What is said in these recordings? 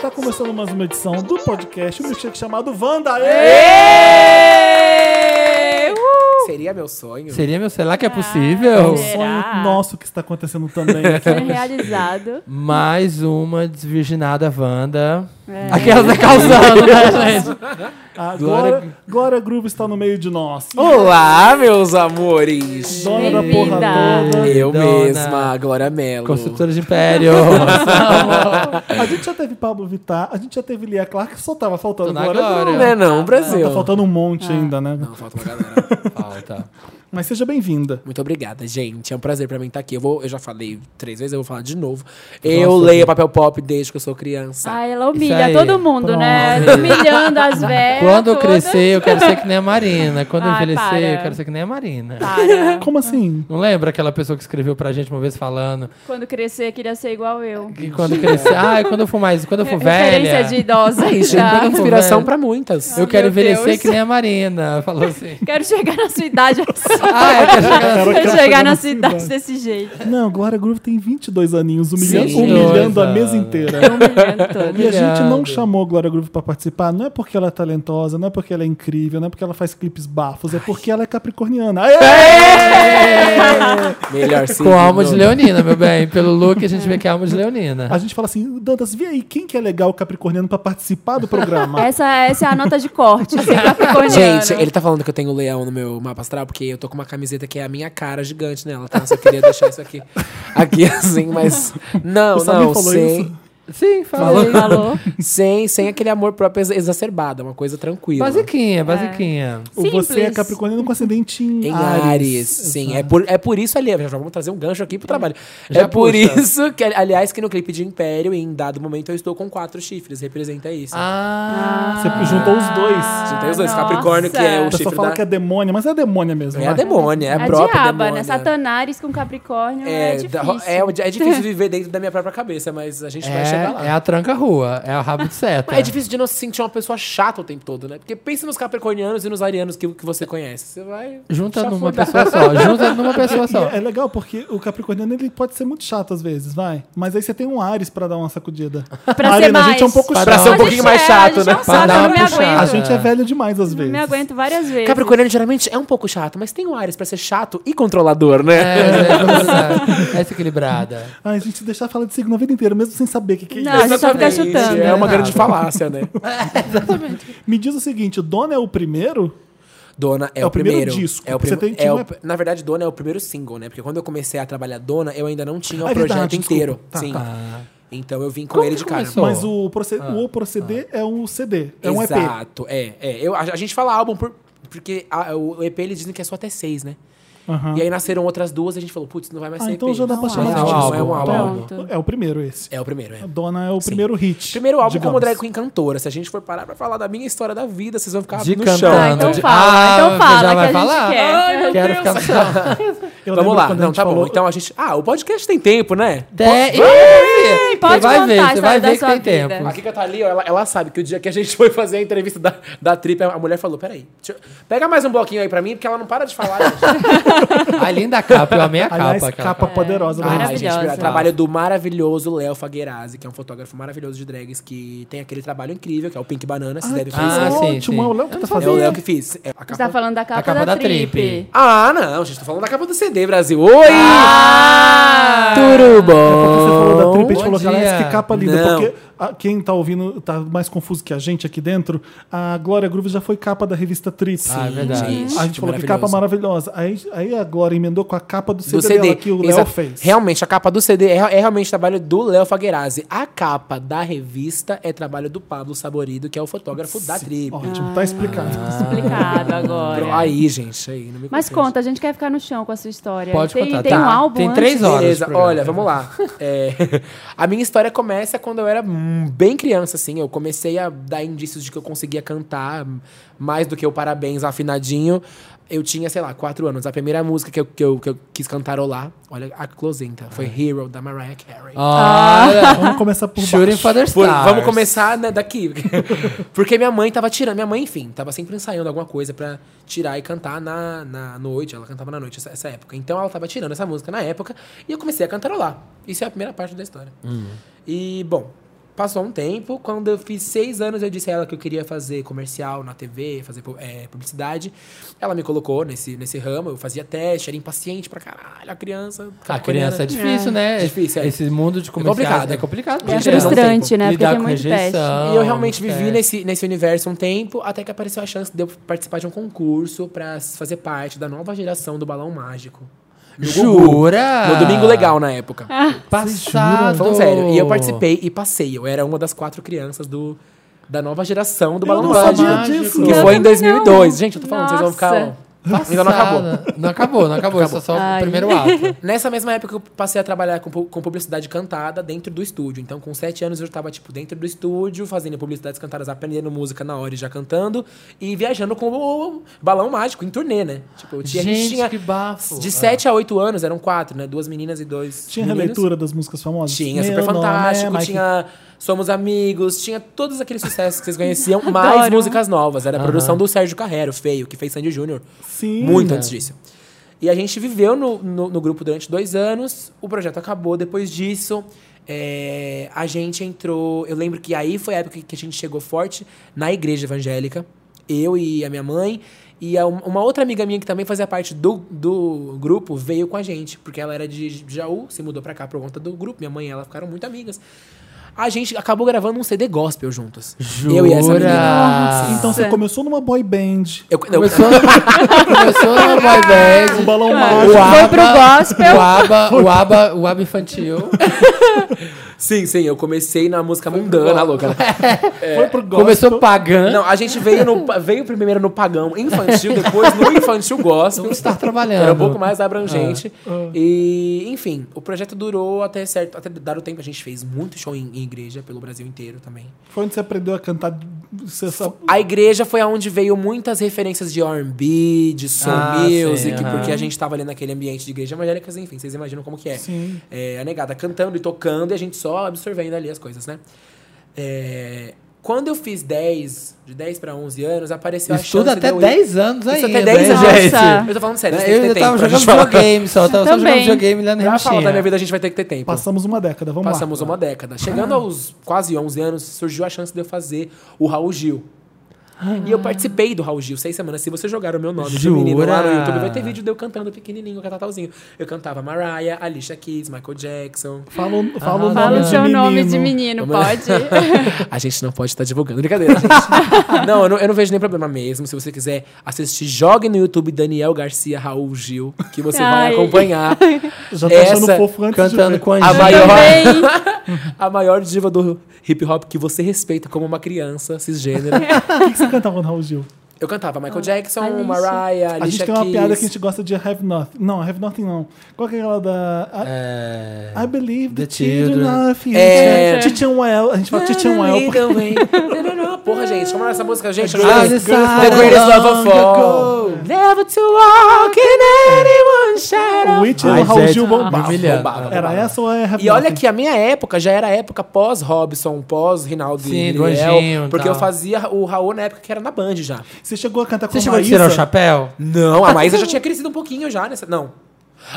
Tá começando mais uma edição do podcast, um milkshake chamado Wanda. Seria meu sonho. Seria meu, será Ah, que é É um possível? sonho nosso que está acontecendo também. aqui. Foi realizado. Mais uma desvirginada Wanda. É. Aquelas da calçando, né, gente? Agora, Ah, Glória Groove está no meio de nós. Olá, meus amores! Dona da porra Bem-vinda. toda. Eu Dona. mesma, Glória Mello. Construtora de Império. A gente já teve Pablo Vittar, a gente já teve Lia Clark, só tava faltando Tô na Glória Groove. Não é não, Brasil. Tá faltando um monte ainda, né? Não, falta uma galera. Falta. Mas seja bem-vinda. Muito obrigada, gente. É um prazer pra mim estar aqui. Eu, vou, eu já falei três vezes, eu vou falar de novo. Eu leio papel pop desde que eu sou criança. Ai, Ah, ela Isso humilha aí. todo mundo, né? Pronto. Humilhando as velhas. Quando eu É todas. crescer, eu quero ser que nem a Marina. Quando eu Ai, envelhecer, para. Tá. eu quero ser que nem a Marina. Para. Como assim? Não lembra aquela pessoa que escreveu pra gente uma vez falando Quando crescer, queria ser igual eu. que quando crescer, ai, quando eu for mais, quando eu for Referência velha, de idosa. Ai, gente, já. tem inspiração É. Velho. pra muitas. eu quero Meu envelhecer Deus. que nem a Marina. Falou assim. Quero chegar na sua idade assim. Ah, eu quero chegar na... Quero chegar na sua cidade. idade desse jeito. Não, Glória Groove tem 22 aninhos, humilhando, Sim. humilhando a Dois mesa anos. inteira. Humilhando todo. E a gente não Humilhando. chamou Glória Groove pra participar, não é porque ela é talentosa, não é porque ela é incrível, não é porque ela faz clipes bafos, é porque ela é capricorniana. Aê! Melhor sim. Com a alma de leonina, meu bem. Pelo look, a gente vê que é alma de leonina. A gente fala assim, Dantas, vê aí quem que é legal capricorniano pra participar do programa. Essa, essa é a nota de corte. Ser capricorniano. Gente, ele tá falando que eu tenho leão no meu mapa astral, porque eu tô com uma camiseta que é a minha cara gigante nela, tá? Só queria deixar isso aqui, aqui assim, mas... Não, O Samir não, falou sem, isso? Sim, falei. falou. sem, sem aquele amor próprio ex- exacerbado, é uma coisa tranquila. Basiquinha, basiquinha. Ou você é Simples. capricorniano com ascendente em, Em Ares, sim. É por, é por isso, aliás, já vamos trazer um gancho aqui pro trabalho. é Já por puxa. isso que, aliás, que no clipe de Império, em dado momento, eu estou com quatro chifres, representa isso. Ah, Você juntou os dois. Ah, Você tem os dois, Capricórnio, que é O pessoal o chifre fala da... que é demônia, mas é demônia mesmo. É né? a demônia, é a É própria diaba, né? demônia. Satanares com Capricórnio é, da- difícil. é, é difícil viver dentro da minha própria cabeça, mas a gente vai chegar lá. É, é a tranca-rua, é o rabo de seta. É difícil de não se sentir uma pessoa chata o tempo todo, né? Porque pensa nos capricornianos e nos arianos que, que você conhece. Você vai. Junta numa né? chafurdar. pessoa só, junta numa pessoa E só. é legal porque o Capricorniano ele pode ser muito chato às vezes, vai. Mas aí você tem um Ares pra dar uma sacudida. Pra Ariana, ser mais. a gente é um pouco Pra chato. ser um A pouquinho gente mais é, chato, a gente né? É um Pra saco, dar eu uma não me puxada. aguento. A gente é velho demais às vezes. Me aguento várias vezes. Capricorniano geralmente é um pouco chato, mas tem o Ares pra ser chato e controlador, né? É, é, é, é desequilibrada. Ai, a gente se deixar falar de signo a vida inteira, mesmo sem saber o que, que é Não, Ah, a gente só fica Exatamente. chutando. É uma Não. grande falácia, né? Me diz o seguinte, o Dona é o primeiro? Dona é, É o o primeiro, primeiro disco. É o Você primeiro. tem que é não o- é- Na verdade, Dona é o primeiro single, né? Porque quando eu comecei a trabalhar Dona, eu ainda não tinha o Ah, é projeto verdade, desculpa. inteiro. Tá, Sim. tá. Então eu vim com Como ele que de cara. começou? Mas o, proce- o proceder é um CD, é um EP. Ah, tá. Exato, é. é. Eu, a, a gente fala álbum por- porque a- o EP eles dizem que é só até seis, né? Aham. E aí nasceram outras duas e a gente falou, putz, não vai mais Ah, ser então EP. já dá pra Mas chamar é de um disco. álbum, É um álbum. é um álbum. Pronto. É o primeiro esse. É o primeiro, é. A Dona é o primeiro hit. Primeiro álbum como digamos. drag queen cantora. Se a gente for parar pra falar da minha história da vida, vocês vão ficar De no cantando. chão. né? Ah, então de- fala, Ah, então você fala já que vai a gente falar? quer. Ai, meu Quero ficar só. Eu Vamos lembro lá. quando a Não, gente tá bom. falou- Então a gente... Ah, o podcast tem tempo, né? Até- Ih, Você Pode vai contar ver, você a vai história da ver que sua tem vida. tempo. A Kika tá ali, ó, ela, ela sabe que o dia que a gente foi fazer a entrevista da, da Trip, a mulher falou, peraí, deixa eu- pega mais um bloquinho aí pra mim, porque ela não para de falar. né? gente." A linda capa, eu amei a capa. Aliás, capa, aquela capa. poderosa. Ai, né? Ai, Ah, gente, É, Maravilhosa. o trabalho do maravilhoso Léo Faguerazzi, que é um fotógrafo maravilhoso de drags, que tem aquele trabalho incrível, que é o Pink Banana, se deve Ah, Isso é sim, ótimo, sim. é o Léo que tá É o fazendo. Léo que fiz. É a Você capa- tá falando da capa, capa da, da trip. Trip. Ah, não, gente, tô falando da capa do CD, Brasil. Oi! Porque Tudo você falou da Ah, bom? tripa, a gente Bom falou, galera, dia. que capa linda. Não. Porque ah, quem tá ouvindo tá mais confuso que a gente aqui dentro. A Glória Groove já foi capa da revista Trip. Ah, é verdade. gente, a gente falou que capa maravilhosa. Aí, aí a Glória emendou com a capa do CD, do CD. dela que o Léo Exato. fez. Realmente, a capa do CD é, é realmente trabalho do Léo Faguerazzi. A capa da revista é trabalho do Pablo Saborido, que é o fotógrafo da Trip. Ótimo, tá explicado. Explicado agora. Aí, gente, aí, não me Mas compensa. conta, a gente quer ficar no chão com a sua história. Pode tem, contar, Tem tá. um álbum Tem antes? três horas. de Beleza, programa. olha, vamos lá. É, a minha história começa quando eu era hum, bem criança, assim. Eu comecei a dar indícios de que eu conseguia cantar hum, mais do que o parabéns afinadinho. Eu tinha, sei lá, quatro anos. A primeira música que eu, que eu, que eu quis cantarolar, olha, a closenta, foi Hero, da Mariah Carey. Ah. Ah. Olha, Vamos começar por shooting baixo. for the Por- stars. vamos começar né, daqui. Porque minha mãe tava tirando. Minha mãe, enfim, tava sempre ensaiando alguma coisa pra tirar e cantar na, na noite. Ela cantava na noite essa, essa época. Então ela tava tirando Hum. essa música na época e eu comecei a cantarolar. Isso é a primeira parte da história. E, bom, Passou um tempo, quando eu fiz seis anos, eu disse a ela que eu queria fazer comercial na TV, fazer pu- eh, publicidade. Ela me colocou nesse, nesse ramo, eu fazia teste, era impaciente pra caralho, a criança. A criança é de difícil, né? Difícil, é. Esse mundo de comerciais complicado. é complicado. pra É Gente, eu não criança. frustrante, né? Porque Lidar tem com muito teste. rejeição, É. E eu realmente vivi teste. nesse, nesse universo um tempo, até que apareceu a chance de eu participar de um concurso pra fazer parte da nova geração do Balão Mágico. No Gugu. Jura? No Domingo Legal, na época. Passado. Falando sério. E eu participei e passei. Eu era uma das quatro crianças do, da nova geração do Eu Balão não Mágico. sabia Mágico. disso. Que Eu foi em também 2002. não. Gente, eu tô falando, vocês vão Nossa. ficar. ó, Passada. Ainda Então não acabou. Não acabou, não acabou. Isso é só o Ai. primeiro ato. Nessa mesma época eu passei a trabalhar com, pu- com publicidade cantada dentro do estúdio. Então, com sete anos eu tava, tipo, dentro do estúdio, fazendo publicidades cantadas, aprendendo música na hora e já cantando. E viajando com o balão mágico em turnê, né? Tipo, eu tinha, a gente Gente, tinha que bafo. de Ah. sete a oito anos, eram quatro, né? Duas meninas e dois Tinha meninos. releitura das músicas famosas? Tinha Meu Super nome é Fantástico, Mike. tinha Somos Amigos, tinha todos aqueles sucessos que vocês conheciam, mais Adoro. músicas novas. Era a produção do Sérgio Carrero, feio, que fez Sandy Júnior. Sim. Muito antes disso. E a gente viveu no, no, no grupo durante dois anos, o projeto acabou. Depois disso, é, a gente entrou. Eu lembro que aí foi a época que a gente chegou forte na igreja evangélica. Eu e a minha mãe. E a- uma outra amiga minha que também fazia parte do, do grupo veio com a gente, porque ela era de Jaú, se mudou pra cá por conta do grupo. Minha mãe e ela ficaram muito amigas. A gente acabou gravando um CD gospel juntas. Jura? Eu e essa menina. Então você começou numa boy band. Eu, não, Começou, começou no boy band. O É. balão O mágico. Foi ABBA, pro gospel. O aba, o aba, o aba infantil. Sim, sim, eu comecei na música mundana, louca. Foi É. pro gospel. Começou pagã. Não, a gente veio, no, veio primeiro no pagão infantil, depois no infantil gospel. Vamos estar trabalhando. Era um pouco mais abrangente. E, enfim, o projeto durou até certo. Até dar o tempo, a gente fez muito show em, em igreja pelo Brasil inteiro também. Foi onde você aprendeu a cantar. Você sabe- A igreja foi aonde veio muitas referências de RB, de soul Ah, music, sim, aham. porque a gente tava ali naquele ambiente de igreja evangélica, enfim, vocês imaginam como que é. Sim. É, a negada cantando e tocando e a gente só absorvendo ali as coisas, né? É, quando eu fiz 10, de 10 pra 11 anos, apareceu Estuda a chance até de eu ir- 10 anos Isso ainda. até 10 hein, anos. gente? Nossa. Eu tô falando sério, isso tem Eu que ainda ter tava tempo pra jogando gente falar. videogame né, só. Tava só jogando Também. videogame lá na Pra falar da minha revistinha. vida, a gente vai ter que ter tempo. Passamos uma década, vamos Passamos lá. uma década. Chegando aos quase 11 anos, surgiu a chance de eu fazer o Raul Gil. E eu participei do Raul Gil seis semanas. Se você jogar o meu nome de menino lá Jura? no YouTube, vai ter vídeo de eu cantando pequenininho, catatauzinho. Eu cantava Mariah, Alicia Keys, Michael Jackson. Fala, o- fala o Ah, nome Fala o de seu menino. nome de menino, Vamos lá. pode? a gente não pode estar divulgando. Brincadeira, gente. não, eu não, eu não vejo nem problema mesmo. Se você quiser assistir, jogue no YouTube Daniel Garcia Raul Gil, que você vai Ai. acompanhar. Já tá achando Essa fofo antes Cantando de ver. com a A Angélica. maior, também. a maior diva do hip hop que você respeita como uma criança cisgênero. O que que você cantava no Raul Gil? Eu cantava Michael Jackson, Alicia. Mariah, Alicia A gente tem uma Keys. piada que a gente gosta de Have Nothing. Não, Have Nothing não. Qual que é aquela da... I- É... I believe the, The children, children. are future. É. Titian Well. A gente fala Titian Well. porque- É Porra, gente, como era essa música, gente? Eu Ah, jurei. você The sabe. greatest love of all. Long ago. Never to walk in anyone's shadow. O Witch e Ai, o um Raul gente, Gil bombava. humilhando. Era essa ou é Have E olha Nothing? que a minha época já era época pós-Robson, pós-Rinaldo Sim, e do Anjinho Liel, e Porque tal. eu fazia o Raul na época que era na Band já. Você chegou a cantar com Você a chegou a Maísa? tirar o chapéu? Não, a Maísa já tinha crescido um pouquinho já nessa. Não.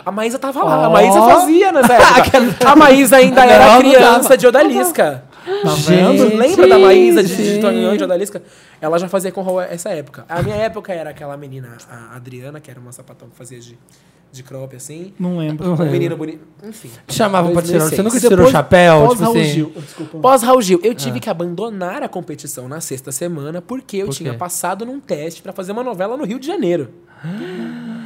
A Maísa tava lá, a Maísa Ó. fazia nessa época. a Maísa ainda Não, era não criança tava. de Odalisca. Tá Gente. vendo? Lembra da Maísa de, de Sim. Tonhão de Odalisca? Ela já fazia com o Raul essa época. A minha época era aquela menina, a Adriana, que era uma sapatão que fazia de, de crop assim. Não lembro. Um menino bonito. Enfim. Te chamavam pra tirar. Você 2006. nunca tirou o chapéu? Tipo assim, Raul assim. Gil. Desculpa. Pós Raul Gil, eu tive que abandonar a competição na sexta semana porque eu Ah. Por tinha quê? passado num teste pra fazer uma novela no Rio de Janeiro.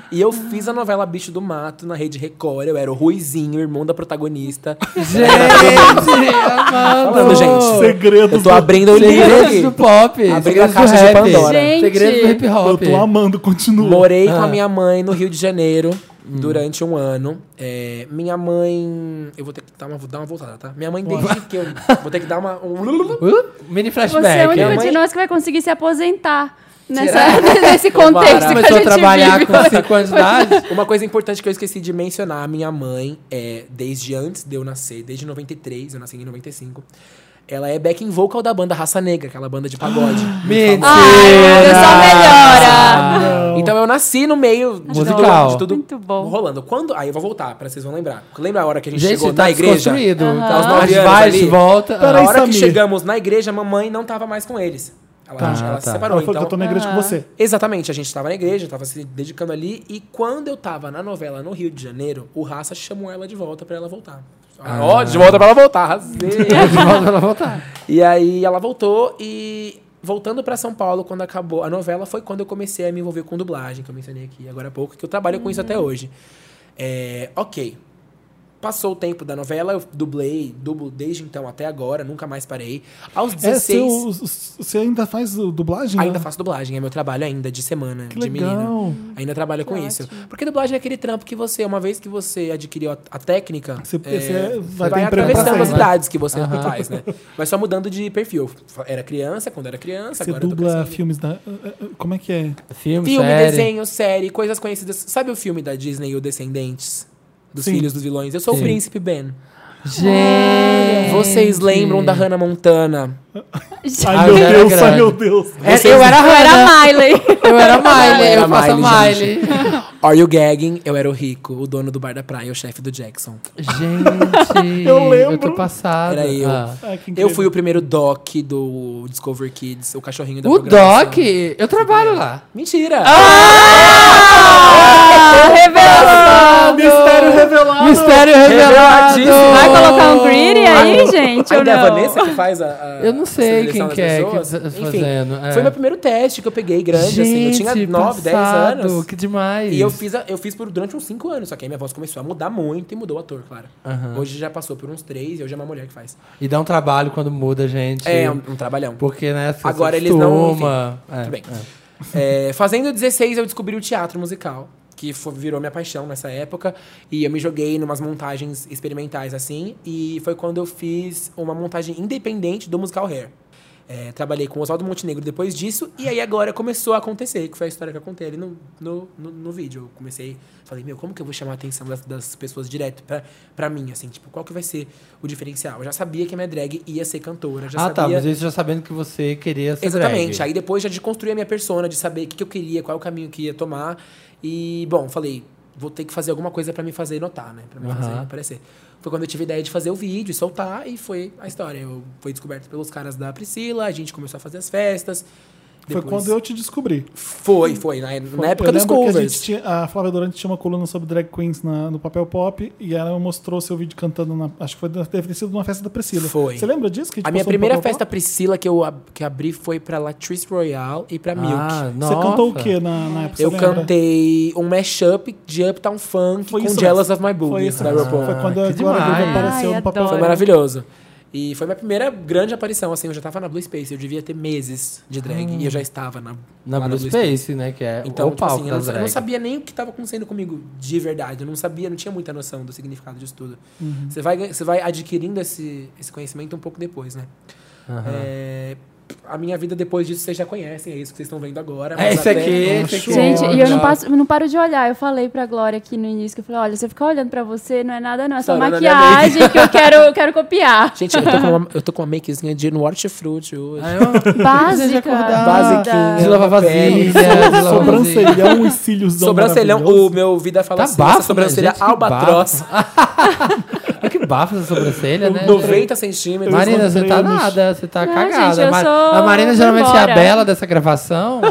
E eu fiz a novela Bicho do Mato na Rede Record. Eu era o Ruizinho, irmão da protagonista. Gente, amando. Tá Falando, gente. Segredos. Eu tô abrindo o livro Segredos do aqui. pop. Abrindo segredos a caixa do de rap. Pandora. Gente. Segredos do hip Eu hop. tô amando, continua. Morei com Ah. Hum. a minha mãe no Rio de Janeiro durante um ano. É, minha mãe. Eu vou ter que dar uma, dar uma voltada, tá? Minha mãe desde que eu. Vou ter que dar uma. um- Uh, mini Você é o flashback. único mãe- de nós que vai conseguir se aposentar nessa, nesse contexto que a Começou a gente trabalhar vive. com 5 anos de idade. Uma coisa importante que eu esqueci de mencionar, a minha mãe, é, desde antes de eu nascer, desde 93, eu nasci em 95, Ela é backing vocal da banda Raça Negra, aquela banda de pagode. Mentira! Ai, meu Deus, só melhora. Então eu nasci no meio de tudo- Musical. de tudo, Muito bom. rolando. Quando, aí eu vou voltar, pra vocês vão lembrar. Lembra a hora que a gente, Gente, chegou tá na igreja? desconstruído. Tá aos Tá, nove anos vai, ali. volta. né, A Peraí, hora que Samir. chegamos na igreja, a mamãe não tava mais com eles. Ela, Tá, ela se tá. separou, Ela falou que então... eu tô na igreja com você. Exatamente, a gente tava na igreja, tava se dedicando ali, e quando eu tava na novela no Rio de Janeiro, o Raça chamou ela de volta pra ela voltar. Ah. Ó, de volta pra ela voltar, arrasei. De volta ela voltar. e aí ela voltou e. Voltando pra São Paulo, quando acabou a novela, foi quando eu comecei a me envolver com dublagem, que eu mencionei aqui agora há pouco, que eu trabalho com isso até hoje. É, ok. Passou o tempo da novela, eu dublei, dublo desde então até agora, nunca mais parei. Aos É, seu, 16, você ainda faz uh, dublagem? né? ainda faço dublagem, é meu trabalho ainda de semana, Que de menino. legal. Ainda trabalha com Que isso. ótimo. Porque dublagem é aquele trampo que você, uma vez que você adquiriu a, a técnica, Você- é, você vai vai, ter emprego pra atravessando sempre, as né? idades que você Aham. faz, né? Vai só mudando de perfil. Fa- Era criança, quando era criança, Você agora eu tô dubla crescendo. filmes da. uh, uh, uh, Como é que é? Filme, Filme, série. desenho, série, coisas conhecidas. Sabe o filme da Disney, O Descendentes? Dos Sim. filhos dos vilões. Eu sou Sim. o príncipe Ben. Gente! Vocês lembram da Hannah Montana? Ai, Ah, meu eu já era Deus, ai, grande. meu Deus. É, eu era a Eu era Hannah. Miley. Eu era a Miley. Era Eu faço a Miley, Miley. Are You Gagging? Eu era o rico, o dono do bar da praia, o chefe do Jackson. Gente! Eu lembro. Eu tô passada. Era eu. Ah. Ai, que Eu incrível. fui o primeiro doc do Discover Kids, o cachorrinho da O programação. Doc, eu trabalho lá. Mentira! Ah, mistério revelado. Mistério revelado. Reveladíssimo. Vai colocar um greedy aí, gente? ou Ainda é a não? Vanessa que faz a, a Eu não sei seleção quem das que é que pessoas? tá Enfim, fazendo, é. Foi meu primeiro teste que eu peguei grande, assim. Eu tinha Gente, 9, 10 passado, anos. Que demais. E eu fiz, a- eu fiz por durante uns 5 anos, só que aí minha voz começou a mudar muito e mudou o ator, claro. Aham. Hoje já passou por uns 3 e hoje é uma mulher que faz. E dá um trabalho quando muda, gente. É um, um trabalhão. Porque, né, você Agora se eles não- acostuma. É, Tudo bem. é. É, fazendo 16, eu descobri o teatro musical, que fo- virou minha paixão nessa época. E eu me joguei numas montagens experimentais assim. E foi quando eu fiz uma montagem independente do musical Hair. É, trabalhei com Oswaldo Montenegro depois disso, e aí agora começou a acontecer, que foi a história que eu contei ali no, no, no, no vídeo. Eu comecei, falei, meu, como que eu vou chamar a atenção das, das pessoas direto pra, pra mim, assim, tipo, qual que vai ser o diferencial? Eu já sabia que a minha drag ia ser cantora, já ah, sabia... tá. Mas isso já sabendo que você queria ser Exatamente. drag. Aí depois já de construir a minha persona, de saber o que, que eu queria, qual é o caminho que ia tomar. E, bom, falei, vou ter que fazer alguma coisa pra me fazer notar, né? Pra me fazer Aham. aparecer. Foi quando eu tive a ideia de fazer o vídeo e soltar, e foi a história. Eu fui descoberto pelos caras da Priscila, a gente começou a fazer as festas. Foi quando eu te descobri. Foi, foi. Na, na Foi- época eu dos lembro que a, covers. gente tinha, a Flávia Dorante tinha uma coluna sobre drag queens na- no papel pop e ela mostrou seu vídeo cantando na. Acho que foi, deve ter sido numa festa da Priscila. Foi. Você lembra disso? Que gente A minha passou no primeira Papel festa Pop? Priscila que eu ab- que abri foi pra Latrice Royale e pra Milk. Ah, Você nossa. cantou o que na, na época? Eu Você lembra? cantei um mashup de Uptown Funk Foi com isso Jealous mesmo. of My Foi Boobies isso da mesmo. RuPaul. Foi quando Ah, que a Glória demais. Groove apareceu Ai, no papel adoro. Foi pop. maravilhoso. E foi minha primeira grande aparição, assim, eu já tava na Blue Space, eu devia ter meses de drag, e eu já estava na, Ah. Na lá Blue Space, né? Que é Então, o tipo palco assim, eu das não, eu não drag. sabia nem o que tava acontecendo comigo de verdade, eu não sabia, não tinha muita noção do significado disso tudo. Uhum. Você vai, gan- você vai adquirindo esse, esse conhecimento um pouco depois, né? Aham. É, a minha vida depois disso vocês já conhecem, é isso que vocês estão vendo agora. É mas esse até- aqui, esse aqui. Gente, e eu não, Legal. passo, eu não paro de olhar. Eu falei pra Glória aqui no início, que eu falei, olha, você ficar olhando pra você, não é nada não, é só Só olhando a minha maquiagem que eu quero, eu quero copiar. Gente, eu tô com uma, eu tô com uma makezinha de no hortifruti hoje. Aí eu- Tipo, Básica. acordar. Basiquinha. De lavar vasilha, de lavar vasilha. Sobrancelhão e cíliosão. Sobrancelhão, o maravilhoso. meu vida fala Tá assim, bafo, essa sobrancelha né, gente? Que albatroz, Olha que bafo essa sobrancelha, É. né? 90 centímetros. Marina, você tá Encontrei-nos. nada, você tá Não, cagada. gente, eu a, Mar- sou- a Marina vou geralmente é a embora. bela dessa gravação.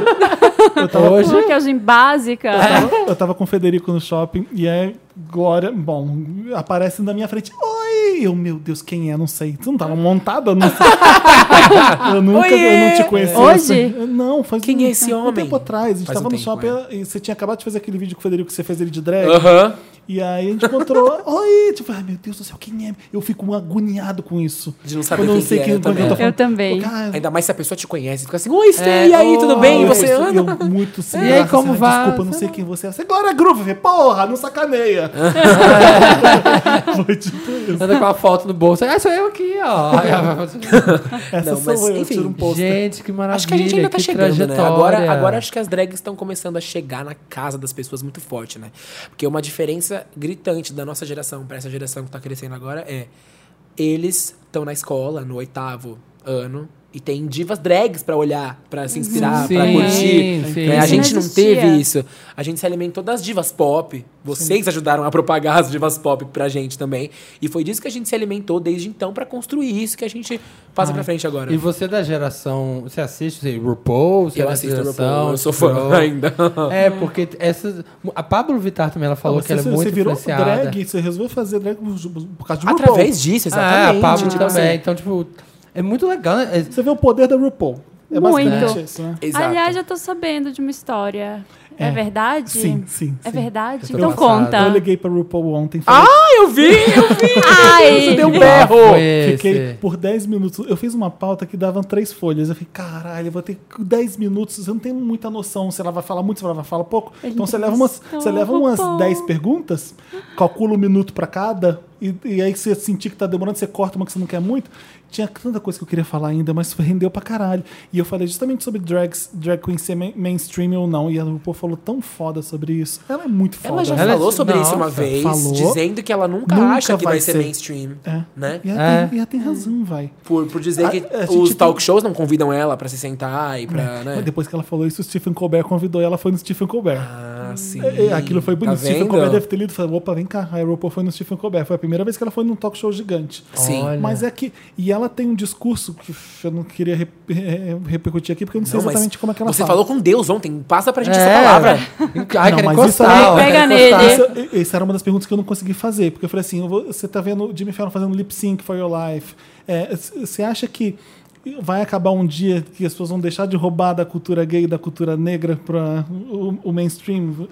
Hoje. Maquiagem básica. É. Eu tava com o Federico no shopping e é Glória, bom, aparece na minha frente. Oi! Eu, meu Deus, quem é? Não sei. Tu não tava montada? Eu Não sei. eu nunca eu não te conheci. Hoje? Eu sei- Não, faz Quem um, é esse um homem? tempo atrás. A gente Faz um tava no tempo, shopping e você tinha acabado de fazer aquele vídeo com o Federico que você fez ele de drag. Aham. E aí a gente encontrou. Oi! Tipo, ai meu Deus do céu, quem é? Eu fico agoniado com isso. De não saber Quando eu quem que é, eu quando também. tô Eu falando. também. Cara, Ainda mais se a pessoa te conhece, fica assim, oi, Fê, É, e aí, oi, tudo bem? E eu você sou- anda? eu muito sem É. E graça, aí, como assim, vai? Desculpa, eu não sei quem você é. Você é Glória Groove, porra, não sacaneia. Foi tipo isso. Anda tá com a foto no bolso. Ah, sou eu aqui, ó. Aí ela- um Essa Não, sou mas, eu, eu enfim, tiro um posto. gente, que maravilha. Acho que a gente ainda tá que chegando, né? trajetória. Agora, agora acho que as drags estão começando a chegar na casa das pessoas muito forte, né? Porque uma diferença gritante da nossa geração pra essa geração que tá crescendo agora é... Eles estão na escola, no oitavo ano, e tem divas drags pra olhar, pra se inspirar, pra Uhum. Sim, curtir. sim. né? A Isso não gente não existia. teve isso. A gente se alimentou das divas pop. Vocês ajudaram a propagar as divas pop pra gente também. E foi disso que a gente se alimentou desde então pra construir isso que a gente passa pra frente agora. E você da geração. Você assiste assim, RuPaul? Você é eu da assisto o geração, eu sou fã então. Roll? ainda. É, porque essa. A Pablo Vittar também ela falou Você- que ela é você muito virou influenciada. drag, você resolveu fazer drag por por causa de RuPaul. Através disso, Ah, exatamente. a Pablo tipo também. assim. Então, tipo, é muito legal, né? É- Você vê o poder da RuPaul. É Muito. basicamente isso, né? Exato. Então, Aliás, eu tô sabendo de uma história. É, É. verdade? Sim, sim, É sim. verdade? Eu tô Então passado. conta. Eu liguei pra RuPaul ontem. Falei, Ah, eu vi, eu vi! Ai! deu Qual berro! foi esse? Fiquei é. por 10 minutos. Eu fiz uma pauta que dava três folhas. Eu falei, caralho, eu vou ter 10 minutos. Você não tem muita noção se ela vai falar muito, se ela vai falar pouco. Ele então você leva umas, entrevistou você leva o umas RuPaul. 10 perguntas, calcula um minuto pra cada, e, e aí você sentir que tá demorando, você corta uma que você não quer muito. Tinha tanta coisa que eu queria falar ainda, mas rendeu pra caralho. E eu falei justamente sobre drags, drag queen ser main- mainstream ou não. E a RuPaul falou tão foda sobre isso. Ela é muito foda. Ela já Ela falou disse- sobre isso uma Nossa, vez, falou. dizendo que ela nunca, Nunca acha que vai, vai ser, ser. mainstream, É. né? E ela, É. tem, e ela tem razão, vai. Por, por dizer A- que a gente os tem- talk shows não convidam ela pra se sentar e pra, né? Mas depois que ela falou isso, o Stephen Colbert convidou e ela foi no Stephen Colbert. Ah, sim. É, é, Aquilo foi é bonito. Tá Stephen vendo? Colbert deve ter lido e falou: opa, vem cá. A RuPaul foi no Stephen Colbert. Foi a primeira vez que ela foi num talk show gigante. Sim. Olha. Mas é que. E ela tem um discurso que eu não queria rep- eh, repercutir aqui, porque eu não sei Não, mas exatamente como é que ela Você fala. falou com Deus ontem, passa pra gente É. essa palavra. Ai, Não, quero mas encostar. isso aí- ó, Pega quero encostar. nele. Essa, essa era uma das perguntas que eu não consegui fazer, porque eu falei assim: eu vou- você tá vendo o Jimmy Fallon fazendo lip sync for your life. É, c- Você acha que vai acabar um dia que as pessoas vão deixar de roubar da cultura gay e da cultura negra para o, o mainstream?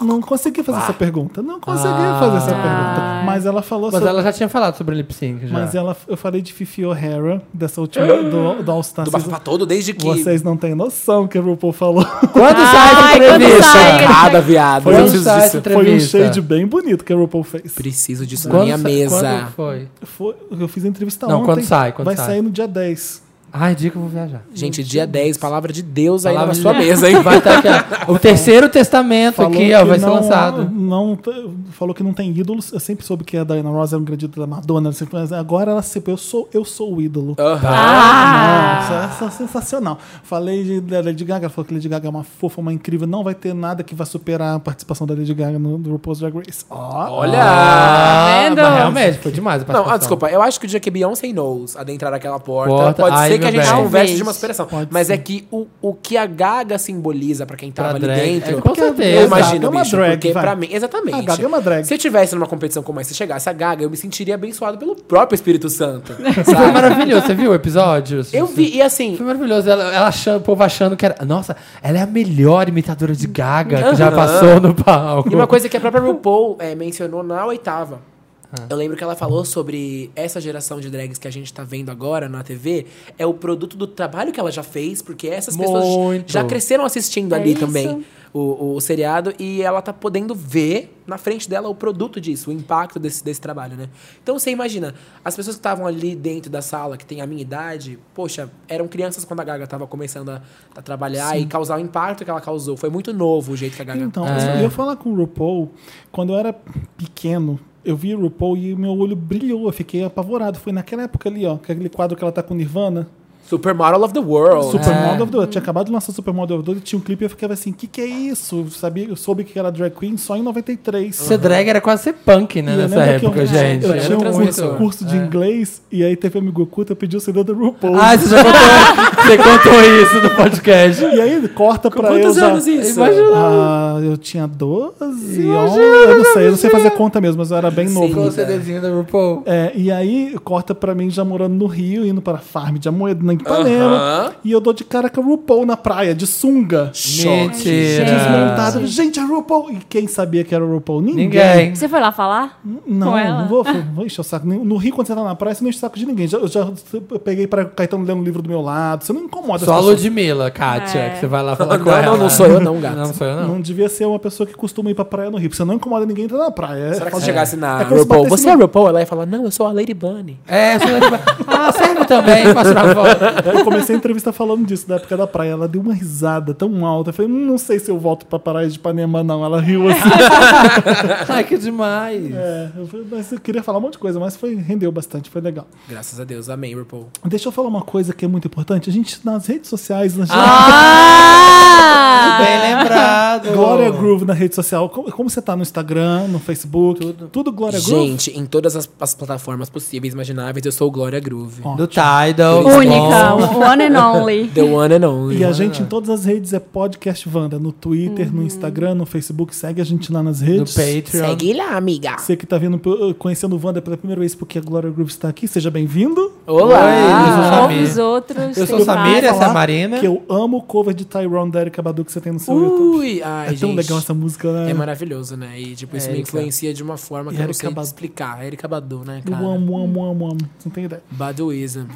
Não consegui fazer Ah. essa pergunta. Não consegui fazer essa pergunta. Mas ela falou Mas sobre. ela já tinha falado sobre lip sync. Já. Mas é ela, eu falei de Fifi O'Hara, dessa última Ah. do, do All Star. Do bafo pra todo, desde que. Vocês não têm noção que a RuPaul falou. Quando sai essa Ai, quando entrevista? sai? Cada viado. Foi eu um preciso site disso. tre- Foi um Entrevista. shade bem bonito que a RuPaul fez. Preciso disso na Quando minha sa- mesa. Quando foi? Foi- eu fiz a entrevista Não, ontem. quando sai, quando Vai sai. sair no dia 10. Ai, dia que eu vou viajar. Gente, dia 10, palavra de Deus aí Palavra na de sua Deus. mesa, hein? Vai estar aqui, ó. O terceiro testamento aqui, ó, que vai ser não- um lançado. Não, t- falou que não tem ídolos. Eu sempre soube que a Diana Ross era um grande ídolo da Madonna. assim, Mas agora ela se eu sou, eu sou o ídolo. Aham. Ah! Ah! Nossa, essa é sensacional. Falei de, da Lady Gaga, ela falou que Lady Gaga é uma fofa, uma incrível. Não vai ter nada que vá superar a participação da Lady Gaga no, no RuPaul's Drag Race. Ó, Olha! Ah, vendo? mas realmente, foi demais a Não, participação. ah, desculpa, eu acho que o dia que Beyoncé knows adentrar aquela porta, Porta, pode ai, ser que a meu gente bem. converse de Talvez. uma superação. Pode mas ser. é que o, o que a Gaga simboliza pra quem Pra tava ali drag, dentro. é, com certeza. Eu Gaga é imagino, uma bicho, drag, porque vai. pra mim. Exatamente. A Gaga é uma drag. Se eu tivesse numa competição como essa, se chegasse a Gaga, eu me sentiria abençoado pelo próprio Espírito Santo. Foi sabe? maravilhoso, você viu o episódio? eu vi, e assim. Foi maravilhoso. Ela, ela achando, o povo achando que era. Nossa, ela é a melhor imitadora de gaga que já Aham. passou no palco. E uma coisa que a própria RuPaul eh, mencionou na oitava. Eu lembro que ela falou sobre essa geração de drags que a gente tá vendo agora na TV é o produto do trabalho que ela já fez, porque essas pessoas Muito. já cresceram assistindo É ali isso. também o, o seriado e ela tá podendo ver na frente dela o produto disso, o impacto desse, desse trabalho, né? Então você imagina, as pessoas que estavam ali dentro da sala, que tem a minha idade, poxa, eram crianças quando a Gaga tava começando a, a trabalhar e causar o impacto que ela causou. Foi muito novo o jeito que a Gaga Então, É. eu ia falar com o RuPaul, quando eu era pequeno, eu vi o RuPaul e meu olho brilhou, eu fiquei apavorado. Foi naquela época ali, ó, que aquele quadro que ela tá com Nirvana. Supermodel of the World. Supermodel É. of the World. Tinha acabado de lançar Supermodel of the World, tinha um clipe e eu ficava assim, o que, que é isso? Eu, sabia, eu soube que era drag queen só em 93. Ser drag era quase ser punk, né, E eu nessa lembro que época, eu, gente. É. Eu Era tinha um transgressor. curso, curso de inglês e aí teve um amigo oculto, eu pedi o CD da RuPaul. Ah, você já contou, você contou isso no podcast. e aí corta pra eu Quantos já... anos isso? Imagina. Ah, eu tinha 12, 11, eu não sei, eu não sei fazer conta mesmo, mas eu era bem novo. Com o CDzinho da RuPaul. É, e aí corta pra mim já morando no Rio, indo pra farm de Amoedo, na Ipanema. Aham. E eu dou de cara com a RuPaul na praia, de sunga. Mentira. Desmontada. Gente, a RuPaul. E quem sabia que era a RuPaul? Ninguém. Ninguém. Você foi lá falar? Não, Com ela? não vou, vou encher o saco. No Rio, quando você tá na praia, você não enche o saco de ninguém. Já- Eu já eu peguei pra Caetano lendo o livro do meu lado. Você não incomoda Só a as pessoas. Ludmilla, Kátia, É. que você vai lá falar Não, com ela. não, não sou eu não, gato. Não sou eu não. Não devia ser uma pessoa que costuma ir pra praia no Rio. porque Você não incomoda ninguém entrando na praia. Será que É. se chegasse na É como se RuPaul? batesse Você é a no- RuPaul? Ela ia falar, não, eu sou a Lady Bunny. É, sou eu que vai- Ah, serve também, posso tirar foto. Eu comecei a entrevista falando disso, da época da praia. Ela deu uma risada tão alta. Eu falei, "Hum, não sei se eu volto pra Paraíso de Ipanema, não. Ela riu assim. Ai, que demais. É, eu falei, mas eu queria falar um monte de coisa, mas foi, rendeu bastante, foi legal. Graças a Deus, amém, RuPaul. Deixa eu falar uma coisa que é muito importante. A gente, nas redes sociais, na Ah, Ah! Bem lembrado. Glória Groove na rede social. Como, como você tá no Instagram, no Facebook? Tudo, Glória Groove? Gente, em todas as, as plataformas possíveis e imagináveis, eu sou o Glória Groove. Ó. Do Tidal. Única, one and only. The one and only. E a gente em todas as redes é Podcast Vanda. No Twitter, Hum. no Instagram, no Facebook. Segue a gente lá nas Do redes. Patreon. Segue lá, amiga. Você que tá vindo, p- conhecendo o Wanda pela primeira vez porque a Glória Groove está aqui, seja bem-vindo. Oi, eu sou Olá. Samir. Ah, Ouve os outros. Eu sou tem Samir, mais. essa é a Marina. Que eu amo o cover de Tyrone da Erika Badu que você tem no seu YouTube. Ui, ai, É tão gente. legal essa música, né? É maravilhoso, né? E, tipo, isso me Érica. influencia de uma forma que eu não Érica sei Badu. explicar. Erika Badu, né, Eu cara? amo, amo, amo, amo. Você não tem ideia. Baduísa.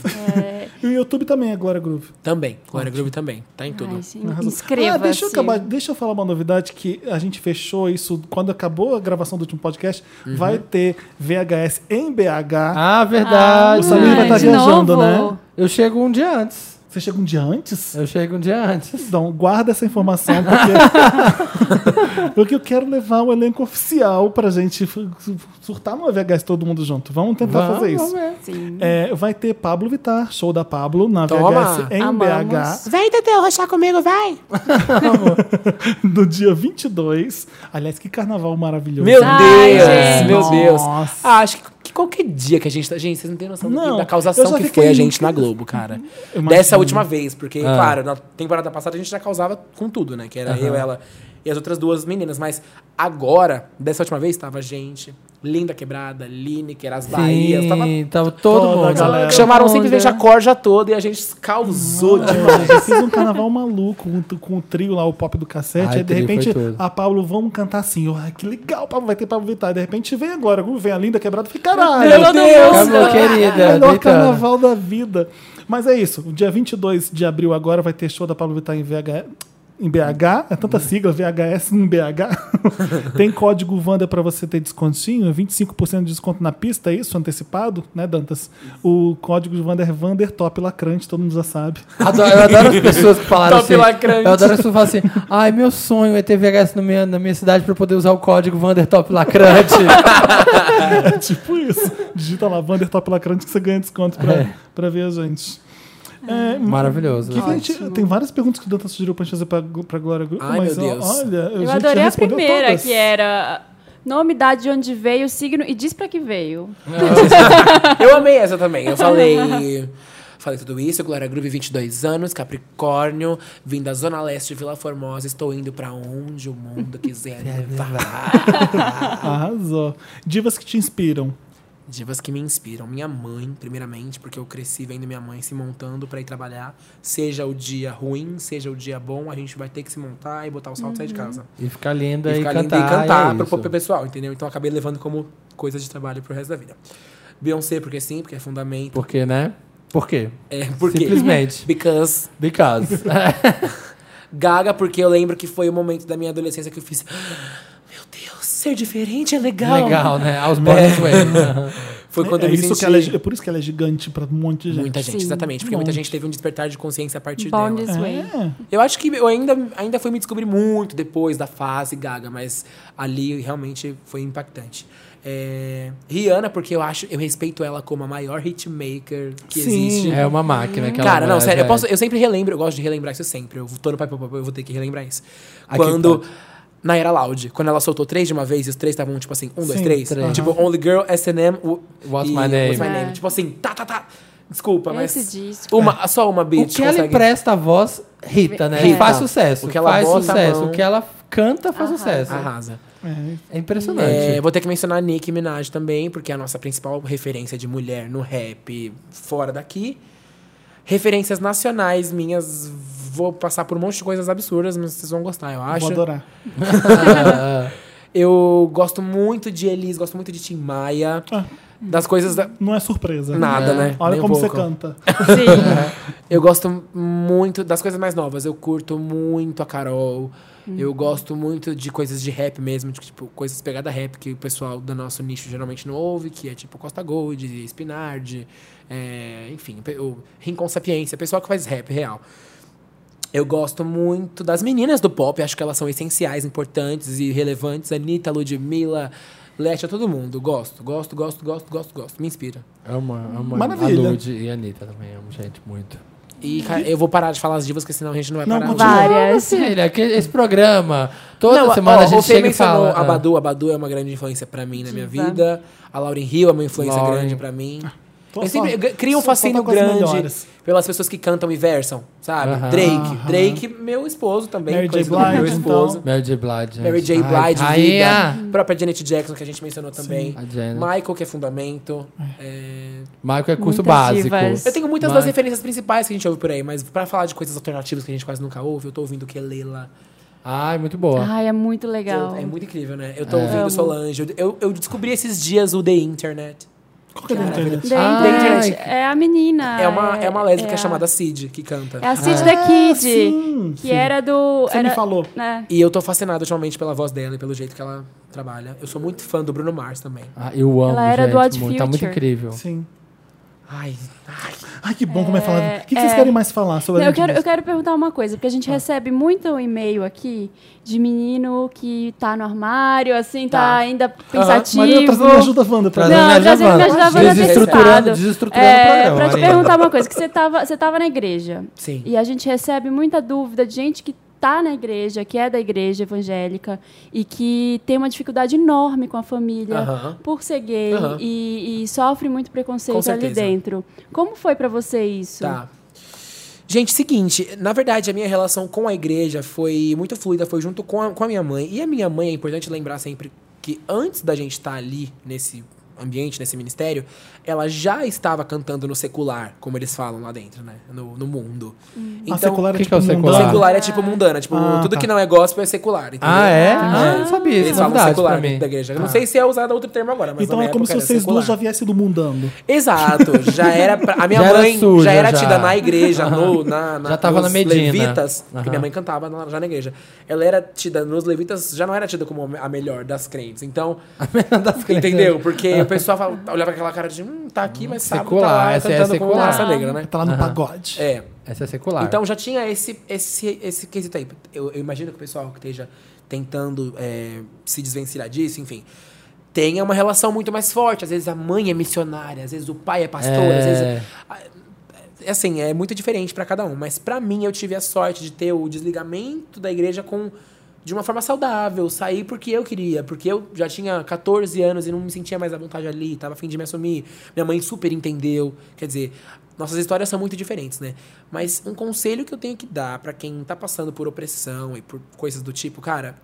E o YouTube também é Glória Groove. Também. Glória Groove também. Tá em tudo. Ai, gente, Arrasou. Inscreva-se. Ah, deixa eu acabar, deixa eu falar uma novidade que a gente fechou isso quando acabou a gravação do último podcast. Vai ter VHS em BH. Ah, verdade. o Samir vai Ah, estar de viajando, novo? né? Eu chego um dia antes. Você chega um dia antes? Eu chego um dia antes. Então, guarda essa informação, porque. porque eu quero levar um elenco oficial pra gente f- f- surtar no VHS todo mundo junto. Vamos tentar Vamos, fazer isso. vamos ver. Sim. É, vai ter Pablo Vittar, show da Pablo, na Toma. VHS em Amamos. Vem, Teteu, rochar comigo, vai! BH, no dia 22. Aliás, que carnaval maravilhoso. Meu Ai, Deus! gente. Meu Deus! É, Nossa. Ah, acho que, que qualquer dia que a gente tá. Gente, vocês não têm noção do que- Não, da eu causação só que fiquei- foi a gente na Globo, cara. Eu Dessa imagino. Ah. última vez, porque, claro, na temporada passada a gente já causava com tudo, né? Que era eu, ela e as outras duas meninas. Mas agora, dessa última vez, tava a gente, Linda Quebrada, Lineker, as Bahias, tava Sim, tava todo Toda a mundo. né? galera. Chamaram Olha. simplesmente né? a corja toda e a gente causou demais. Eu fiz um carnaval maluco com, o- com o trio lá, o pop do cassete. Ai, aí, de trio, foi repente, tudo. a Paulo, vamos cantar assim. Eu, Ai, que legal, Pablo, vai ter Pablo Vittar. De repente, vem agora, vem a linda quebrada. Eu Falei, caralho, Acabou, querida. é, melhor Deitando. carnaval da vida. Mas é isso, dia 22 de abril agora vai ter show da Pablo Vittar em VH. Em BH, é tanta sigla, VHS em BH. Tem código Wanda pra você ter descontinho, 25% de desconto na pista, é isso? Antecipado, né, Dantas? O código de Wanda é Wander Top Lacrante, todo mundo já sabe. Adoro- eu adoro as pessoas que falaram Top assim. lacrante. Eu adoro as pessoas que falam assim: ai, meu sonho é ter VHS na minha, na minha cidade pra eu poder usar o código Vandertop Lacrante. É tipo isso. Digita lá, Wander Top Lacrante, que você ganha desconto pra, É. pra ver a gente. É, Maravilhoso. que que a gente- tem várias perguntas que o Dantas sugeriu pra gente fazer pra, pra Glória Groove, Ai, mas meu ó, Deus. olha, Eu gente adorei já a respondeu primeira, todas. que é. era nome, idade de onde veio, signo e diz pra que veio. Eu amei essa também. Eu falei. Falei tudo isso, Glória Groove, 22 anos, Capricórnio, vim da Zona Leste de Vila Formosa, estou indo pra onde o mundo quiser É me levar. Arrasou. Divas que te inspiram. Divas que me inspiram. Minha mãe, primeiramente, porque eu cresci vendo minha mãe se montando pra ir trabalhar. Seja o dia ruim, seja o dia bom, a gente vai ter que se montar e botar o salto e sair de casa. E ficar linda e e, ficar Uhum. cantar. linda e cantar é pro, isso. pro pessoal, entendeu? Então eu acabei levando como coisa de trabalho pro resto da vida. Beyoncé, porque sim, porque é fundamento. Por quê, né? Por quê? É, porque. Simplesmente. Because. Because. Gaga, porque eu lembro que foi o momento da minha adolescência que eu fiz. "Ah, Meu Deus, ser diferente é legal. Legal, né? Aos É. bordes ways. Foi quando é, eu é me isso senti... que ela é, é por isso que ela é gigante pra um monte de gente. Muita gente, Sim, exatamente. Porque um muita monte. gente teve um despertar de consciência a partir Born dela. This Way. É. Eu acho que eu ainda, ainda fui me descobrir muito depois da fase Gaga, mas ali realmente foi impactante. É, Rihanna, porque eu acho, eu respeito ela como a maior hitmaker que Sim. existe. É uma máquina que ela Cara, não, é, sério, eu, velho. posso, eu sempre relembro, eu gosto de relembrar isso sempre. Eu tô no Pai Papai, eu vou ter que relembrar isso. Aqui tá. quando. pode. Na era Loud, quando ela soltou três de uma vez e os três estavam, tipo assim, um, dois, Sim, três. três. Tipo, Only Girl, SM, o- What's e My Name. What's My Name. É. Tipo assim, tá, tá, tá. Desculpa, mas. Esse disco. Uma, Só uma O bitch que ela consegue- empresta a voz, Rita, né? Rita. Faz sucesso. O que ela faz bota a sucesso. mão. O que ela canta faz sucesso. Arrasa. É impressionante. É, vou ter que mencionar a Nicki Minaj também, porque é a nossa principal referência de mulher no rap fora daqui. Referências nacionais minhas, vou passar por um monte de coisas absurdas, mas vocês vão gostar, eu acho. Vou adorar. Eu gosto muito de Elis, gosto muito de Tim Maia. Das coisas da... Ah, Não é surpresa. Nada, né? Olha Nem um como você pouco. canta. Sim. Eu gosto muito das coisas mais novas. Eu curto muito a Carol. Eu gosto muito de coisas de rap mesmo, de, tipo, coisas pegada rap que o pessoal do nosso nicho geralmente não ouve, que é tipo Costa Gold, Spinard, é, enfim, pe- o Rincon Sapiência, pessoal que faz rap real. Eu gosto muito das meninas do pop, acho que elas são essenciais, importantes e relevantes. Anitta, Ludmilla, Leste, todo mundo. Gosto, gosto, gosto, gosto, gosto, gosto. Me inspira. Amo, amo Maravilha. é a Lud e a Anitta também. Amo, gente, muito. E cara, eu vou parar de falar as divas, porque senão a gente não vai Não, parar. continua. Várias. Filha, que esse programa, toda Não, semana ó, a gente o é Fê chega e mencionou fala. ah. A Badu, a Badu é uma grande influência pra mim na minha Diva. vida. A Lauren Hill é uma influência Lauryn. grande pra mim. Tô Eu só- sempre g- crio um só- só fascínio tá com as grande melhores. pelas pessoas que cantam e versam, sabe? Aham. Drake. Aham. Drake, meu esposo também. Mary J. conhecido como meu Blige, esposo. então. Mary J. Blige. Mary J. gente. Ai, Blige, rainha. vida. Própria Janet Jackson, que a gente mencionou também. A Janet. Michael, que é fundamento. É, Michael é curso Muitas básico. divas. Eu tenho muitas Mas- das referências principais que a gente ouve por aí, mas pra falar de coisas alternativas que a gente quase nunca ouve, eu tô ouvindo Kelela. Ai, muito boa. Ai, é muito legal. Eu, é muito incrível, né? Eu tô É. ouvindo Amo. Solange. Eu- Eu, eu descobri esses dias o The Internet. Qual que é da internet? The Ai, Internet que- é a menina. É uma, é uma lésbica é a- chamada Cid que canta. É a Cid the Kid, Ah, sim, que era do. Você era, me falou. né? E eu tô fascinado ultimamente pela voz dela e pelo jeito que ela trabalha. Eu sou muito fã do Bruno Mars também. Ah, eu amo, Ela era gente, do Odd muito, Tá muito Future. incrível. Sim. Ai, ai. Ai, que bom como é falado. O que, Ah. que vocês é. querem mais falar sobre a Eu Anitta quero, eu Muniz? quero perguntar uma coisa, porque a gente recebe muito e-mail aqui de menino que tá no armário, assim, tá, Tá. ainda Ah, Maria, pensativo. trazendo me ajuda, Wanda. pra Trazendo mim. Não, minha trazendo Giovana. minha Giovana Desestruturando, atestado. desestruturando o É, programa. pra te hein? perguntar uma coisa, que você tava, você tava na igreja. né? Sim. E a gente recebe muita dúvida de gente que tá na igreja, que é da igreja evangélica e que tem uma dificuldade enorme com a família Aham. por ser gay Aham. e, e sofre muito Com preconceito ali certeza. dentro. Como foi pra você isso? Tá. Gente, seguinte, na verdade a minha relação com a igreja foi muito fluida, foi junto com a, com a minha mãe. E a minha mãe, é importante lembrar sempre que antes da gente estar ali nesse ambiente, nesse ministério, ela já estava cantando no secular, como eles falam lá dentro, né? No, no mundo. Então, a secular o é que tipo que é o mundana. secular? secular é tipo mundana, tipo, Ah, tudo tá. que não é gospel é secular, entendeu? Ah, é? Ah, eu não sabia. Eles Isso é falam novidade secular né? pra dentro mim. da igreja. Eu Não Tá. sei se é usado outro termo agora, mas Então na é como época se era vocês duas secular. já viessem do mundando. Exato, já era. pra- a minha Já era mãe suja, já era já. tida na igreja, no, na, na, Já tava nos na Medina. Levitas, porque Aham. minha mãe cantava na- já na igreja. Ela era tida nos Levitas, já não era tida como a melhor das crentes. Então, Das crianças. entendeu? Porque o pessoal fala- olhava com aquela cara de, hum, tá aqui, mas sabe, tá Secular, lá, essa é cantando com secular. raça negra, né? Tá lá no pagode. É. Essa é secular. Então já tinha esse, esse, esse quesito aí. Eu, eu imagino que o pessoal que esteja tentando é, se desvencilhar disso, enfim, tenha uma relação muito mais forte. Às vezes a mãe é missionária, às vezes o pai é pastor, É. às vezes. É, Assim, é muito diferente pra cada um. Mas pra mim, eu tive a sorte de ter o desligamento da igreja com de uma forma saudável, sair porque eu queria, porque eu já tinha 14 anos e não me sentia mais à vontade ali, tava a fim de me assumir. Minha mãe super entendeu, quer dizer, nossas histórias são muito diferentes, né? Mas um conselho que eu tenho que dar pra quem tá passando por opressão e por coisas do tipo, cara,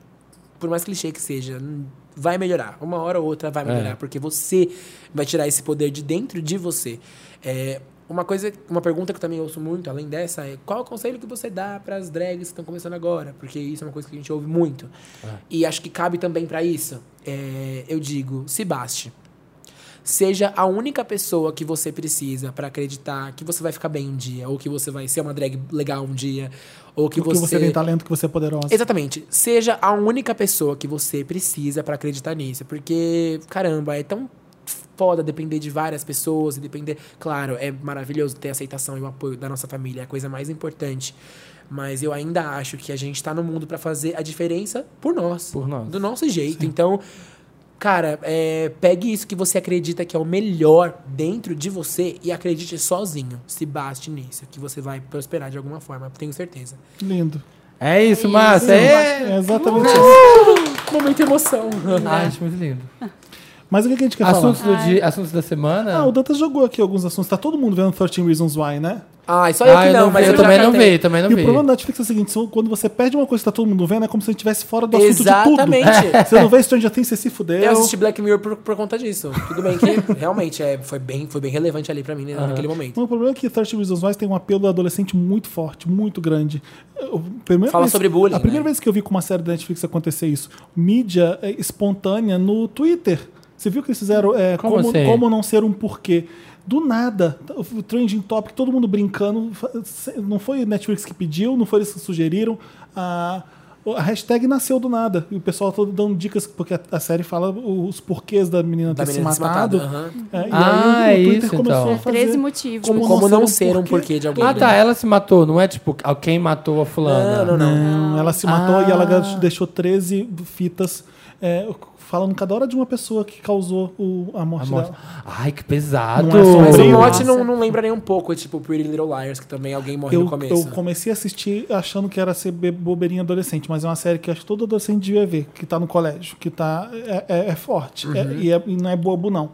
por mais clichê que seja, n- vai melhorar. Uma hora ou outra vai melhorar, porque você vai tirar esse poder de dentro de você. É, uma coisa, uma pergunta que eu também ouço muito, além dessa, é qual o conselho que você dá para as drags que estão começando agora? Porque isso é uma coisa que a gente ouve muito. E acho que cabe também para isso. É, eu digo, se baste. Seja a única pessoa que você precisa para acreditar que você vai ficar bem um dia, ou que você vai ser uma drag legal um dia, ou que Porque você, você tem talento, que você é poderosa. Exatamente. Seja a única pessoa que você precisa pra acreditar nisso. Porque, caramba, é tão foda depender de várias pessoas e depender. Claro, é maravilhoso ter a aceitação e o apoio da nossa família, é a coisa mais importante. Mas eu ainda acho que a gente tá no mundo pra fazer a diferença por nós. Por nós. Do nosso jeito. Então, cara, é, pegue isso que você acredita que é o melhor dentro de você e acredite sozinho. Se baste nisso, que você vai prosperar de alguma forma, tenho certeza. Lindo. É isso, Márcia. É É... Uhum. exatamente isso. Momento emoção. Ai, Ah, acho muito lindo. Mas o que que a gente quer Assuntos, falar? do dia, assuntos da semana? Ah, o Dantas jogou aqui alguns assuntos. Tá todo mundo vendo 13 Reasons Why, né? Ai, só eu é Ah, que eu, não, não mas vi, eu, eu já também não catei. vi, também não e vi. o problema da Netflix é o seguinte: são- quando você perde uma coisa que tá todo mundo vendo, é como se a gente estivesse fora do assunto de tudo. Exatamente. Você não vê Stranger Things, você se fudeu. Eu assisti Black Mirror por, por conta disso. Tudo bem que realmente é, foi, bem, foi bem relevante ali pra mim né, naquele momento. Não, o problema é que 13 Reasons Why tem um apelo adolescente muito forte, muito grande. Eu- primeira Fala sobre bullying, A primeira né? vez que eu vi com uma série da Netflix acontecer isso, mídia é, espontânea no Twitter. Você viu que eles fizeram é, Como como, assim? como não ser um porquê? Do nada, o trending topic, todo mundo brincando. Não foi Netflix que pediu, não foi eles que sugeriram. A, A hashtag nasceu do nada. E o pessoal todo dando dicas, porque a, a série fala os porquês da menina Da ter menina se matado. aham. É, e Ah, aí o, é o Twitter isso, começou então. a fazer. 13 motivos. Como, Como como não não ser ser um um porquê de alguém. Ah, né? tá. Ela se matou, não é tipo ah, quem matou a fulana. Não, não, não. Não, ela se matou Ah. e ela ga- deixou 13 fitas é, falando cada hora de uma pessoa que causou o- a A morte morte- dela. Ai, que pesado. Não é só Mas o Sim. mote não, Nossa. não lembra nem um pouco, é tipo Pretty Little Liars, que também alguém morre Eu, no começo. né? eu comecei a assistir achando que era ser be- bobeirinha adolescente, mas é uma série que acho que todo adolescente devia ver, que tá no colégio, que tá, é, é- é forte. É- e, é- e não é bobo, não.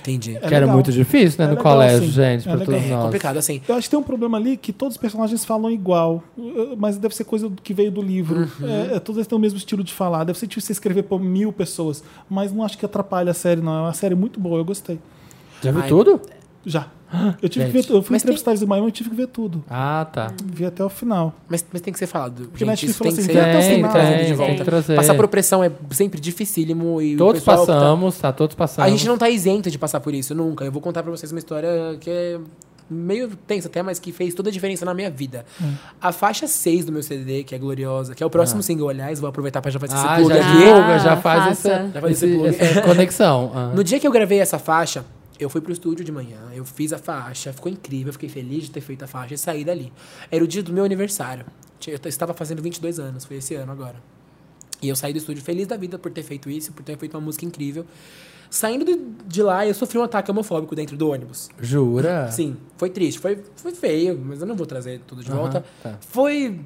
Entendi. É que era legal. muito difícil, né? É no legal, colégio, sim. gente, É pra legal. todos É nós. complicado, assim. Eu acho que tem um problema ali que todos os personagens falam igual, eh, mas deve ser coisa que veio do livro. É, é, todos eles têm o mesmo estilo de falar. Deve ser difícil você escrever por mil pessoas, mas não acho que atrapalha a série, não. É uma série muito boa, eu gostei. Já viu Ai. tudo? Já. Eu tive Gente, que ver, eu fui mas tem- entrevistar eles em Miami, eu tive que ver tudo. Ah, tá. Vi até o final. Mas, mas tem que ser falado. Porque gente, Netflix isso tem falou que assim, ser vem até o tem que final. ser trazido de Tem, volta. tem que trazer. Passar por opressão é sempre dificílimo e o Todos pessoal que tá- passamos, tá? Todos passamos. A gente não tá isento de passar por isso nunca. Eu vou contar pra vocês uma história que é meio tensa até, mas que fez toda a diferença na minha vida. Hum. A faixa 6 do meu CD, que é gloriosa, que é o próximo single, aliás, vou aproveitar pra já fazer esse Ah, plug já aqui. divulga, já Ah, faz faça. essa, Já faz esse esse- plug. essa conexão. Ah. No dia que eu gravei essa faixa, eu fui pro estúdio de manhã, eu fiz a faixa, ficou incrível, eu fiquei feliz de ter feito a faixa e saí dali. Era o dia do meu aniversário. Tinha- Eu estava fazendo 22 anos, foi esse ano agora. E eu saí do estúdio feliz da vida por ter feito isso, por ter feito uma música incrível. Saindo do- de lá, eu sofri um ataque homofóbico dentro do ônibus. Jura? Sim, foi triste, foi, foi feio, mas eu não vou trazer tudo de Aham, volta. tá. Foi.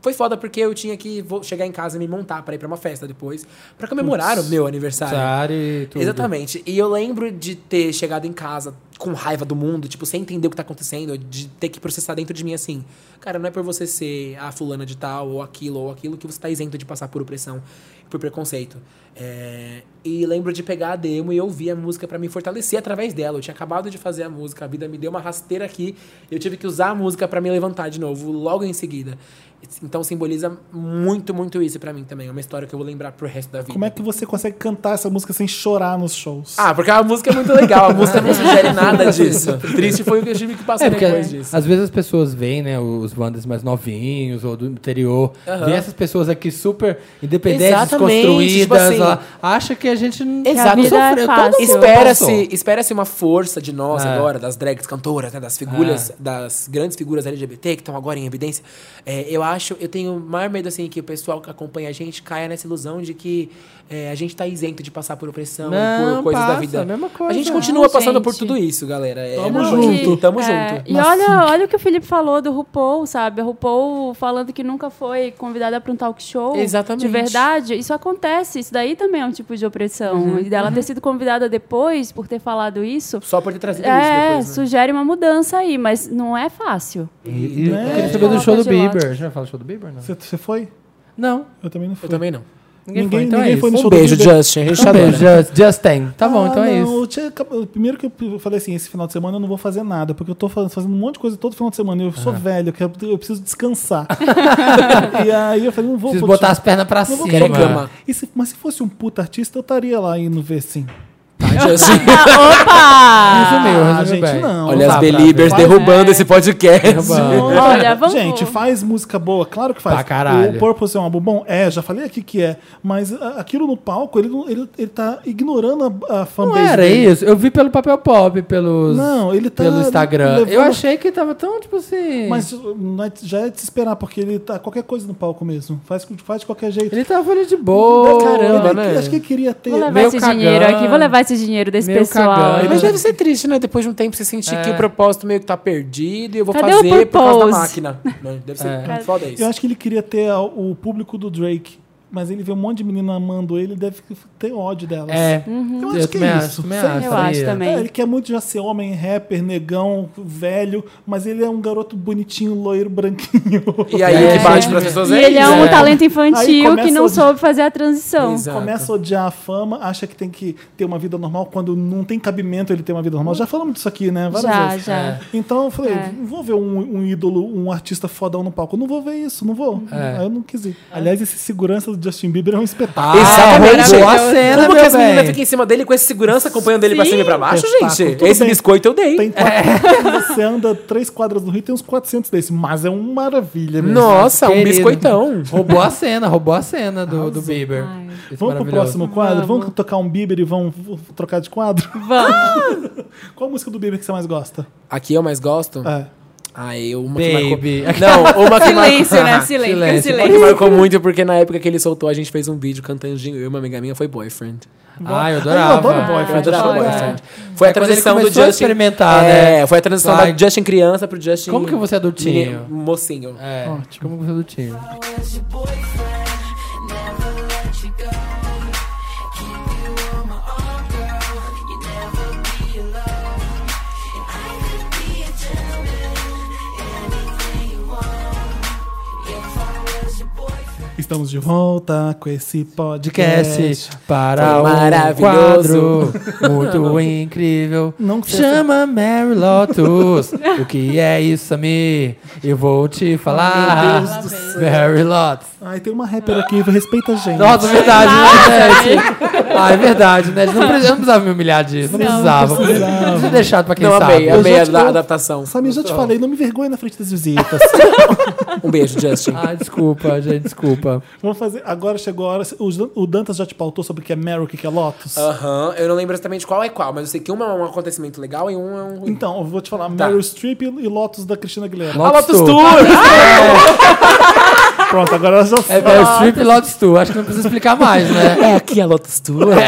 Foi foda porque eu tinha que vo- chegar em casa e me montar pra ir pra uma festa depois, pra comemorar o meu aniversário. Sari e tudo. Exatamente. E eu lembro de ter chegado em casa com raiva do mundo, tipo, sem entender o que tá acontecendo, de ter que processar dentro de mim assim. Cara, não é por você ser a fulana de tal, ou aquilo, ou aquilo, que você tá isento de passar por opressão, por preconceito. É, E lembro de pegar a demo e ouvir a música pra me fortalecer através dela. Eu tinha acabado de fazer a música, a vida me deu uma rasteira aqui, eu tive que usar a música pra me levantar de novo, logo em seguida. Então simboliza muito, muito isso pra mim também. É uma história que eu vou lembrar pro resto da vida. Como é que você consegue cantar essa música sem chorar nos shows? Ah, porque a música é muito legal, a música não sugere nada disso. Triste foi o que eu tive que passar É, porque depois disso. às vezes as pessoas veem, né, os bandas mais novinhos ou do interior, Aham. vê essas pessoas aqui super independentes, Exatamente, desconstruídas, tipo assim. lá, acha que a gente não Que a vida é sofreu, todo fácil. mundo Espera-se passou. espera uma força de nós É. agora, das drags cantoras, né, das figuras, das grandes figuras LGBT que estão agora em evidência. É, eu acho, eu tenho o maior medo assim que o pessoal que acompanha a gente caia nessa ilusão de que é, a gente tá isento de passar por opressão e Não, por coisas da passa, vida. a mesma A coisa. gente continua passando por gente. tudo isso, galera. É, Tamo uma Não, junto. coisa- e- Tamo é, junto. E olha, olha o que o Felipe falou do RuPaul, sabe? A RuPaul falando que nunca foi convidada para um talk show. Exatamente. De verdade, isso acontece. Isso daí também é um tipo de opressão. Uhum, E dela ter sido convidada depois por ter falado isso. Só por ter trazido isso É, depois. né? sugere uma mudança aí, mas não é fácil. E, e, Né? Eu queria saber do show do Coloca de lado. Bieber. Já vai falar do show do Bieber? Não. Você, você foi? Não. Eu também não fui. Eu também não. Ninguém, Ninguém- foi, então ninguém é foi isso. no Um show beijo, do Bieber. Justin. A gente Um adora. beijo, Just- Justin. Tá bom, Ah, então é não, isso. eu tinha acab- primeiro que eu p- eu falei assim, esse final de semana eu não vou fazer nada, porque eu tô faz- fazendo um monte de coisa todo final de semana. Eu Ah. sou velho, eu, quero- eu preciso descansar. e aí eu falei, não vou Preciso pô, botar as pernas pra não vou cima. Quero cama. E se- mas se fosse um puta artista, eu estaria lá indo ver sim. Tá, Justin? Resumiu, Ah, resumiu gente, bem. não. Olha dá as pra Beliebers ver. derrubando esse podcast. Derrubando. Olha, vamos- Gente, faz música boa, claro que faz. Pra caralho. O Purpose é um álbum bom? É, já falei aqui que é. Mas a- aquilo no palco, ele, não- ele, ele tá ignorando a, a Não fanbase era dele. isso. Eu vi pelo papel pop, pelos, Não, ele tá pelo Instagram. Eu levando- achei que tava tão, tipo assim. Mas não é- já é de se esperar, porque ele tá qualquer coisa no palco mesmo. Faz, faz de qualquer jeito. Ele é tava ali de boa. Caramba, ele, né? Acho que ele queria ter. Vou levar Meio esse cagando. dinheiro aqui, vou levar esse dinheiro desse Meio pessoal. cagando. Mas deve ser triste, né? Depois de um tempo você sentir É. que o propósito meio que tá perdido e eu vou Cadê fazer por causa o da propose? máquina. né? Deve ser É. muito foda isso. Eu acho que ele queria ter a- o público do Drake. Mas ele vê um monte de menina amando ele, deve ter ódio delas. É. Eu Eu acho que também é acho, isso. também Sei acho. lá. Eu acho Sabia. também. É, ele quer muito já ser homem, rapper, negão, velho, mas ele é um garoto bonitinho, loiro, branquinho. E aí que É. bate pras pessoas E é ele é isso, um né? talento Aí infantil começa que não o- soube fazer a transição. Exato. Começa a odiar a fama, acha que tem que ter uma vida normal quando não tem cabimento ele ter uma vida normal. Já falamos disso aqui, né? Várias Já, vezes. já. É. Então eu falei, É. não vou ver um, um ídolo, um artista fodão no palco. Eu não vou ver isso, não vou. É. Aí eu não quis ir. Aliás, esse segurança do Justin Bieber é um Ah, espetáculo. Exatamente. boa Ah, cena, né? Como meu que essa menina bem. fica em cima dele com esse segurança acompanhando ele pra cima e pra baixo, espetáculo. gente? Tudo esse bem. biscoito eu dei. Tem quatro- Você anda três quadras no Rio e tem uns 400 desse, mas é uma maravilha mesmo. Nossa, um Querido. biscoitão. Roubou a cena, roubou a cena do, do Bieber. Ai. Isso Vamos pro maravilhoso. próximo quadro? Vamos, tocar um Bieber e vamos v- trocar de quadro? Vamos. Qual a música do Bieber que você mais gosta? Aqui eu mais gosto. É. Ah, eu uma Baby. que marcou. Não, uma que Silêncio, marcou- né? Silêncio, Silêncio. silêncio. Uma que marcou muito, porque na época que ele soltou, a gente fez um vídeo cantando Jingle. Eu e uma amiga minha foi boyfriend. Ah, eu Eu adorava. adoro Eu Boyfriend. adorava adoro boyfriend. Foi a É quando ele transição do começou Ah, a Justin. experimentar, é, né? foi a transição Vai. da Justin criança pro Justin. Como que você é adultinho? menino- um Mocinho. É, como você é adultinho? Estamos de volta com esse podcast. Podcast para Foi um maravilhoso. quadro muito incrível. Não que seja- Chama Mary Lotus. o que é isso, Samir? Eu vou te falar. Meu Deus do Mary Lotus. Ai, tem uma rapper aqui, respeita a gente. Nossa, é verdade, né, gente? Ah, é verdade, né? Não, pre- eu não precisava me humilhar disso. Não, precisava. precisava. Deixa deixado pra quem Não, sabe. amei, amei Eu a já te da- dou- adaptação. Samir, já te falei, não me vergonha na frente das visitas. Um beijo, Justin. Ah, desculpa, gente, desculpa. Vamos fazer. Agora chegou a hora. O Dan- O Dantas já te pautou sobre o que é Meryl, o que é Lotus? Aham, eu não lembro exatamente qual é qual, mas eu sei que um é um acontecimento legal e um é um ruim. Então, eu vou te falar Meryl Streep e e Lotus da Cristina Aguilera. Lotus Lotus Tour. Tour! Pronto, agora ela já É, é Strip e Lotus Tour. Acho que não precisa explicar mais, né? É aqui a Lotus Tour.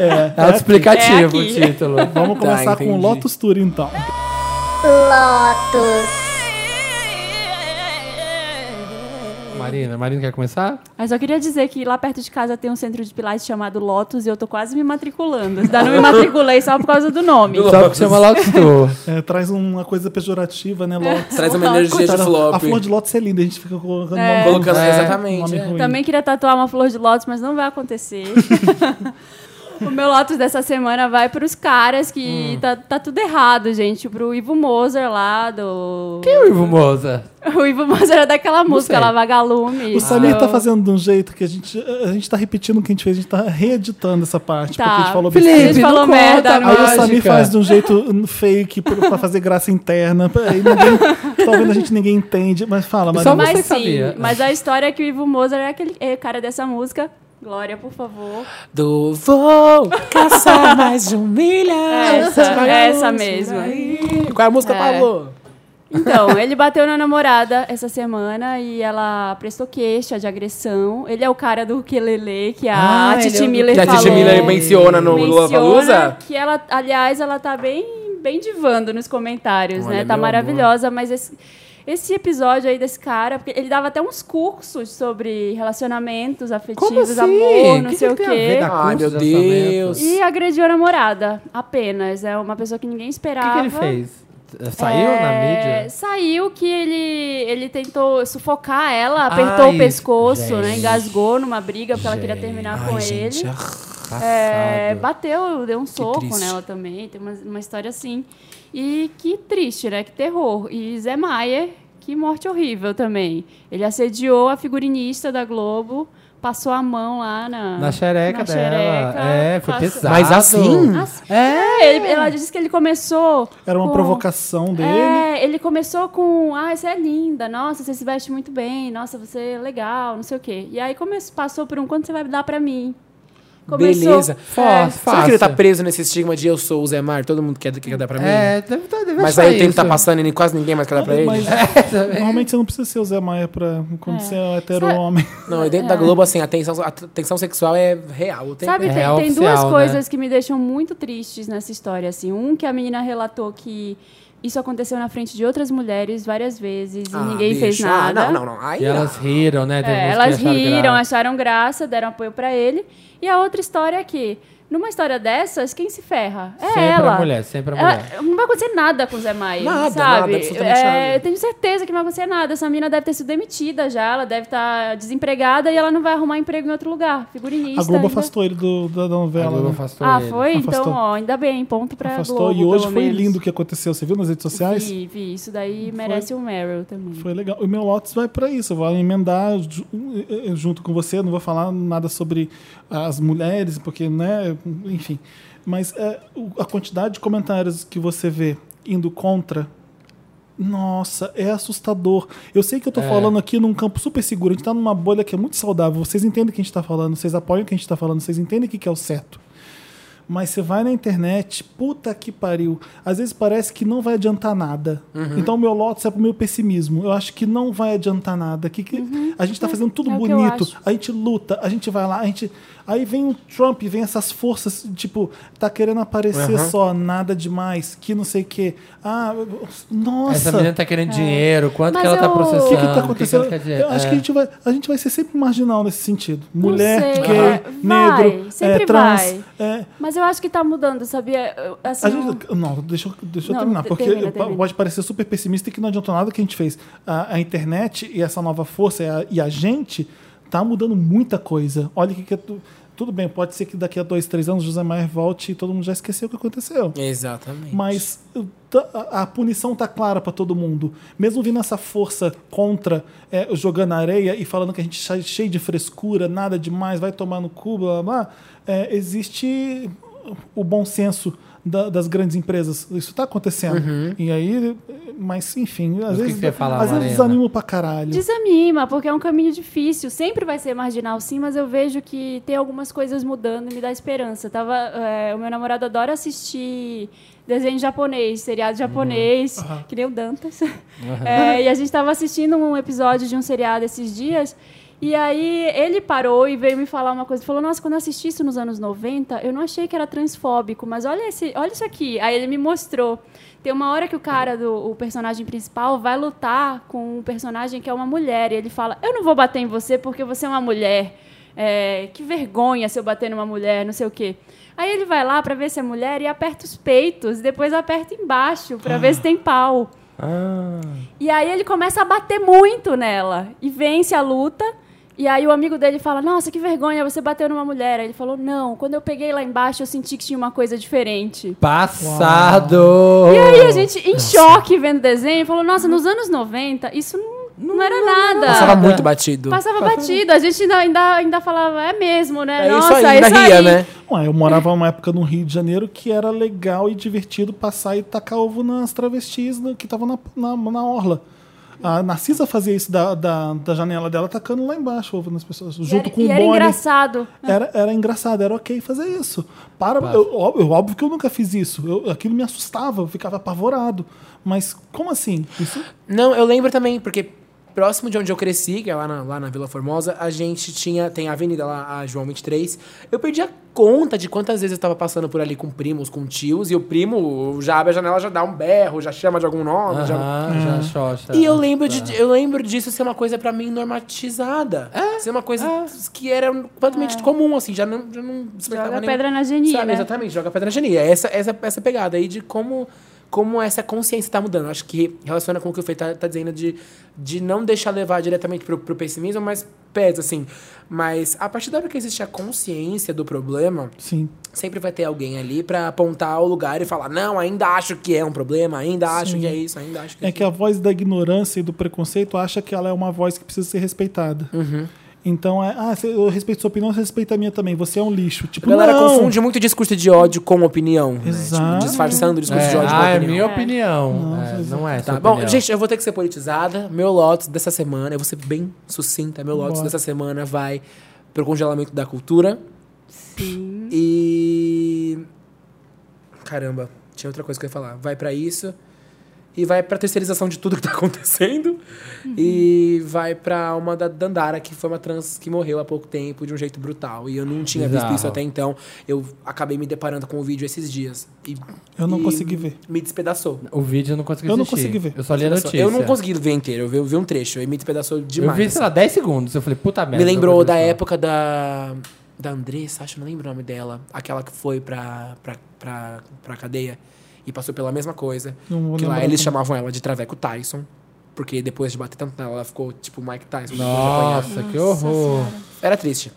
É. É explicativo É o aqui. título. Vamos Tá, começar com entendi. Lotus Tour, então. Marina, Marina quer começar? Mas eu queria dizer que lá perto de casa tem um centro de pilates chamado Lotus e eu tô quase me matriculando. Ainda não me matriculei só por causa do nome. Só porque chama Lotus Tour. É, traz uma coisa pejorativa, né, Lotus? Traz uma energia de A flop. flor de Lotus é linda, a gente fica colocando É. nome, Colocando É. exatamente. nome é. ruim. Também queria tatuar uma flor de lótus, mas não vai acontecer. o meu Lotus dessa semana vai para os caras que tá, tá tudo errado, gente. Pro Ivo Moser lá do. Quem é o Ivo Moza? O Ivo Moser é daquela música sei. lá, Vagalume. O Samir tá Então, fazendo de um jeito que a gente, a gente tá repetindo o que a gente fez, a gente tá reeditando essa parte, Tá. porque a gente falou Felipe, besteira. A gente falou não conta merda, a não. Aí o mágica. Samir faz de um jeito fake pra pra fazer graça interna. Aí ninguém, tá ouvindo a gente, ninguém entende. Mas fala, Marina. Só você Mas que sabia. sim, mas a história é que o Ivo Moser é aquele é o cara dessa música. Glória, por favor. Do vou caçar mais de um milhão. é Essa, essa mesmo. Qual é a música, É. Paulo? Então, ele bateu na namorada essa semana e ela prestou queixa de agressão. Ele é o cara do ukelele que a Ah, ele é Titi o do- Miller Que a falou. Titi Miller menciona no Menciona Lollapalooza? que ela, aliás, ela tá bem, bem divando nos comentários, Olha, né? Tá meu maravilhosa, mas esse, esse episódio aí desse cara, porque ele dava até uns cursos sobre relacionamentos Como afetivos, assim? amor, O não que que sei o tem a quê. ver da- Ai, meu Curso de orçamento. Deus. E agrediu a namorada, apenas. É uma pessoa que ninguém O que, esperava. que ele fez? Saiu na É, mídia? Saiu que ele, ele tentou sufocar ela, apertou Ai, o pescoço, né? gente. Engasgou numa briga porque ela queria Gente. terminar Ai, com gente, ele. ah, É, Passado. bateu, deu um soco triste. nela também. Tem uma, uma história assim. E que triste, né? Que terror. E Zé Maier, que morte horrível também. Ele assediou a figurinista da Globo, passou a mão lá na, Na xereca na dela. xereca, É, foi passou- pesado. Mas assim? Assim, é, ele- ela disse que ele começou. Era uma com- provocação dele. é, ele começou com, ah, você é linda, nossa, você se veste muito bem, nossa, você é legal, não sei o quê. E aí começou, passou por um, quanto você vai dar pra mim? É. Beleza. Fácil, Será que fácil. ele tá preso nesse estigma de eu sou o Zé Mar? Todo mundo quer, quer dar pra mim? É, deve, tá- deve Mas achar aí o tempo isso. tá passando e quase ninguém mais quer dar pra ele? Mas É, também. normalmente você não precisa ser o Zé Maia pra quando você é hetero-homem. Não, e dentro da Globo, assim, a tensão, a tensão sexual é real. o tempo É. Sabe, É tem, real tem oficial, duas né? coisas que me deixam muito tristes nessa história, assim. Um, que a menina relatou que isso aconteu na frente de outras mulheres várias vezes e Ah, ninguém bicho. fez Ah, nada. não, não, não. Aí E elas riram, né? Teve É, uns que elas acharam riram, graça. acharam graça, deram apoio pra ele. E a outra história é que Numa história dessas, quem se ferra? É sempre ela. a mulher, sempre a Ela- mulher. não vai acontecer nada com o Zé Maia, Nada, sabe? nada, absolutamente É, nada. Eu tenho certeza que não vai acontecer nada. Essa mina deve ter sido demitida já, ela deve estar desempregada e ela não vai arrumar emprego em outro lugar. Figurinista. A Globo ainda. afastou ele do- da da A novela. Globo né? afastou Ah, ele. foi? Afastou. Então, ó, ainda bem. Ponto pra Afastou. É, Globo, E hoje pelo foi menos. lindo o que aconteceu. Você viu nas redes sociais? Vi, vi. Isso daí merece um Meryl também. Foi legal. O meu Lotus vai para isso. Eu vou emendar ju- eh, junto com você. Eu não vou falar nada sobre as mulheres, porque, né? Enfim. Mas eh, o- a quantidade de comentários que você vê indo contra. Nossa, é assustador. Eu sei que eu tô falando aqui num campo super seguro. A gente tá numa bolha que é muito saudável. Vocês entendem o que a gente tá falando, vocês apoiam o que a gente tá falando, vocês entendem o que que é o certo. Mas você vai na internet, puta que pariu. Às vezes parece que não vai adiantar nada. Então o meu lotus é pro meu pessimismo. Eu acho que não vai adiantar nada. Que, que- A gente tá fazendo tudo É o que eu bonito. acho. A gente luta, a gente vai lá, a gente. Aí vem o Trump, vem essas forças, tipo, tá querendo aparecer só, nada demais, que não sei o quê. Ah, nossa. Essa menina tá querendo dinheiro, quanto É. Mas que ela tá eu- processando? O O que, que tá ela acontecendo? quer dizer? Eu acho que É. a gente, vai, a gente vai ser sempre marginal nesse sentido. Mulher, sei. gay, É, vai, negro, sempre é, trans. vai. é, Mas eu acho que tá mudando, sabia? Eu- Assim, a eu- gente- não, deixa, eu- deixa eu Não, terminar, te- porque termina, pa- termina. pode parecer super pessimista e que não adiantou nada o que a gente fez. A, a internet e essa nova força e a, e a gente tá mudando muita coisa. Olha o que, que é tu- tudo bem, pode ser que daqui a dois, três anos José Maier volte e todo mundo já esqueceu o que aconteceu. Exatamente. Mas uh, tá- a a punição tá clara para todo mundo. Mesmo vindo essa força contra, é, jogando areia e falando que a gente está cheio de frescura, nada demais, vai tomar no cu, blá blá, blá é, existe o bom senso da- das grandes empresas. Isso tá acontecendo. E aí, mas enfim, às Uhum. que vezes, que você ia falar, às vezes Mariana? desanimo pra caralho. Desanima, porque é um caminho difícil. Sempre vai ser marginal, sim, mas eu vejo que tem algumas coisas mudando e me dá esperança. Eu Tava, é, o meu namorado adora assistir desenho japonês, seriado japonês, que nem o Dantas. É, e a gente tava assistindo um episódio de um seriado esses dias. E aí ele parou e veio me falar uma coisa. Ele Falou, nossa, quando eu assisti isso nos anos 90, eu não achei que era transfóbico, mas olha, esse, olha isso aqui. Aí ele me mostrou. Tem uma hora que o cara, do, o personagem principal, vai lutar com um personagem que é uma mulher. E ele fala, eu não vou bater em você porque você é uma mulher. É, que vergonha se eu bater numa mulher, não sei o quê. Aí ele vai lá pra ver se é mulher e aperta os peitos. E depois aperta embaixo pra ver se tem pau. Ah, E aí ele começa a bater muito nela e vence a luta. E aí o amigo dele fala: "Nossa, que vergonha, você bateu numa mulher". Aí ele falou: "Não, quando eu peguei lá embaixo, eu senti que tinha uma coisa diferente". passado! E aí a gente em choque vendo desenho, falou: "Nossa, nos anos 90, isso não, não, era nada". Passava muito batido. Passava batido, a gente ainda, ainda, ainda falava, é mesmo, né? É isso Nossa, aí, é isso ainda ria, aí. né? Ué, eu morava numa época no Rio de Janeiro que era legal e divertido passar e tacar ovo nas travestis no- que estavam na, na, na orla. A Narcisa fazia isso da, da, da janela dela, tacando lá embaixo ovo nas pessoas, E junto era- com e o era Boni. engraçado. Era, era engraçado, era ok fazer isso. Para, eu, ó- eu- óbvio que eu nunca fiz isso. Eu- aquilo me assustava, eu ficava apavorado. Mas como assim? Isso Não, eu lembro também, porque próximo de onde eu cresci, que é lá na, lá na Vila Formosa, a gente tinha, tem a avenida lá, a João 23. Eu perdi a conta de quantas vezes eu tava passando por ali com primos, com tios, e o primo já abre a janela, já dá um berro, já chama de algum nome. Aham, já- já Hum. Tá. xoxa. E eu lembro, de, eu lembro disso ser uma coisa pra mim normatizada. É, Ser uma coisa que era completamente comum, assim, já não, já não despertava Joga nenhum- pedra na genia, Sabe, né? Exatamente, joga pedra na genia. É Essa, essa, essa pegada aí de como, como essa consciência tá mudando. Acho que relaciona com o que o Fê tá, tá dizendo de, de não deixar levar diretamente pro, pro pessimismo, mas pesa, assim. Mas a partir da hora que existe a consciência do problema, Sim. sempre vai ter alguém ali pra apontar o lugar e falar: não, ainda acho que é um problema, ainda acho que é isso, ainda acho que é, É que a voz da ignorância e do preconceito acha que ela é uma voz que precisa ser respeitada. Uhum. Então, é, ah, cê- eu respeito sua opinião, você respeita a minha também. Você é um lixo. A Tipo, galera não. confunde muito discurso de ódio com opinião. né? Tipo, Exato. disfarçando o discurso É, de ódio ah, com é opinião. minha opinião. É, não é Tá sua bom, opinião. gente, eu vou ter que ser politizada. Meu Lotus dessa semana, eu vou ser bem sucinta. Meu Lotus dessa semana vai pro congelamento da cultura. Sim. E. Caramba, tinha outra coisa que eu ia falar. Vai pra isso. E vai pra terceirização de tudo que tá acontecendo. E vai pra uma da Dandara, que foi uma trans que morreu há pouco tempo de um jeito brutal. E eu não tinha visto Bizarro. isso até então. Eu acabei me deparando com o vídeo esses dias. E, Eu não e consegui ver. Me despedaçou. O vídeo eu não consegui Eu não assistir. consegui ver. Eu só li a notícia. Eu não consegui ver inteiro, eu vi, eu vi um trecho, eu me despedaçou Eu demais. assim. vi, sei lá, 10 segundos. Eu falei, puta merda. me eu lembrou vou da ver só. época da. da Andressa, acho que não lembro o nome dela. Aquela que foi pra, pra, pra, pra cadeia e passou pela mesma coisa. Não vou que lá lembrar eles como- chamavam ela de Traveco Tyson. Porque depois de bater tanto nela, ela ficou tipo Mike Tyson. depois de apanhar. Nossa, que horror. Era triste.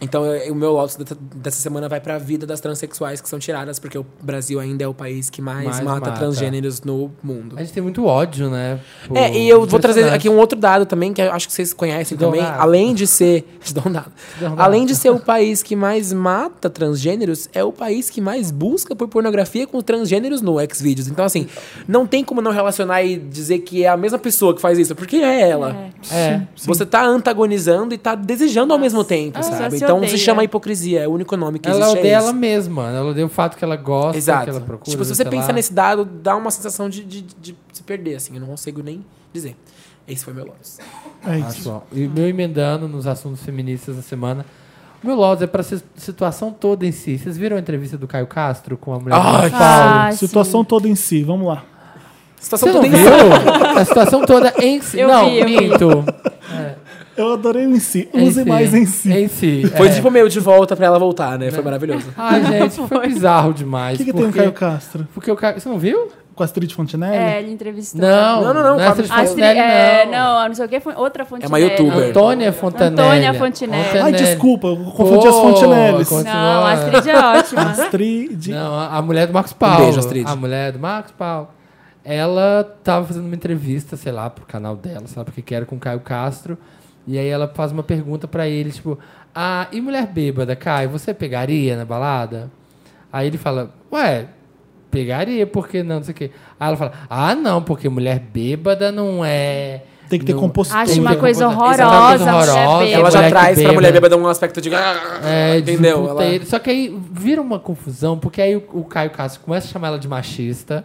Então, eu- o meu lotus dessa- dessa semana vai pra vida das transexuais que são tiradas, porque o Brasil ainda é o país que mais, Mais mata, mata. transgêneros no mundo. A gente tem muito ódio, né? Pô, É, e eu vou trazer impressionante. aqui um outro dado também, que eu acho que vocês conhecem Te dou um também. dado. Além de ser. Te dou um dado. dou um dado. Além de ser o país que mais mata transgêneros, é o país que mais busca por pornografia com transgêneros no Xvideos. Então, assim, não tem como não relacionar e dizer que é a mesma pessoa que faz isso, porque é ela. É. Você tá antagonizando e tá desejando ao mesmo tempo, Ah, só sabe? se Então se odeia. chama hipocrisia, é o único nome que Ela existe. odeia é ela esse. mesma. Ela odeia o fato que ela gosta, que ela Exato. procura. tipo, se você sei pensar lá. nesse dado, dá uma sensação de, de- de se perder, assim. Eu não consigo nem dizer. Esse foi meu Lotus. É Acho isso. bom. Ah, E o meu emendando nos assuntos feministas da semana. O meu Lotus é pra si- situação toda em si. Vocês viram a entrevista do Caio Castro com a mulher Ai, do Paulo? Ah, Situação toda em si, vamos lá. Situação Você não toda em viu? a situação toda em si. Eu não, vi, eu vi. minto. Eu adorei o em si. Em Use mais em si. Em si. Foi é. tipo meio de volta pra ela voltar, né? Foi maravilhoso. Ai, gente, foi bizarro O demais. que, que tem o porque... Caio Castro? Porque o Caio... Você não viu? Com a Astrid Fontenelle? É, ele entrevistou. Não, Não, não, não, é Fábio Astrid Astrid, Fontenelle, é, não. não, não sei o que, foi outra fonte. É uma youtuber. Antônia Fontanelli. Antônia Fontinelli. Ai, desculpa, eu confundi as Pô, Fontenelles. confundi. Não, a Astrid é ótima. Astrid. Não, a, a mulher do Marcos Paulo. Um beijo, Astrid. A mulher do Marcos Paulo. Ela tava fazendo uma entrevista, sei lá, pro canal dela, sei lá porque que era, com o Caio Castro. E aí ela faz uma pergunta pra ele, tipo... Ah, e mulher bêbada, Caio, você pegaria na balada? Aí ele fala... Ué, pegaria, por que não? Não sei o quê. Aí ela fala... Ah, não, porque mulher bêbada não é... Tem que ter não- compostura. Acho uma Tem coisa comporta- horrorosa, Exatamente, mulher bêbada. Ela já mulher que traz pra mulher bêbada um aspecto de. É, Entendeu? Entendeu? Ela- Só que aí vira uma confusão, porque aí o, o Caio Castro começa a chamar ela de machista.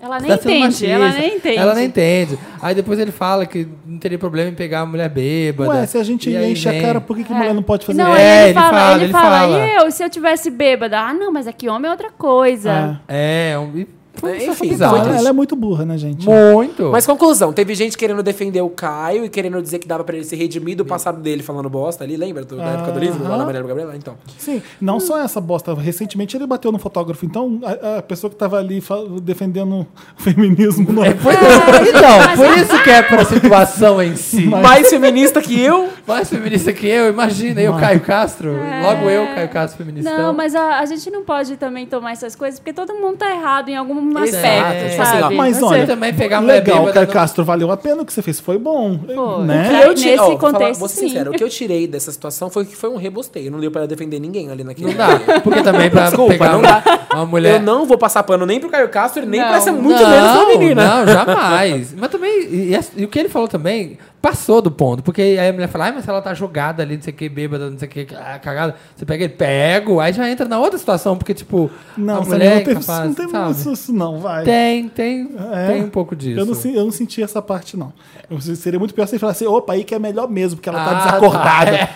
Ela nem Tá sendo entende, machista. ela nem entende. Ela nem entende. Aí depois ele fala que não teria problema em pegar a mulher bêbada. Ué, se a gente E aí né? enche a vem- cara, por que, que mulher não pode fazer Não, isso? É, ele, ele fala, fala, ele, ele fala, fala. e eu, se eu tivesse bêbada? Ah, não, mas aqui homem é outra coisa. É, um, e, pô, É, só enfim, bizarro. foi Ah. Ela, triste. ela é muito burra, né, gente? Muito. Mas conclusão, teve gente querendo defender o Caio e querendo dizer que dava pra ele se redimir do passado dele falando bosta ali, lembra? Do, da época do livro, lá da Maria Gabriela? Então. Sim, não só essa bosta. Recentemente ele bateu no fotógrafo, então a, a pessoa que tava ali fa- defendendo o feminismo não. Ah, Pois é, então, por isso que é pra situação em si. Mais feminista que eu? Mais feminista que eu, imagina, eu, Caio Castro. Logo eu, Caio Castro, feministão. É. Não, mas a, a gente não pode também tomar essas coisas, porque todo mundo tá errado em algum Exato, é aspecto, tipo assim, ó, sabe? mas Não olha, sei. também pegar a mulher Legal, bêbada Caio não- Castro, valeu a pena. O que você fez foi bom. Foi. O Né? que É, eu ti- nesse ó, vou falar- contexto, vou ser sim. sincero, o que eu tirei dessa situação foi que foi um rebosteio. Não deu pra defender ninguém ali naquele. Não dá. Porque também pra Desculpa, pegar não uma, dá. uma mulher. Eu não vou passar pano nem pro Caio Castro, nem Não. pra essa muito menos pra menina. Não, jamais. mas também, e, e as- e o que ele falou também, passou do ponto. Porque aí a mulher fala, ai, mas ela tá jogada ali, não sei o que, bêbada, não sei o que, ah, cagada. Você pega ele, pego, aí já entra na outra situação, porque, tipo, Não, a você não mulher teve, é capaz, não teve sabe? isso, isso não, vai. Tem, tem, É. tem um pouco disso. Eu não, se- eu não senti essa parte, não. Eu- seria muito pior se ele falasse, opa, aí que é melhor mesmo, porque ela tá Ah, tá. desacordada.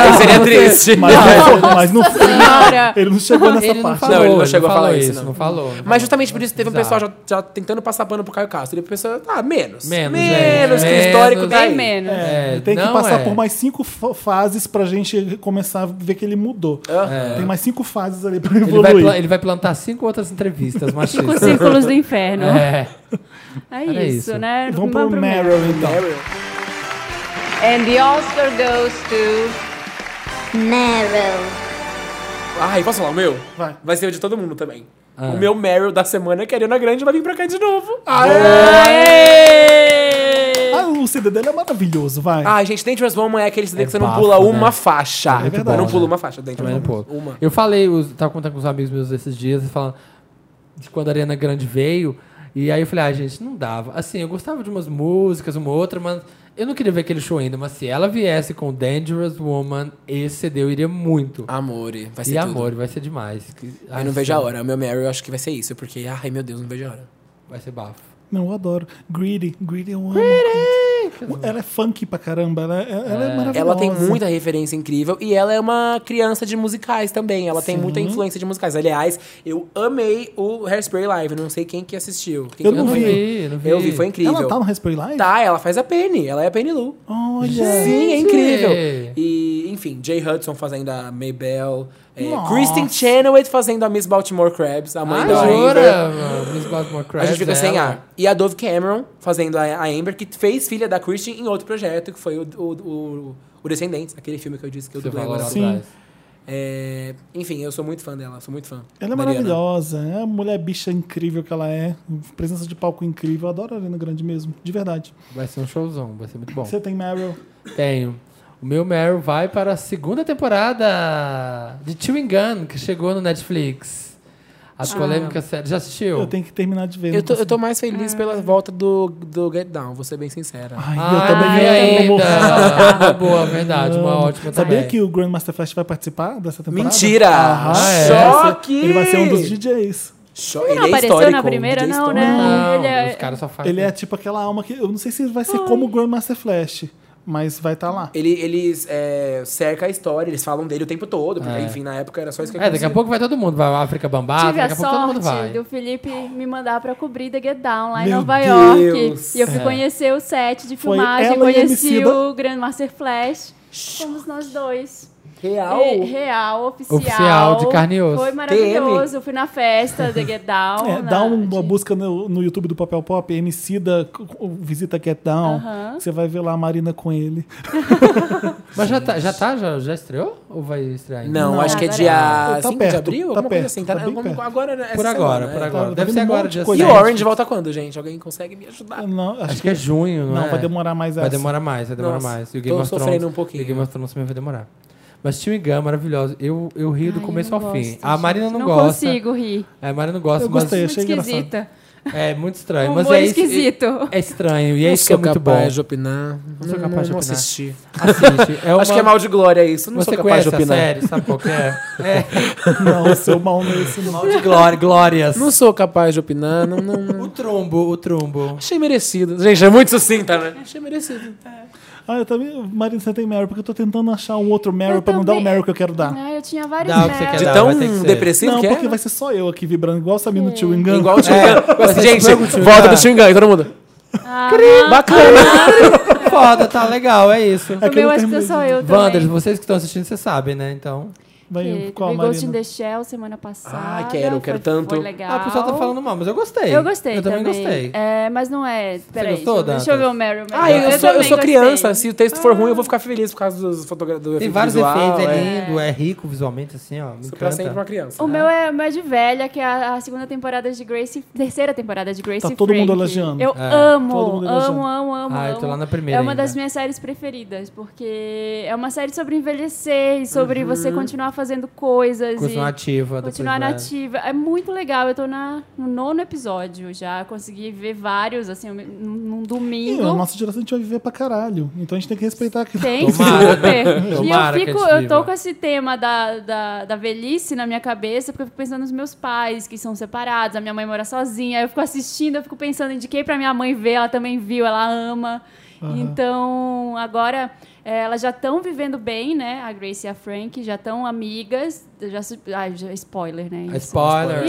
Aí seria triste. Mas, é, não, mas não foi. Senhora. Ele não chegou nessa Ele não parte. falou, Não, ele não ele chegou a falou falar isso, isso, não. não falou. não Mas justamente por isso teve um Bizarro. pessoal já, já tentando passar pano pro Caio Castro. E o pessoal, ah, menos. Menos, Menos, gente, que o histórico menos. tá aí. Bem menos. É, Tem que não passar é. por mais cinco fa- fases pra gente começar a ver que ele mudou. Tem mais cinco fases ali pra É. Ele vai, evoluir. pla- ele vai plantar cinco outras entrevistas é. Cinco machistas. círculos do inferno. É. É, era isso, isso. um né? Vamos pro primeiro. Meryl, então. And the Oscar goes to Meryl. Ai, posso falar o meu? Vai. ser o de todo mundo também. Ah. O meu Meryl da semana é que a Ariana Grande vai vir pra cá de novo. Ah, o CD dele é maravilhoso, vai. Ai, gente, Dangerous Woman é aquele CD É que você não bafo, pula né? uma faixa. É verdade. eu não pulo né? uma faixa, Dangerous Também não Woman. pulo. Uma. Eu falei, eu tava contando com os amigos meus esses dias, e falando de quando a Ariana Grande veio. E aí eu falei, ah, gente, não dava. Assim, eu gostava de umas músicas, uma outra, mas eu não queria ver aquele show ainda. Mas se ela viesse com Dangerous Woman, esse CD eu iria muito. Amore, Ah, vai ser e tudo. amor, vai ser demais. Que- Eu ai, não vejo a sim, hora. O meu Meryl eu acho que vai ser isso, porque, ai meu Deus, não vejo a hora. Vai ser bafo. Não, eu adoro. Greedy. Greedy eu amo. Ela é funk pra caramba, ela, é- ela é, maravilhosa. Ela tem muita referência incrível e ela é uma criança de musicais também. Ela tem muita influência de musicais. Aliás, eu amei o Hairspray Live. Não sei quem que assistiu. Quem Eu que não viu? vi. não Eu vi, foi incrível. Ela tá no Raspberry Live? Tá, ela faz a Penny. Ela é a Penny Lu. Olha. Sim, é Gente! incrível. E, enfim, Jay Hudson fazendo a Maybelle. É, Nossa. Kristen Chenoweth fazendo a Miss Baltimore Crabs, a mãe Ah, da Amber. jura? mano? Miss Baltimore A gente fica Crabs, sem ela. ar. E a Dove Cameron fazendo a, a Amber, que fez filha da Christian em outro projeto, que foi o, o, o, o Descendentes, aquele filme que eu disse que eu Você dublei falou agora. lá Sim. atrás. É, enfim, eu sou muito fã dela, sou muito fã. Ela é Mariana. maravilhosa, é uma mulher bicha incrível que ela é, presença de palco incrível, eu adoro a Arena Grande mesmo, de verdade. Vai ser um showzão, vai ser muito bom. Você tem Meryl, Tenho. O meu Meryl vai para a segunda temporada de Chewing Gun, que chegou no Netflix. A Ah. polêmica série. Já assistiu? eu tenho que terminar de ver. Eu não tô, eu consigo. tô mais É. feliz pela volta do, do Get Down, vou ser bem sincera. Ai, eu Ah, também vi ela como- ainda. Uma boa, verdade. Uma ótima Sabia também. que o Grandmaster Flash vai participar dessa temporada? Mentira! Aham. Ah, é? Vai Só ser- que... Ele vai ser um dos DJs. Só- Ele não é apareceu histórico, na primeira, um DJ não, histórico. né? Não, Ele é- os caras só fazem. Ele é tipo aquela alma que. Eu não sei se vai ser como o Grandmaster Flash, mas vai estar lá. Ele, eles é, cerca a história, eles falam dele o tempo todo, É. porque, enfim, na época era só isso que É, daqui a pouco vai todo mundo. Vai a África Bambata, Tive Ah, daqui a a pouco todo mundo sorte vai. do Felipe me mandar pra cobrir The Get Down lá em Meu Nova Deus. York. E eu fui É. conhecer o set de Foi filmagem, ela e conheci Emicida. o Grandmaster Flash. Fomos nós dois. Real? E- real, oficial. Oficial, de carne e osso. Foi maravilhoso. Eu Fui na festa The Get Down. É, na- dá uma de- busca no, no YouTube do Papel Pop, Emicida, c- c- visita Get Down. Aham. Você vai ver lá a Marina com ele. Mas já tá, já, tá já, já estreou? Ou vai estrear ainda? Não, Não, acho que é agora dia é. Tá 5 de perto, abril, tá alguma coisa perto, assim. Tá, tá bem algum- perto. agora, essa Por agora, semana, né? por é. agora. Tá Deve vindo ser um agora, monte de dia coisa. E Pois o é. 7. Orange volta quando, gente? Alguém consegue me ajudar? Não, acho, Acho que que é junho, não, não, é? vai demorar mais Vai essa. demorar mais, vai demorar Nossa, mais. E o tô Game of sofrendo um Thrones, pouquinho. E o Game of Thrones também vai demorar. Mas Tio Gun é maravilhoso. Eu, eu rio do Ai, começo eu ao não fim. gosto, a Marina gente. não, gosta. consigo rir. É, a Marina não gosta, Eu mas gostei, Muito achei engraçado. esquisita. é muito estranho. Humor Mas é isso, esquisito. É estranho. E é Não isso que é sou muito bom. capaz de opinar. Hum, Não sou capaz de não opinar. assisti. Assiste. É Acho uma- que é mal de glória isso. Não Você sou capaz conhece de a opinar. série, sabe qual que é? É. Não, seu mal nesse não. Mal de glória, glórias. Não sou capaz de opinar. Não, não, não. O trombo, o trombo. Achei merecido. Gente, é muito sucinta, né? Achei merecido. Ah, eu também. Marina, você tem Meryl, porque eu tô tentando achar um outro Meryl Eu pra não dar o também- Meryl que eu quero dar. Ah, eu tinha vários Tá. Dá o que você quer É De dar. Meryl. tão vai ter que ser. depressivo não, que é. porque vai ser só eu aqui vibrando, igual o Samir no Tio Engano. Igual o Tio Vai ser Gente, tipo o Tio volta Engano. do Tio Engano, todo mundo. Ah, Bacana. Foda, tá legal, é isso. o meu acho que terminei sou de- eu Wanders, também. vocês que estão assistindo, vocês sabem, né? Então. Vai, Que qual a teve Ghost in Marina? the Shell semana passada. Ah, quero, quero foi- tanto. Foi Ah, o legal. pessoal tá falando mal, mas eu gostei. Eu gostei Eu também gostei. É, mas não é... Peraí, gostou, deixa, eu- deixa eu ver Dantas? o Meryl. Meryl. Ah, eu, sou, eu também sou gostei. criança. assim. Se o texto for ruim, eu vou ficar feliz por causa dos fotogra- do Tem efeito vários visual, é. efeitos, é lindo, é rico visualmente, assim, ó. Me Sou pra sempre uma encanta. criança. O meu é, o meu é de velha, que é a, a segunda temporada de Grace... Terceira temporada de Grace Tá todo mundo Frank. elogiando. Eu É, amo, todo mundo elogiando. amo, amo, amo, Ah, eu tô amo. lá na primeira É uma ainda. das minhas séries preferidas, porque é uma série sobre envelhecer e sobre você continuar fazendo coisas. Continuar e... ativa. Continuar depois vai- nativa. É muito legal. Eu tô na, no nono episódio já. Consegui ver vários, assim, num, num Ih, domingo. a nossa geração a gente vai viver pra caralho. Então a gente tem que respeitar que Tem Tomara. né? super. Tomara e que eu fico, a gente eu tô viva. com esse tema da, da, da velhice na minha cabeça, porque eu fico pensando nos meus pais que são separados, a minha mãe mora sozinha, aí eu fico assistindo, eu fico pensando, indiquei pra minha mãe ver, ela também viu, ela ama. Então, agora eh, elas já estão vivendo bem, né? A Grace e a Frank já estão amigas. Já, su- ai, já- spoiler, né? Ah, Isso. Spoiler.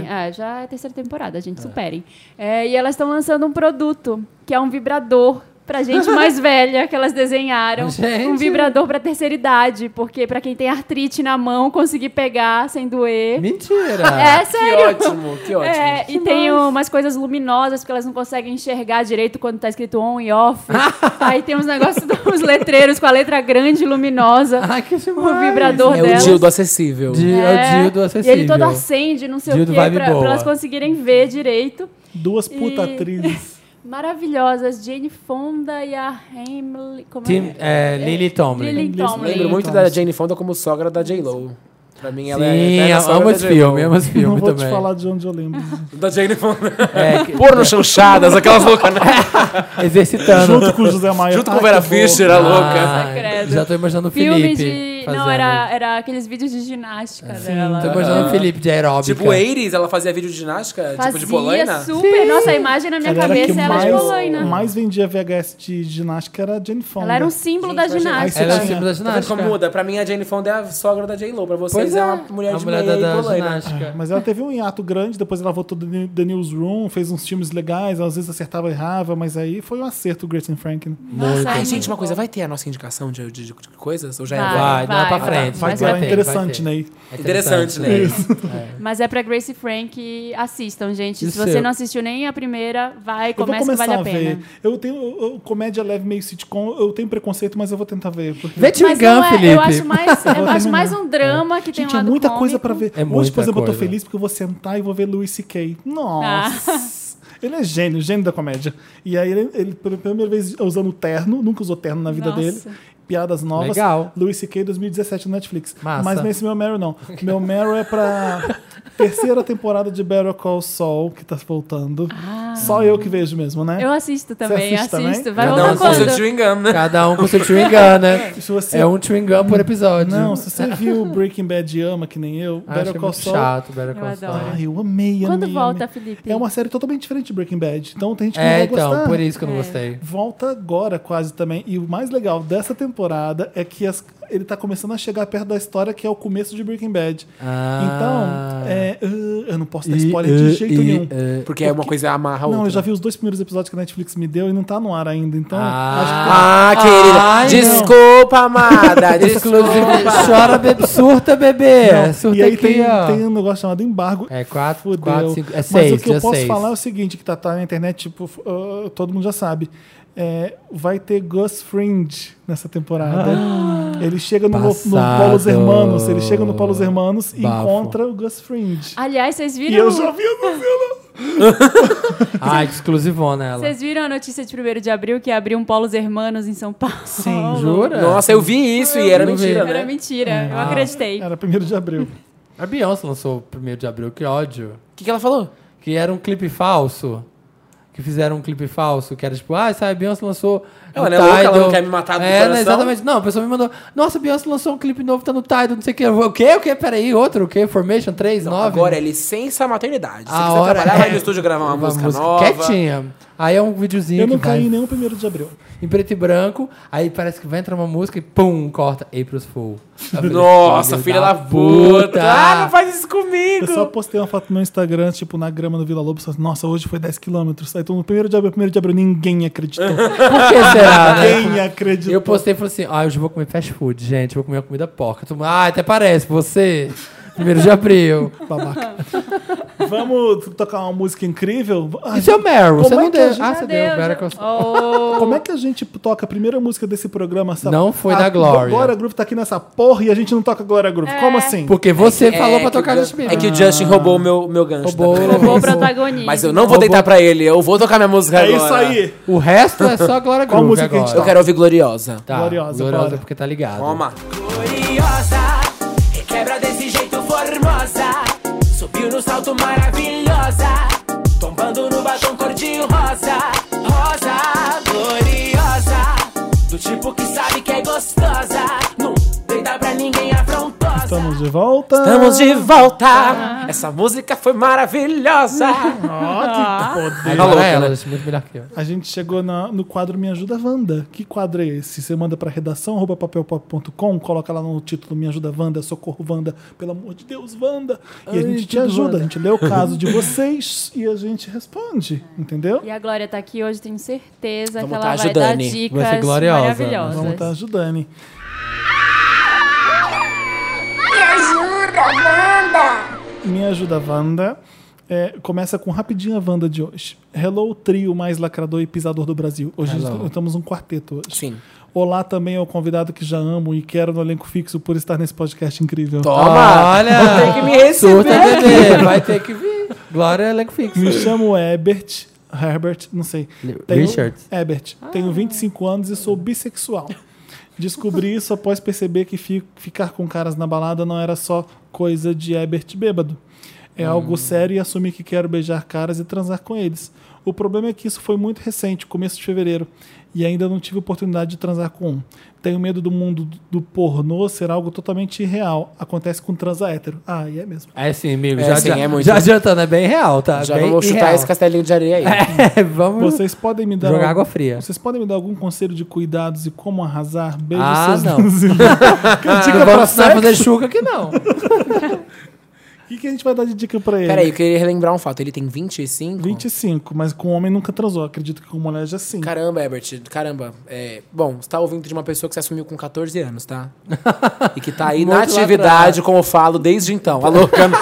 Enfim, é, já é a terceira temporada, gente, superem. É, e elas estão lançando um produto, que é um vibrador pra gente mais velha, que elas desenharam. Gente. Um vibrador pra terceira idade, porque pra quem tem artrite na mão, conseguir pegar sem doer. Mentira! É Que sério. ótimo, que ótimo. É, e tem umas coisas luminosas, porque elas não conseguem enxergar direito quando tá escrito on e off. Aí tem uns negócios dos letreiros com a letra grande e luminosa. Ai, que o demais! vibrador É o dela. Dildo acessível. Di- É o Dildo e ele acessível. todo acende, não sei Dildo o quê, vibe pra, boa. pra elas conseguirem ver direito. duas puta E- atrizes. Maravilhosas, Jane Fonda e a Hamley. Como Tim, é, é? Lily Tomlin. Lily Tomlin. Lembro muito da Jane Fonda como sogra da J-Lo. Pra mim, ela é Sim, eterna sogra amo da esse J.Lo. filme, amo esse filme não vou também. te falar de onde eu lembro. Da Jane Fonda. É, que- Porno chanchadas, aquelas loucas, né? exercitando. Junto com o José Maia. Junto Ai, com Vera que bom. Fischer, a louca. Ah, Credo. já tô imaginando o Filme Felipe. de Não, fazendo. então, era, era aqueles vídeos de ginástica dela. Tô imaginando o Felipe de aeróbica. Ah. Tipo, Eiris, ela fazia vídeo de ginástica? Fazia tipo, de polaina? super. Nossa, a imagem na minha Ela era a que cabeça era de mais, Polaina. mais vendia VHS de ginástica era a Jane Fonda. Ela era um símbolo Gente, da imagina- ginástica. Ela é o Sim. símbolo da Tá vendo ginástica. como muda? Pra mim, a Jane Fonda é a sogra da J-Lo. Pra vocês, Pois é. uma mulher a de mulher meia da, e da polaina. ginástica. Mas ela teve um hiato grande, depois ela voltou do New- The Newsroom, fez uns filmes legais, às vezes acertava e errava, mas aí foi um acerto o Gretchen Franklin. Nossa, Ai, é gente, uma muito coisa, bom. vai ter a nossa indicação de, de- de coisas? Ou já é Vai. agora? Vai, não é pra vai, frente. Vai mas que era ter, interessante, vai ter. né? É Interessante, né? Mas é pra Grace Frank. Assistam, gente. E Se seu? você não assistiu nem a primeira, vai, Eu vou começa que começar vale a, a pena. ver. Eu tenho eu- eu- comédia leve, meio sitcom, eu tenho preconceito, mas eu vou tentar ver. porque- Vê Tio Mas não Gun, é- Felipe. eu acho mais, eu acho mais terminar. um drama que tem um Gente, é lado muita cômico. coisa pra ver. É Hoje, muita por exemplo, eu tô coisa. feliz porque eu vou sentar e vou ver Louis C.K. Ah. Nossa! Ele é gênio, gênio da comédia. E aí, ele, ele, pela primeira vez usando o terno, nunca usou terno na vida Nossa. dele. Piadas novas. Legal. Louis C.K. 2017 no Netflix. Massa. Mas nesse meu Meryl, não. Meu Meryl é pra terceira temporada de Better Call Saul, que tá voltando. Só eu que vejo mesmo, né? Ah. Eu assisto também, assiste assisto. também? Vai Não, voltar Não, Cada com coisa. seu quando? tio engano, né? Cada um com seu chewing gun, né? Se você- É um chewing gun por episódio. Não, se você viu Breaking Bad e ama, que nem eu, Acho Better Call Ah, muito Saul chato, Better Call Eu Saul. adoro. Ah, eu amei, Quando amei, volta, amei. Felipe? É uma série totalmente diferente de Breaking Bad. Então tem gente que É, não vai então, gostar. por isso que eu não É. gostei. Volta agora quase também. E o mais legal dessa temporada é que as- ele tá começando a chegar perto da história que é o começo de Breaking Bad. Ah. Então, é, ah, eu não posso dar spoiler uh, de jeito nenhum. Porque é uma coisa amarra a outra. não, eu já vi os dois primeiros episódios que a Netflix me deu e não tá no ar ainda. Então, Ah, querida. Ai, desculpa, amada. Exclusivo. desculpa. Chora, bebê. Surta, bebê. Não, Surta e aí aqui, tem, ó. tem um negócio chamado embargo. É quatro, Fudeu. quatro, cinco- é Mas seis, o que eu dia posso seis. falar é o seguinte, que tá, tá na internet, tipo, f- ah, todo mundo já sabe. É, vai ter Gus Fringe nessa temporada. ele chega no, no Ah, Passado. Paulo Os Hermanos. Ele chega no Paulo Os Hermanos e Bafo. encontra o Gus Fringe. Aliás, vocês e viram, eu já vi essa cena. Ah, exclusivona ela. vocês viram a notícia de 1 de abril que abriu um Paulos Hermanos em São Paulo? Sim, Jura? Nossa, eu vi isso e é era né? não vi. mentira, Era né? mentira, eu Ah. acreditei. Era 1 de abril. A Beyoncé lançou o primeiro de abril, que ódio. O que, que ela falou? Que era um clipe falso. Que fizeram um clipe falso, que era tipo, ah, sabe, a Beyoncé lançou. Ela não no é louca, ela Tidal." não quer me matar do é, coração? né, exatamente. Não, a pessoa me mandou, nossa, a Beyoncé lançou um clipe novo, tá no Tidal, não sei o que. O quê? O quê? Peraí, outro, o quê? Formation 3, 9? Agora é licença maternidade. Se A quiser hora trabalhar, vai no é- estúdio gravar uma, Uma música, nova. Quietinha. Aí é um videozinho Eu não que vai caí em nenhum 1 de abril. em preto e branco, aí parece que vai entrar uma música e pum, corta April's Fool. Eu falei, Nossa, filho filha da, puta. Ah, não faz isso comigo. Eu só postei uma foto no meu Instagram, tipo, na grama do Vila Lobos. falando, Nossa, hoje foi 10 quilômetros. Aí todo mundo, 1 de abril, 1 de abril, ninguém acreditou. Por que será, né? ninguém acreditou. Eu postei e falei assim, ah, hoje eu vou comer fast food, gente, eu vou comer uma comida porca. Todo mundo, ah, até parece, você, primeiro de abril. Babaca. Vamos tocar uma música incrível? Ah, E seu Meryl, Como você é não que a deu. gente- Ah, você deu, Better Call Saul. Oh, Como é que a gente toca a primeira música desse programa? Essa- Não foi a, da Glória. Glória Groove tá aqui nessa porra e a gente não toca Glória Groove. Como assim? Porque você É falou pra que tocar o no Ju- Smith. É que o Justin roubou o meu, meu gancho. Roubou. da- roubou o protagonista. Mas eu não vou deitar pra ele, eu vou tocar minha música é isso agora. aí. O resto é só Glória Qual Groove música que a agora. gente Eu quero ouvir Gloriosa. Tá, Gloriosa, gloriosa, bora. porque tá ligado. Toma. curiosa e quebra desse jeito formosa. Subiu no salto maravilhosa, tombando no batom cor de rosa. Rosa gloriosa, do tipo que sabe que é gostosa. Não deita pra ninguém afrontosa. Estamos de volta. Estamos de volta. Essa música foi maravilhosa. Aí Tá louca, agora ela, né? acho muito melhor que eu. A gente chegou na- no quadro Me Ajuda Wanda. Que quadro é esse? Você manda pra redação arroba papelpop.com, coloca lá no título Me Ajuda Wanda, Socorro Wanda, pelo amor de Deus, Wanda. E a gente te tudo ajuda, Wanda. a gente lê o caso de vocês e a gente responde, entendeu? E a Glória tá aqui hoje, tenho certeza Vamos que ela tá vai ajudando, dar hein? dicas Vai ser gloriosa. tá maravilhosas. Vamos estar ajudando. hein? Me ajuda, Wanda! Me ajuda, Wanda. É, começa com rapidinho a Wanda de hoje. Hello, trio mais lacrador e pisador do Brasil. Hoje Hello. estamos um quarteto hoje. Sim. Olá também ao convidado que já amo e quero no elenco fixo por estar nesse podcast incrível. Toma. Olha! Vou ter que me Surta, receber. bebê. Vai ter que vir. Glória é elenco fixo. Me chamo Herbert. Herbert, não sei. Li- Tenho- Richard? Herbert. Tenho 25 anos e sou bissexual. Descobri isso após perceber que fi- ficar com caras na balada não era só coisa de Herbert bêbado. É algo sério e assumir que quero beijar caras e transar com eles. O problema é que isso foi muito recente, começo de fevereiro, e ainda não tive oportunidade de transar com um. Tenho medo do mundo do pornô ser algo totalmente irreal. Acontece com transa hétero. Ah, e é mesmo. É sim, amigo. É já, sim, já, é muito. já adiantando, é bem real, tá? Já bem vamos chutar irreal. esse castelinho de areia aí. É, vamos Vocês podem me dar jogar algum- água fria. Vocês podem me dar algum conselho de cuidados e como arrasar? Beijos Ah, seus não. luzinhos. Dica não vamos ensinar a fazer chuca aqui, não. O que, que a gente vai dar de dica pra ele? Peraí, eu queria relembrar um fato. Ele tem 25? 25, mas com homem nunca transou. Acredito que com mulher já sim. Caramba, Herbert, caramba. É, bom, você tá ouvindo de uma pessoa que se assumiu com 14 anos, tá? E que tá aí Um Muito na lá atividade, como eu falo, desde então. Alô, Cam-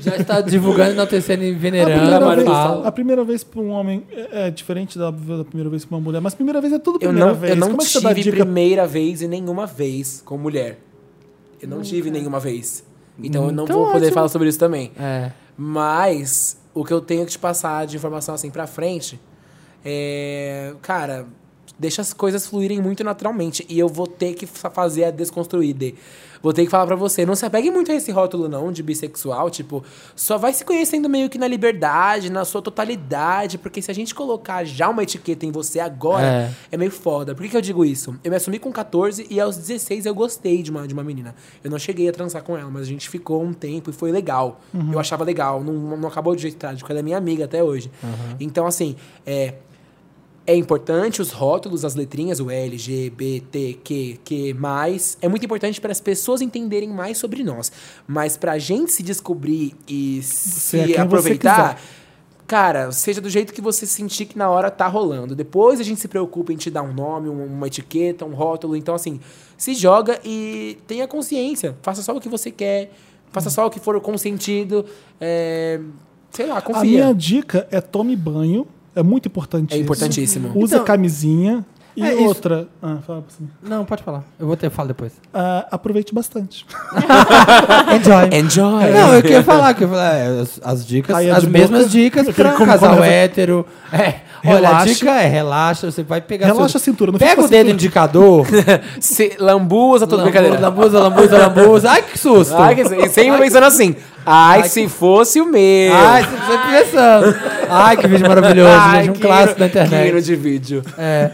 Já está divulgando, enaltecendo, e a primeira, venerando. vez, fala. a primeira vez pra um homem é, é diferente da, da primeira vez pra uma mulher, mas primeira vez é tudo Eu primeira não, vez. eu não Como é que você dá tive dica? primeira vez e nenhuma vez com mulher. Eu não tive nenhuma vez. Então eu não Então vou poder ótimo. falar sobre isso também. É. Mas o que eu tenho que te passar de informação assim pra frente é. Cara, deixa as coisas fluírem muito naturalmente. E eu vou ter que fa- fazer a desconstruída. Vou ter que falar pra você. Não se apegue muito a esse rótulo, não, de bissexual. Tipo, só vai se conhecendo meio que na liberdade, na sua totalidade. Porque se a gente colocar já uma etiqueta em você agora, É. é, meio foda. Por que, que eu digo isso? Eu me assumi com 14 e aos 16 eu gostei de uma, de uma menina. Eu não cheguei a transar com ela, mas a gente ficou um tempo e foi legal. Uhum. Eu achava legal. Não, não acabou de jeito trágico. Ela é minha amiga até hoje. Uhum. Então, assim, é, é importante os rótulos, as letrinhas, o L, G, B, T, Q, Q, mais. É muito importante para as pessoas entenderem mais sobre nós. Mas para a gente se descobrir e é quem se você aproveitar, cara, seja do jeito que você sentir que na hora tá rolando. Depois a gente se preocupa em te dar um nome, um- uma etiqueta, um rótulo. Então, assim, se joga e tenha consciência. Faça só o que você quer. Faça só o que for consentido. É, sei lá, A confia. minha dica é tome banho. É muito importante É isso. importantíssimo. Usa Então- camisinha. E É isso. outra. Ah, fala pra cima. Não, pode falar. Eu vou ter, falo depois. Ah, aproveite bastante. Enjoy. Enjoy! Não, eu queria falar que eu falei, é, as, as dicas, Aí é as de mesmas boca, dicas aquele pra um como casal conversa- hétero. É, olha, a Relaxa. dica é relaxa, você vai pegar Relaxa seu- a cintura, não fica Pega com o a dedo cintura. indicador. Se lambuza toda brincadeira. lambuza, lambuza, lambuza. Ai, que susto. Ai, que, e um sempre pensando assim. Ai, se fosse o meu. Ai, você precisa pensando. Ai, que vídeo maravilhoso, Ai, gente. Um que clássico hino- da que hino internet. de vídeo. É.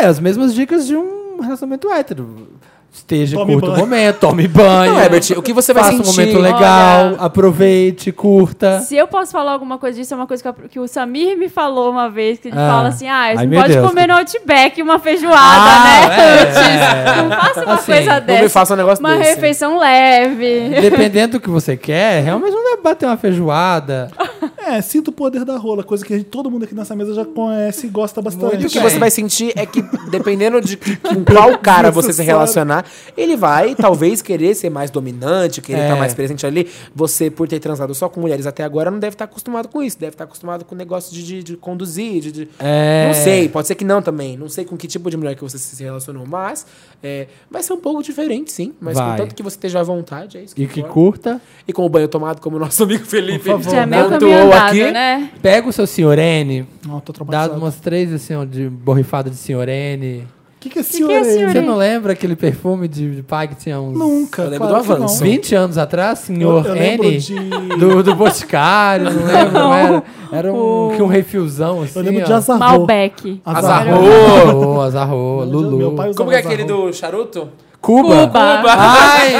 é, as mesmas dicas de um relacionamento hétero. Esteja Tome curta o banho. momento, tome banho. Não, Herbert, o que você vai Faça sentir? um momento legal, aproveite, curta. Se eu posso falar alguma coisa disso, é uma coisa que, eu- que o Samir me falou uma vez, que ele Ah. fala assim, ah, Ai, você não meu pode Deus. comer no Outback uma feijoada, Ah, né? é, Antes. é. Não faça uma Assim, coisa não dessa. me faça um negócio Uma desse. refeição leve. É, Dependendo do que você quer, realmente não dá pra bater uma feijoada. É, sinta o poder da rola, coisa que a gente- todo mundo aqui nessa mesa já conhece e gosta bastante. O que bem. você vai sentir é que, dependendo de que- com qual cara você se relacionar, ele vai, talvez, querer ser mais dominante, querer É. estar mais presente ali. Você, por ter transado só com mulheres até agora, não deve estar acostumado com isso. Deve estar acostumado com o negócio de, de- de conduzir, de, de- É. Não sei, pode ser que não também. Não sei com que tipo de mulher que você se relacionou, mas é, vai ser um pouco diferente, sim. Mas Vai. contanto que você esteja à vontade, é isso que E que importa. curta. E com o banho tomado, como o nosso amigo Felipe Por favor, Já é meio pontuou caminho andado, né? Pega o seu senhorene, Não, tô dá traumatizado. umas três assim, ó, de borrifada de senhorene. O que, que é que é senhor? aí? senhor? Você não lembra aquele perfume de, de pai que tinha uns Nunca. Eu lembro claro do que não. avanço. 20 anos atrás, Eu, senhor eu N? lembro de. Do, do Boticário, não lembro, não era? Era um, que um refilzão assim. Eu lembro ó. de Azarro. Malbec. Azarro. Azarro, Azarro, Lulu. Meu pai usava Como que é aquele Azarro. do charuto? Cuba. Cuba. Ai,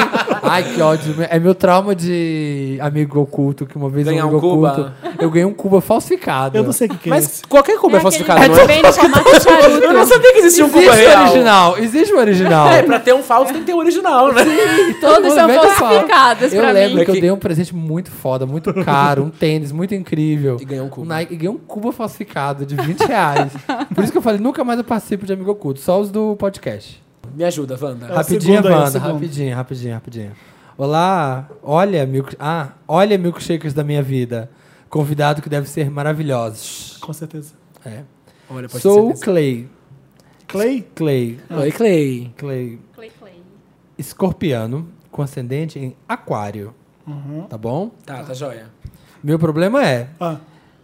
ai, que ódio. É meu trauma de amigo oculto, que uma vez Ganhar um amigo um Cuba. oculto, eu ganhei um Cuba falsificado. Eu não sei o que, que é Mas esse. qualquer Cuba é, É falsificado, aquele não é? que vem no formato de charuto. Eu não sabia que existia um Existe Cuba o real. original, existe o original. É, pra ter um falso tem que ter o original, né? Todos são vende falso. falsificados Eu pra lembro mim. que eu Aqui. dei um presente muito foda, muito caro, um tênis muito incrível. E ganhou um Cuba. Nike, e ganhei um Cuba falsificado de 20 reais. Por isso que eu falei, nunca mais eu participo de amigo oculto, só os do podcast. Me ajuda, Wanda. o Rapidinho, segundo aí, é o Wanda. segundo. Rapidinho, rapidinho, rapidinho. Olá, olha, milk... ah, olha, milkshakers da minha vida. Convidado que deve ser maravilhosos. Com certeza. É. Olha, pode Sou o ser. Clay. Clay? Clay. Oi, Clay. Clay. Clay, Clay. Escorpiano, com ascendente em aquário. Uhum. Tá bom? Tá, tá joia. Meu problema é, Ah,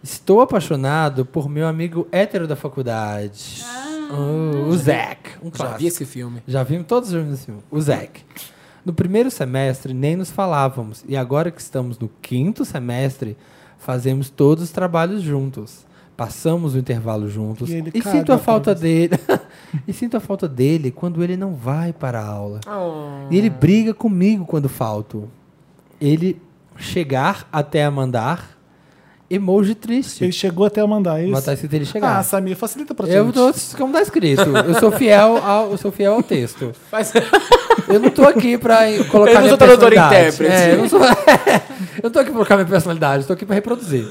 estou apaixonado por meu amigo hétero da faculdade. Ah. Oh, o Zack. Um Já clássico. vi esse filme. Já vimos todos os filmes do filme. O Zack. No primeiro semestre nem nos falávamos, e agora que estamos no quinto semestre, fazemos todos os trabalhos juntos. Passamos o intervalo juntos E um ele e caga sinto a pra falta dele. e sinto a falta dele quando ele não vai para a aula. Oh. E ele briga comigo quando falto. Ele chegar até a mandar emoji triste. Ele chegou até a mandar isso. Botar escrito ele chegar. Ah, Samir, facilita pra gente. eu tô como tá escrito. Eu sou fiel ao, eu sou fiel ao texto. Faz- Eu não tô aqui pra colocar Eu não minha sou tradutor personalidade. intérprete. É, eu, não sou... eu não tô aqui pra colocar minha personalidade, eu tô aqui pra reproduzir.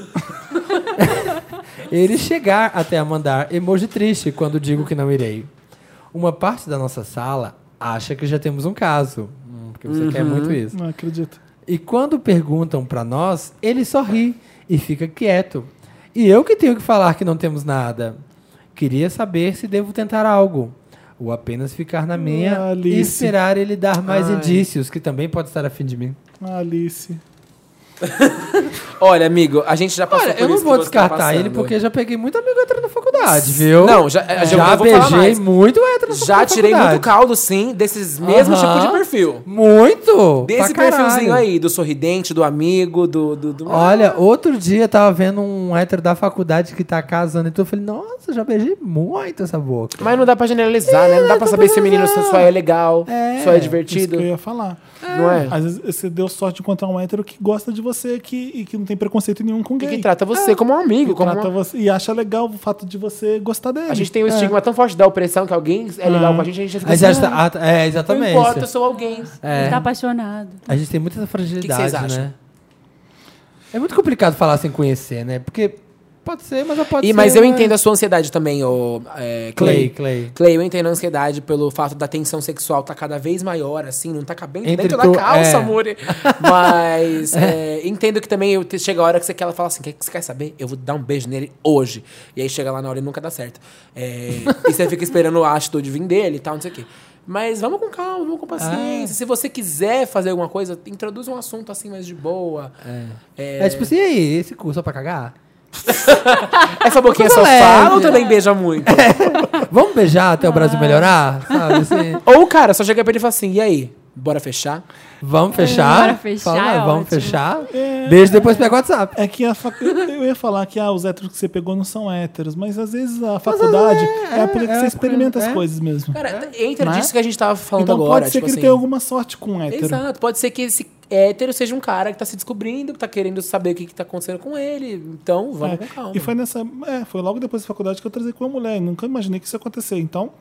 Ele chegar até a mandar emoji triste quando digo que não irei. Uma parte da nossa sala acha que já temos um caso. Hum, Porque você Uhum. quer muito isso. Não acredito. E quando perguntam pra nós, ele sorri e fica quieto. E eu que tenho que falar que não temos nada. Queria saber se devo tentar algo. Ou apenas ficar na minha Alice. e esperar ele dar mais indícios, que também pode estar afim de mim. Ah, Alice. Olha, amigo, a gente já passou Olha, por eu não isso vou que você tá descartar ele, passando. porque já peguei muito amigo hétero na faculdade, viu? Não, já- já- eu já vou falar beijei mais. muito hétero na Já tirei faculdade. muito caldo, sim, desses mesmos Aham. tipos de perfil. Muito! Desse Pra caralho. perfilzinho aí, do sorridente, do amigo, do. do, do- Olha, outro dia eu tava vendo um hétero da faculdade que tá casando e tudo. Eu falei, nossa, já beijei muito essa boca. Mas não dá pra generalizar, né? Não dá pra saber se o menino só é legal, É. só Isso é que divertido. eu ia falar. Não é? Às vezes você deu sorte de encontrar um hétero que gosta de você que, e que não tem preconceito nenhum com E gay. que trata você como um amigo, Que como trata É. uma- você- Ah. e acha legal o fato de você gostar dele. A gente tem um estigma tão forte da opressão que alguém é Ah. legal com a gente, a gente fica Mas já assim, está- ah, é, "Ah, não exatamente. importa, eu sou alguém. É, Ele tá apaixonado. a gente tem muita essa fragilidade, O que que vocês acham? né? É muito complicado falar sem conhecer, né? Porque pode ser, mas não pode E, ser. né? mas eu uma- entendo a sua ansiedade também, ô, é, Clay. Clay, Clay. Clay, eu entendo a ansiedade pelo fato da tensão sexual tá cada vez maior, assim, não tá cabendo Entre dentro tu- da calça, é. amor. Mas é, entendo que também eu te- chega a hora que você quer, ela fala assim, quer, você quer saber? Eu vou dar um beijo nele hoje. E aí chega lá na hora e nunca dá certo. É, e você fica esperando a atitude vir dele e tal, não sei o quê. Mas vamos com calma, vamos com Ah, é. paciência. Se você quiser fazer alguma coisa, introduz um assunto assim mais de boa. É tipo assim, e aí, esse curso é pra cagar? Essa boquinha Coisa só leve. fala ou também beija muito? Vamos beijar até o Ah. Brasil melhorar? Sabe? assim? ou o cara só chega pra ele e fala assim, e aí? Bora fechar? vamos É, fechar? Bora fechar, Fala, é vamos ótimo. fechar. Beijo, depois pega o WhatsApp. É que a fac... eu ia falar que ah, os héteros que você pegou não são héteros, mas às vezes a faculdade é, a época é, que você é, experimenta é. as coisas mesmo. Cara, É, entra Né? disso que a gente tava falando Então agora. pode ser tipo que assim. ele tenha alguma sorte com um hétero. Exato, pode ser que esse hétero seja um cara que tá se descobrindo, que tá querendo saber o que, que tá acontecendo com ele. Então, vamos É, com calma. E foi nessa. É, foi logo depois da faculdade que eu trazei com uma mulher. Nunca imaginei que isso ia acontecer. Então,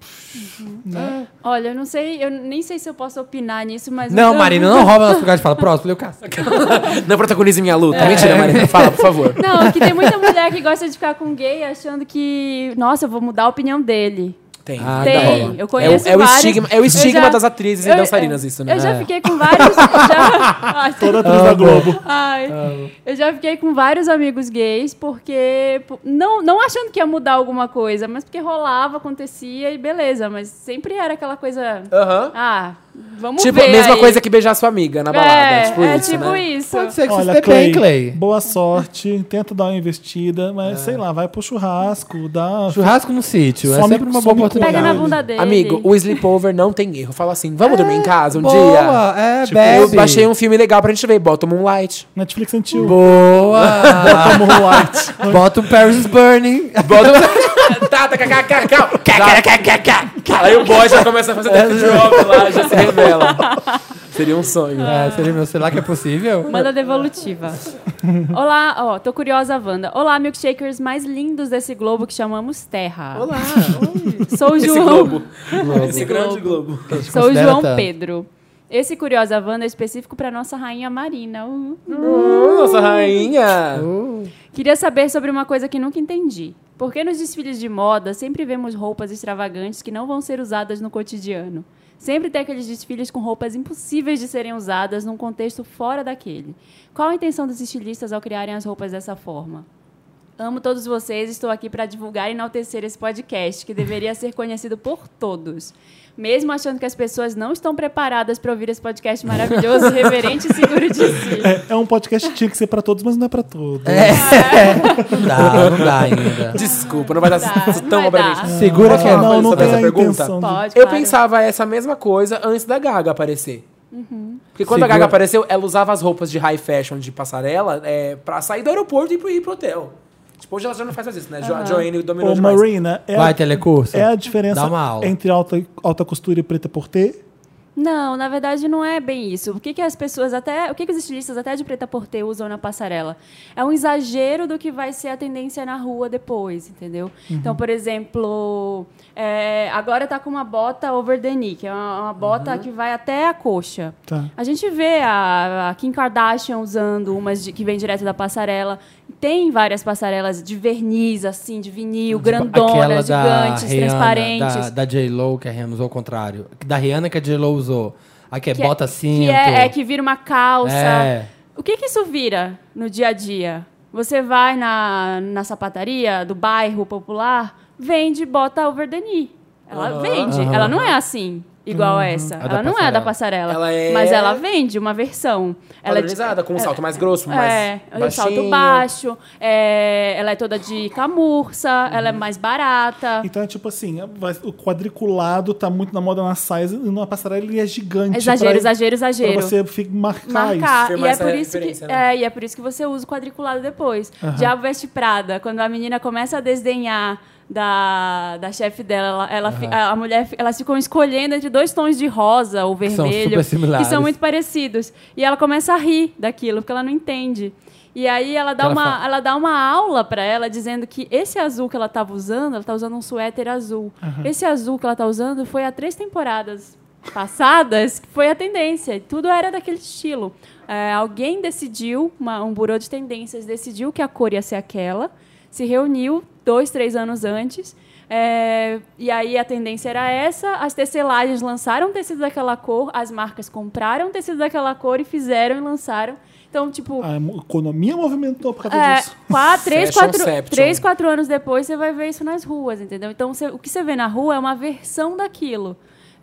Olha, eu não sei, eu nem sei se eu posso opinar nisso, mas. Não, eu- Marina, não rouba nosso lugar de fala. Próximo, Leu Castro. Não protagonize minha luta. Mentira, Marina. Fala, por favor. Não, é que tem muita mulher que gosta de ficar com gay achando que, nossa, eu vou mudar a opinião dele. Tem. Ah, Tem, rola. eu conheço tá é o vários. estigma- é o Eu estigma das atrizes e dançarinas, isso, né? Eu É. já fiquei com vários. já- Ai, toda atriz da Globo. ai. Tá eu já fiquei com vários amigos gays, porque. po- Não, não achando que ia mudar alguma coisa, mas porque rolava, acontecia e beleza, mas sempre era aquela coisa. Aham. Ah, vamos Tipo, ver. a mesma aí. coisa que beijar sua amiga na balada. É, tipo é isso, tipo né? isso. Pode ser que você Olha, se dê Clay, bem, Clay. boa sorte. Tenta dar uma investida, mas É. sei lá, vai pro churrasco, dá. Churrasco no sítio. É Some- sempre uma some boa com oportunidade. Pega na Verdade. bunda dele. Amigo, o sleepover não tem erro. Fala assim, vamos dormir É, em casa um boa, dia? é, Tipo, bebe. Eu baixei um filme legal pra gente ver. Bota um light. Netflix antigo. Boa! Bota um Paris is Burning. Tata, kkkkk. kkkkk. Aí o boy já começa a fazer death drop lá, já se revela. Seria um sonho. É, seria meu, sei lá que é possível. Manda devolutiva. Olá, ó, tô curiosa, Wanda. Olá, milkshakers mais lindos desse globo que chamamos Terra. Olá. Sou o Esse João. globo. Esse grande globo. Sou o Considera João tanto. Pedro. Esse curiosa Wanda é específico para nossa rainha Marina. Uh, uh. Nossa rainha. Queria saber sobre uma coisa que nunca entendi. Por que nos desfiles de moda sempre vemos roupas extravagantes que não vão ser usadas no cotidiano? Sempre tem aqueles desfiles com roupas impossíveis de serem usadas num contexto fora daquele. Qual a intenção dos estilistas ao criarem as roupas dessa forma? Amo todos vocês, estou aqui para divulgar e enaltecer esse podcast, que deveria ser conhecido por todos. Mesmo achando que as pessoas não estão preparadas para ouvir esse podcast maravilhoso, reverente e seguro de si. É, é um podcast que tinha que ser pra todos, mas não é pra todos. É. Não dá, não dá ainda. Desculpa, não vai dar Dá, não tão vai obviamente. dar. Segura Posso que falar é uma não, coisa não sobre tem essa a pergunta? intenção. de- Pode, Eu para. pensava essa mesma coisa antes da Gaga aparecer. Uhum. Porque quando a Segura- Gaga apareceu, ela usava as roupas de high fashion de passarela é, pra sair do aeroporto e ir pro, ir pro hotel. Tipo, hoje ela já não faz mais isso, né? Jo Joanne dominou Ô, demais. Marina, é, Vai, a, telecurso. é a diferença Dá uma aula. entre alta, alta costura e preta porter? Não, na verdade não é bem isso. O que, que as pessoas até, o que, que os estilistas até de preta porter usam na passarela? É um exagero do que vai ser a tendência na rua depois, entendeu? Uhum. Então, por exemplo, é, agora tá com uma bota over the knee, que é uma, uma Uhum. bota que vai até a coxa. Tá. A gente vê a, a Kim Kardashian usando umas de- que vem direto da passarela. Tem várias passarelas de verniz, assim, de vinil, Aquela grandonas, da gigantes, Rihanna, transparentes. da, da J-Lo, que a Rihanna usou ao contrário. Da Rihanna que a J-Lo usou. A que é Que é- bota cinto. Que é, é que vira uma calça. É. O que, que isso vira no dia a dia? Você vai na, na sapataria do bairro popular, vende bota over the knee. Ela vende. Aham. Ela não é assim, Uhum. igual a essa. da Ela não é a da passarela. Ela é- Mas ela vende uma versão. Ela é de- Valorizada, com um salto mais grosso, é, mais o salto baixo, é, ela é toda de camurça, ela é mais barata. Então é tipo assim, vai- o quadriculado tá muito na moda na saia e na passarela ele é gigante. Exagero, pra- exagero, exagero. Pra você fi- Tá, marcar, marcar. isso. E é, Firmar por essa isso que, referência, né? é, e é por isso que você usa o quadriculado depois. Diabo Veste Prada, quando a menina começa a desdenhar da, da chefe dela, ela, ela fi- a, a mulher, fi- elas ficam escolhendo entre dois tons de rosa ou são vermelho, super similares. que são muito parecidos. E ela começa a rir daquilo, porque ela não entende. E aí ela dá, Ela uma, fala- ela dá uma aula pra ela dizendo que esse azul que ela tava usando, ela tá usando um suéter azul. Esse azul que ela tá usando foi há três temporadas passadas, que foi a tendência. Tudo era daquele estilo. É, alguém decidiu, uma- um burô de tendências decidiu que a cor ia ser aquela, se reuniu dois, três anos antes. é, e aí a tendência era essa, as tecelagens lançaram tecido daquela cor, as marcas compraram tecido daquela cor e fizeram e lançaram. Então, tipo, A mo- economia movimentou por causa é, disso. quatro, três, Fashion quatro, Seption. três, quatro anos depois você vai ver isso nas ruas, entendeu? Então você- o que você vê na rua é uma versão daquilo.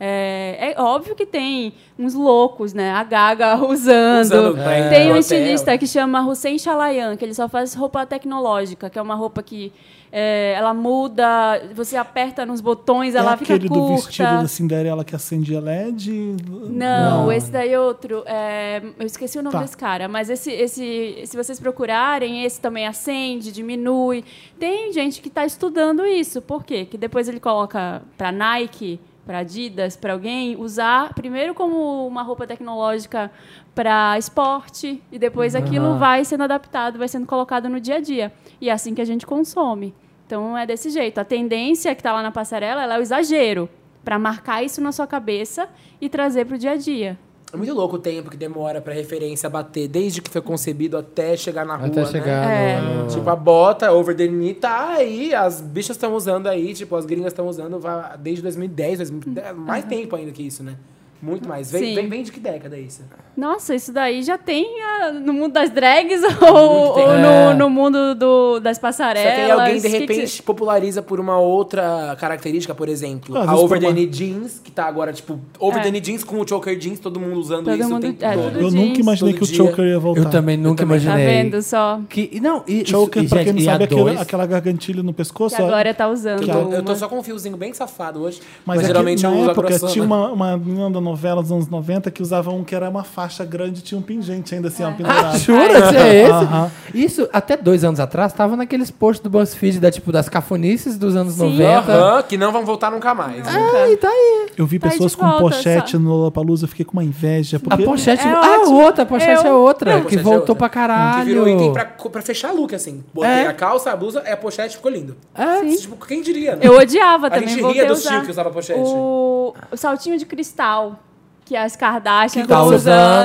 É, é óbvio que tem uns loucos, né? A Gaga usando. Usando pra É. ir Tem pro um hotel. estilista que chama Hussein Chalayan, que ele só faz roupa tecnológica, que é uma roupa que é, ela muda, você aperta nos botões, é ela fica aquele curta. do vestido da Cinderela que acende a LED? Não, Não. esse daí é outro. É, eu esqueci o nome Tá. desse cara, mas esse, esse, se vocês procurarem, esse também acende, diminui. Tem gente que está estudando isso. Por quê? Que depois ele coloca para Nike, para Adidas, para alguém usar primeiro como uma roupa tecnológica para esporte e depois aquilo vai sendo adaptado, vai sendo colocado no dia a dia. E é assim que a gente consome. Então é desse jeito. A tendência que está lá na passarela ela é o exagero para marcar isso na sua cabeça e trazer pro dia a dia. É muito louco o tempo que demora pra referência bater, desde que foi concebido até chegar na Até rua, chegar né? É. no... no- Tipo, a bota, over the knee, tá aí. As bichas estão usando aí, tipo, as gringas estão usando va- desde 2010, 2010 mais tempo ainda que isso, né? Muito mais. Vem, Sim. vem, vem de que década é isso? Nossa, isso daí já tem ah, no mundo das drags ou, tem. ou É. no, no mundo do- das Só passarelas. que aí alguém, de Que que repente, você- populariza por uma outra característica, por exemplo, Ah, Às a vezes over por the uma- knee jeans, que tá agora, tipo, over the knee jeans com o choker jeans, todo mundo usando É. Todo isso mundo- o tempo é, todo. tudo Eu jeans, nunca imaginei todo que o dia. choker ia voltar. Eu também nunca Tá imaginei. vendo só? Que, e não, e, Choker, e, pra quem não gente, e a sabe, é aquele- dois, aquela gargantilha no pescoço. Que ó. agora tá usando. Eu tô, eu tô uma- só com um fiozinho bem safado hoje. Mas, Mas, é que geralmente eu na uso a época croissant, tinha né? uma, uma menina da novela dos anos 90 que usava um que era uma faixa grande e tinha um pingente ainda É. assim, ó, pendurado. Jura? Você é esse? Aham. Isso, até dois anos atrás, tava naqueles posts do BuzzFeed, da, tipo, das cafonices dos anos Sim. 90. Aham, que não vão voltar nunca mais. né? Ah, e tá aí. Eu vi Tá de pessoas com volta, pochete só. no Lollapalooza, eu fiquei com uma inveja. A Porque pochete... É ah, ótimo. outra, a pochete é Eu- outra, Não, que pochete é voltou outra. pra Que caralho. virou um item pra, co- pra fechar look, assim. Botei É. a calça, a blusa, é a pochete ficou lindo. É. Isso, Tipo, quem diria, né? Eu odiava A também. gente voltei ria do a usar tio que usava pochete. O, o saltinho de cristal que as Kardashian Que tá estão usando,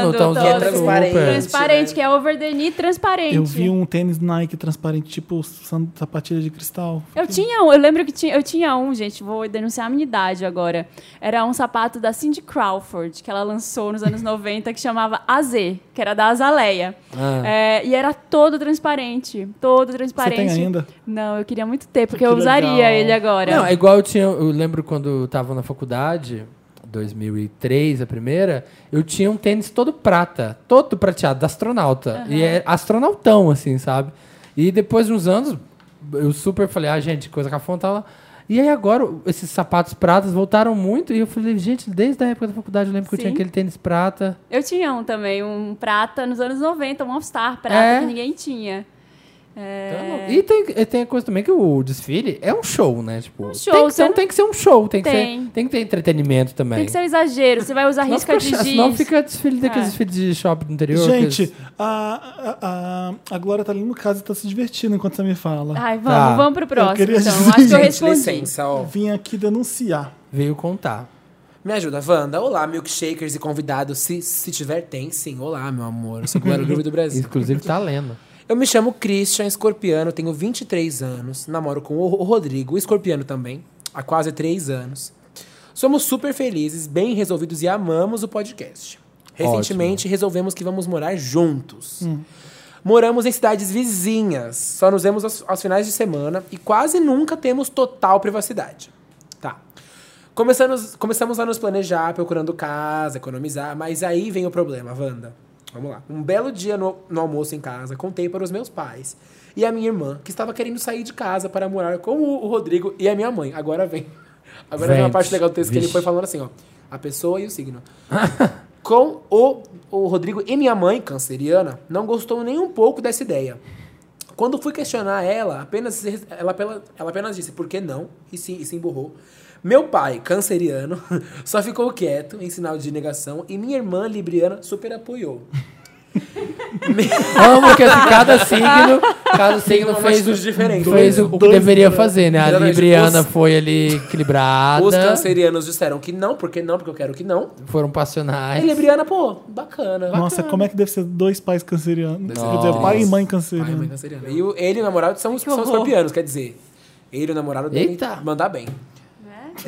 usando. tá usando todas. Que é transparente, Transparente, né? que é over the knee transparente. eu vi um tênis Nike transparente, tipo san- sapatilha de cristal. Eu tinha um, eu lembro que tinha, eu tinha um, gente, vou denunciar a minha idade agora. Era um sapato da Cindy Crawford, que ela lançou nos anos 90, que chamava AZ, que era da Azaleia. Ah. É, e era todo transparente, todo transparente. Você tem ainda? Não, eu queria muito ter, porque Que eu usaria legal. ele agora. Não, é igual eu tinha. Eu lembro quando eu tava na faculdade, 2003, a primeira, eu tinha um tênis todo prata, todo prateado, da astronauta. E é astronautão, assim, sabe? E depois de uns anos, eu super falei, ah, gente, coisa cafona tá lá. E aí agora o- esses sapatos pratas voltaram muito e eu falei, gente, desde a época da faculdade eu lembro que eu Sim. tinha aquele tênis prata. Eu tinha um também, um prata nos anos 90, um All-Star prata É? que ninguém tinha. É, Então, E tem, e tem a coisa também que o desfile é um show, né? Tipo, tem, show, que você ser, não- tem que ser um show, tem, Que Tem. ser, tem que ter entretenimento também. Tem que ser um exagero, você vai usar Senão risca de fica- giz. Senão fica desfile daqueles É. desfiles de shopping do interior. Gente, é aqueles- a, a, a, a Glória tá ali no caso e tá se divertindo enquanto você me fala. Ai, vamos, Tá. vamos pro próximo. queria então. dizer- Acho que eu Gente, respondi. Licença, ó. Vim aqui denunciar. veio contar. Me ajuda, Wanda. Olá, milkshakers e convidados. Se, se tiver, tem sim. Olá, meu amor. Eu sou o Glória Groove do Brasil. Inclusive tá lendo. Eu me chamo Christian Escorpiano, tenho 23 anos, namoro com o Rodrigo, o Escorpiano também, há quase 3 anos. Somos super felizes, bem resolvidos e amamos o podcast. Recentemente resolvemos que vamos morar juntos. Hum. Moramos em cidades vizinhas, só nos vemos aos, aos finais de semana e quase nunca temos total privacidade. Tá. Começamos, começamos a nos planejar, procurando casa, economizar, mas aí vem o problema, Wanda. Vamos lá. Um belo dia no, no almoço em casa, contei para os meus pais e a minha irmã, que estava querendo sair de casa para morar com o, o Rodrigo e a minha mãe. Agora vem. Agora vem uma Vente. parte legal do texto que ele Vixe. foi falando assim, ó. A pessoa e o signo. com o, o Rodrigo e minha mãe, canceriana, não gostou nem um pouco dessa ideia. Quando fui questionar ela, apenas ela, ela, ela apenas disse por que não e se, e se emburrou. Meu pai, canceriano, só ficou quieto em sinal de negação e minha irmã, libriana, super apoiou. Amo que assim, cada signo, cada signo uma fez atitude o, diferente. fez o, o que Dois- deveria fazer, né? A Exatamente. Libriana Os- foi ali equilibrada. Os cancerianos disseram que não, porque não, porque eu quero que não. Foram E passionais. libriana, pô, bacana. Nossa, como é que deve ser dois pais cancerianos? Deve ser Quer dizer, pai e mãe Pai e mãe cancerianos. canceriana. E o- ele e o namorado são, são horror. escorpianos, quer dizer. Ele e o namorado dele Eita. mandar bem.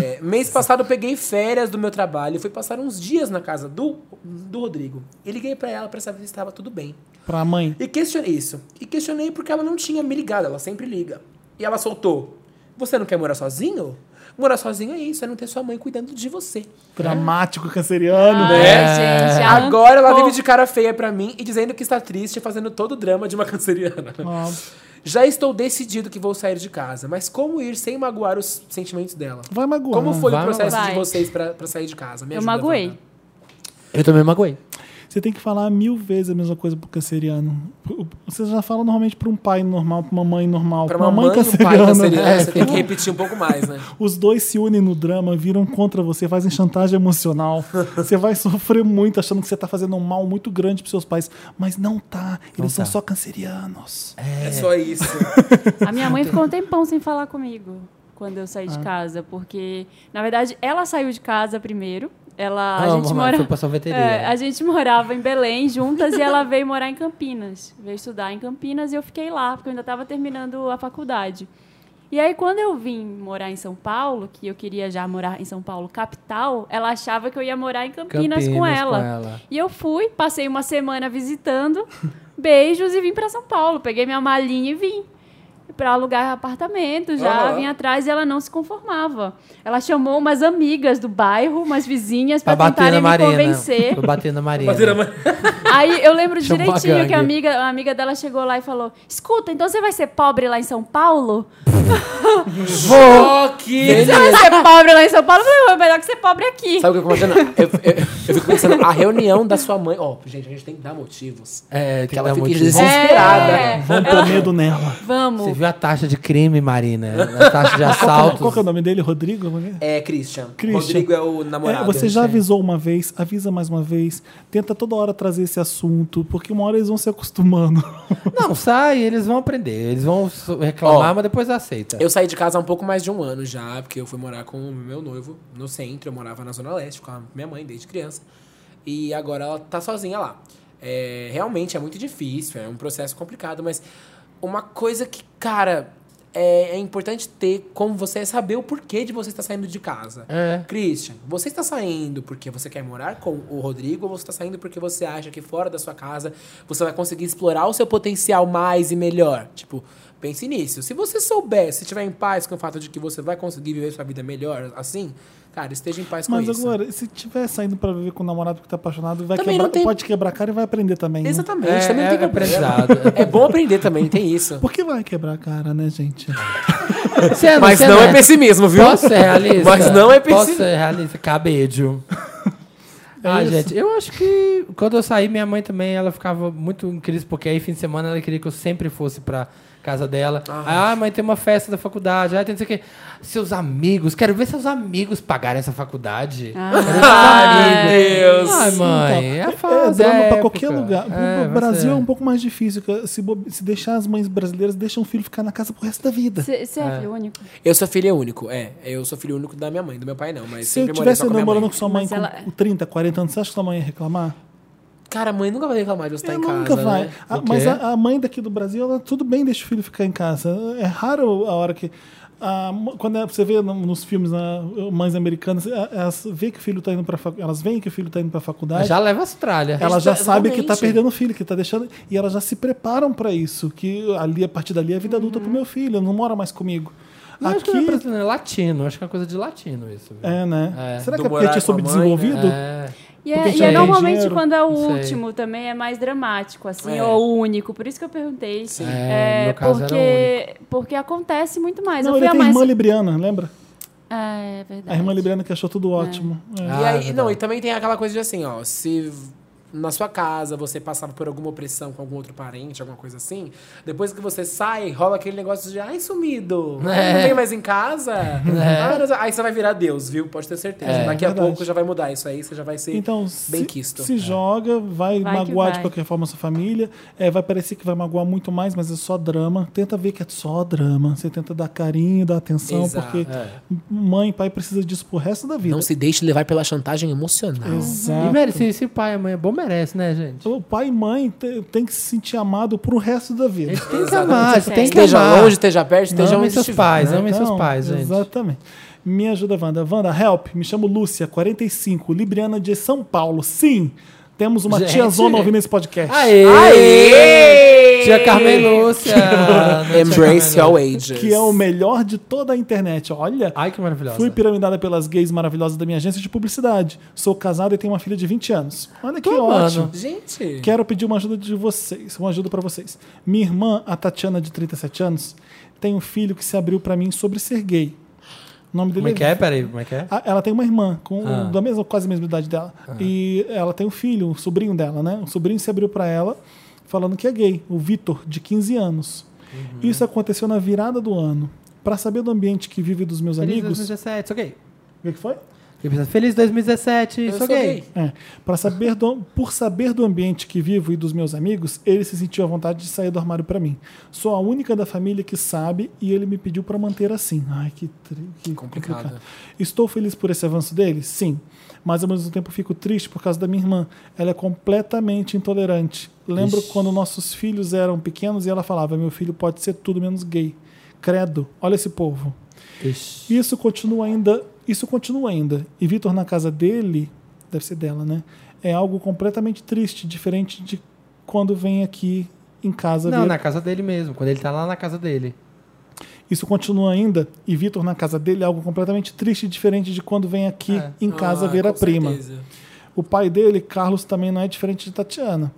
É, mês passado eu peguei férias do meu trabalho e fui passar uns dias na casa do, do Rodrigo. E liguei pra ela pra saber se estava tudo bem. Pra mãe. E questionei isso. E questionei porque ela não tinha me ligado, ela sempre liga. E ela soltou: Você não quer morar sozinho? Morar sozinho é isso, é não ter sua mãe cuidando de você. Dramático canceriano, Ai, É. né? É, gente, Agora ela arrancou. vive de cara feia pra mim e dizendo que está triste, fazendo todo o drama de uma canceriana. Nossa. Já estou decidido que vou sair de casa, mas como ir sem magoar os sentimentos dela? Vai magoar. Como foi o Vai processo magoar. de vocês pra pra sair de casa? Me Eu ajuda, magoei. Wanda. Eu também magoei. Você tem que falar mil vezes a mesma coisa pro canceriano. Você já fala normalmente pra um pai normal, pra uma mãe normal. Pra uma mãe e um pai canceriano, você tem que repetir um pouco mais, né? Os dois se unem no drama, viram contra você, fazem chantagem emocional. Você vai sofrer muito achando que você tá fazendo um mal muito grande pros seus pais. Mas não tá. Eles são tá. só cancerianos. É só isso. A minha mãe ficou um tempão sem falar comigo quando eu Ah. saí de casa, porque na verdade ela saiu de casa primeiro. Ela a Amo, gente mãe, mora foi pra sorveteria. É, a gente morava em Belém juntas e ela veio morar em Campinas, veio estudar em Campinas e eu fiquei lá porque eu ainda estava terminando a faculdade. E aí quando eu vim morar em São Paulo, que eu queria já morar em São Paulo capital, ela achava que eu ia morar em Campinas, com ela. E eu fui, passei uma semana visitando, beijos e vim pra São Paulo. Peguei minha malinha e vim pra alugar apartamento, já Aham. vim atrás e ela não se conformava. Ela chamou umas amigas do bairro, umas vizinhas Pra pra bater na tentarem me Marina. convencer. Pra bater na Marina. É, Bater a mão. Aí eu lembro Chamou a direitinho que a gangue. amiga, a amiga dela chegou lá e falou: "Escuta, então você vai ser pobre lá em São Paulo?" Choque! Você vai ser pobre lá em São Paulo? Eu falei, "Ué, melhor que ser pobre aqui. Sabe o que eu fico imaginando? Eu, eu, eu fico pensando, a reunião da sua mãe. Ó, gente, a gente tem que dar motivos. É, Que que ela ela fique muito desesperada. É. Vamos pôr medo nela. né? Você Vamos. viu a taxa de crime, Marina? A taxa de tá assaltos. Qual que é o nome dele? Rodrigo? É, Christian. Christian. Rodrigo é o É, namorado. você já sim. avisou uma vez, avisa mais uma vez, tenta toda hora trazer esse assunto, porque uma hora eles vão se acostumando. Não, sai, eles vão aprender. Eles vão so- reclamar, mas depois aceita. Eu saí de casa há um pouco mais de um ano já, porque eu fui morar com o meu noivo no centro. Eu morava na Zona Leste com a minha mãe desde criança. E agora ela tá sozinha lá. É, realmente é muito difícil, é um processo complicado, mas uma coisa que, cara, é, é importante ter como você é saber o porquê de você estar saindo de casa. É. Christian, você está saindo porque você quer morar com o Rodrigo ou você está saindo porque você acha que fora da sua casa você vai conseguir explorar o seu potencial mais e melhor? Tipo, pense nisso. Se você souber, se estiver em paz com o fato de que você vai conseguir viver sua vida melhor assim, Cara, esteja em paz Mas com isso. agora, se tiver saindo pra viver com um namorado que tá apaixonado, vai Também quebrar, não tem- pode quebrar a cara e vai aprender também. né? Exatamente, É, também não é tem problema. aprendizado. É bom aprender também, tem isso. Por que vai quebrar a cara, né, gente? Sendo, Mas sendo, não é pessimismo, viu? Posso ser realista? Mas não é Posso pessimismo. É ser realista? Cabedio. ah, isso. gente, eu acho que quando eu saí, minha mãe também, ela ficava muito em crise, porque aí fim de semana ela queria que eu sempre fosse pra casa dela. Ah, mãe, tem uma festa da faculdade. Ah, tem não sei o quê. Seus amigos, quero ver seus amigos pagarem essa faculdade. Ah, Quero ver seus amigos. Deus. Ai, mãe, então. é a fase, drama é pra época. qualquer lugar. É, o vai Brasil ser. é um pouco mais difícil. que Se, bo- se deixar as mães brasileiras, deixam o filho ficar na casa pro resto da vida. Se, Você você é filho único. Eu sou filho único, é. Eu sou filho único da minha mãe, do meu pai não, eu mas sempre morei tivesse só com a minha namorando mãe. com sua mãe Mas com ela- 30, 40 anos, você acha que sua mãe ia reclamar? Cara, a mãe nunca vai reclamar de você estar Ela em nunca casa, vai. Ah, né? A- O quê? mas a, a mãe daqui do Brasil, ela tudo bem deixa o filho ficar em casa. É raro a hora que. a mo- quando é- você vê no- nos filmes na- mães americanas, a- elas vê que o filho tá indo pra facu- elas veem que o filho tá indo pra faculdade. Já leva a Austrália. Ela já sabe que tá Exatamente. perdendo o filho, que tá deixando. E elas já se preparam para isso. Que ali, a partir dali, é vida adulta Uhum. pro meu filho, não mora mais comigo. Não, acho que não é Aqui. brasileiro, é latino. Acho que é uma coisa de latino isso. viu? É, né? É. Será Do que é porque morar tinha com a mãe, né? subdesenvolvido? É. E é, Porque e já é tem normalmente dinheiro. quando é o Não sei. último também é mais dramático, assim, É. ou o único. Por isso que eu perguntei. É, no meu caso era porque, porque acontece muito mais. Não, eu fui ele a tem a mais. irmã Libriana, lembra? É, é A verdade. irmã Libriana que achou tudo ótimo. É. E Ah, aí, verdade. não, e também tem aquela coisa de assim, ó, se na sua casa você passava por alguma opressão com algum outro parente, alguma coisa assim, depois que você sai, rola aquele negócio de ai, sumido, ai, não É. vem mais em casa. Ah, não sei- aí você vai virar Deus, viu? Pode ter certeza. É, Daqui a É. verdade. pouco já vai mudar isso aí, você já vai ser Então, bem se, quisto. É. se joga, vai, Vai que magoar de vai. qualquer forma a sua família. É, vai parecer que vai magoar muito mais, mas é só drama. Tenta ver que é só drama. Você tenta dar carinho, dar atenção, Exato. porque é. mãe e pai precisa disso pro resto da vida. Não se deixe levar pela chantagem emocional. Exato. E merece, se o pai e a mãe é bom, merece, né, gente? O pai e mãe te- tem que se sentir amado pro resto da vida. Eles têm que amar, você tem que Esteja amar. longe, esteja perto, esteja Amem onde seus estiver, pais, né? amem seus Então, pais, gente. Exatamente. Me ajuda, Wanda. Wanda, help. Me chamo Lúcia, 45, Libriana de São Paulo. Sim, temos uma Gente. tia zona ouvindo esse podcast. Aê! Aê! Tia Carmen Lúcia! Não, Embrace tia Carmen all Lúcia. ages. Que é o melhor de toda a internet. Olha, Ai, que maravilhosa. fui piramidada pelas gays maravilhosas da minha agência de publicidade. Sou casada e tenho uma filha de 20 anos. Olha que Tô amando. ótimo. Gente. é Quero pedir uma ajuda de vocês, uma ajuda pra vocês. Minha irmã, a Tatiana, de 37 anos, tem um filho que se abriu pra mim sobre ser gay. O nome Como é dele que é? Peraí, como é que é? Ah, Ela tem uma irmã com Ah. da mesma, quase a mesma idade dela. E ela tem um filho, um sobrinho dela, né? O sobrinho se abriu pra ela falando que é gay, o Vitor, de 15 anos. Uhum. Isso aconteceu na virada do ano. Pra saber do ambiente que vive dos meus Feliz amigos. 2017, sou gay. O que que foi? Fiquei pensando, Feliz 2017, Eu sou gay. É, para saber do- por saber do ambiente que vivo e dos meus amigos, ele se sentiu à vontade de sair do armário pra mim. Sou a única da família que sabe e ele me pediu pra manter assim. Ai, que, tri- que Complicado. complicado. Estou feliz por esse avanço dele? Sim. Mas ao mesmo tempo fico triste por causa da minha irmã. Ela é completamente intolerante. Lembro quando nossos filhos eram pequenos e ela falava: Meu filho pode ser tudo menos gay. Credo, olha esse povo. Ixi. Isso continua ainda. Isso continua ainda. E Vitor na casa dele, deve ser dela, né? É algo completamente triste, diferente de quando vem aqui em casa. Não, ver- na casa dele mesmo, quando ele tá lá na casa dele. Isso continua ainda. E Vitor na casa dele é algo completamente triste, diferente de quando vem aqui É. em casa Ah, ver a com prima. certeza. O pai dele, Carlos, também não é diferente de Tatiana.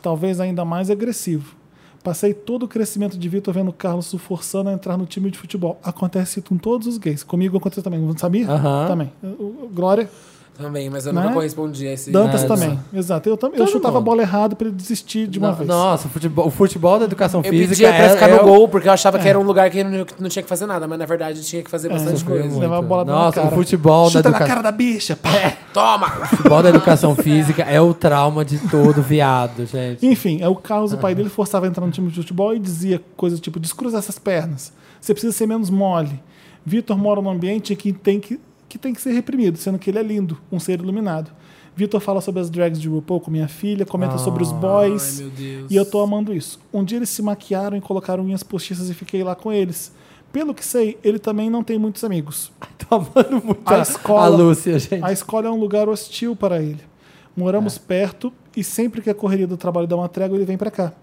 Talvez ainda mais agressivo. Passei todo o crescimento de Vitor vendo o Carlos se forçando a entrar no time de futebol. Acontece com todos os gays. Comigo aconteceu também. Não sabia? Aham. Também. O- o- Glória. Também, mas eu Né? nunca correspondi a esse. Dantas Ah, também. Exato. Eu, também. eu Todo chutava mundo. a bola errado pra ele desistir de uma No- vez. Nossa, o futebol, o futebol da educação Ah. Eu física. pedia pra é- ficar é É, no o- gol, porque eu achava que era um lugar que não, não tinha que fazer nada, mas na verdade tinha que fazer bastante sofreu coisa. muito. Levar a bola na Nossa, o cara. futebol da Chuta na educação. cara da bicha. Pá. Toma! O futebol da educação física é o trauma de todo viado, gente. Enfim, é o Carlos, o pai dele, forçava a entrar no time de futebol e dizia coisas tipo: descruza essas pernas, você precisa ser menos mole. Vitor mora num ambiente que tem que, que tem que ser reprimido, sendo que ele é lindo, um ser iluminado. Vitor fala sobre as drags de RuPaul com minha filha, comenta sobre os boys. Ai, meu Deus. E eu tô amando isso. Um dia eles se maquiaram e colocaram unhas postiças e fiquei lá com eles. Pelo que sei, ele também não tem muitos amigos. Tomando muito A a, escola- a Lúcia, gente. A escola é um lugar hostil para ele. Moramos perto e sempre que a correria do trabalho dá uma trégua, ele vem para cá.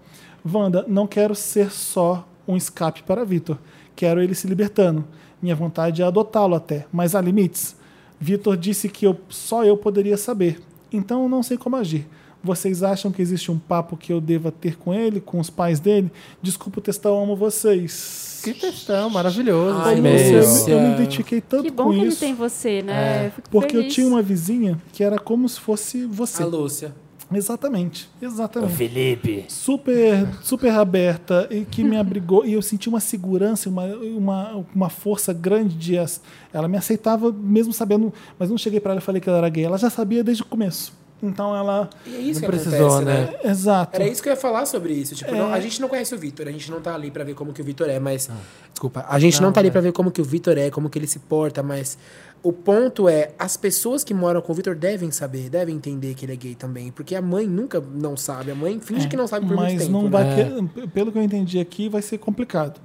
Wanda, não quero ser só um escape para Vitor. Quero ele se libertando. Minha vontade é adotá-lo até, mas há limites. Vitor disse que eu- só eu poderia saber, então eu não sei como agir. Vocês acham que existe um papo que eu deva ter com ele, com os pais dele? Desculpa o textão, amo vocês. Que textão maravilhoso. Ai, esse meu e-mail. Deus, eu, me- eu me Deus. identifiquei tanto que bom com que ele isso. tem você, né? Eu fico Porque eu feliz. tinha uma vizinha que era como se fosse você. A Lúcia. Exatamente, exatamente Felipe. super, super aberta e que me abrigou. E eu senti uma segurança, uma, uma, uma força grande de. as- Ela me aceitava mesmo sabendo, mas não cheguei para ela e falei que ela era gay. Ela já sabia desde o começo. Então ela. E é isso Não que precisou, acontece, né? né? Exato. Era isso que eu ia falar sobre isso. Tipo, É. não- a gente não conhece o Vitor, a gente não tá ali pra ver como que o Vitor é, mas. Desculpa. A gente não, tá ali pra ver como que o Vitor é, como que ele se porta, mas. O ponto é, as pessoas que moram com o Vitor devem saber, devem entender que ele é gay também. Porque a mãe nunca não sabe. A mãe finge que não sabe por mas muito tempo. não né? vai que- pelo que eu entendi aqui vai ser complicado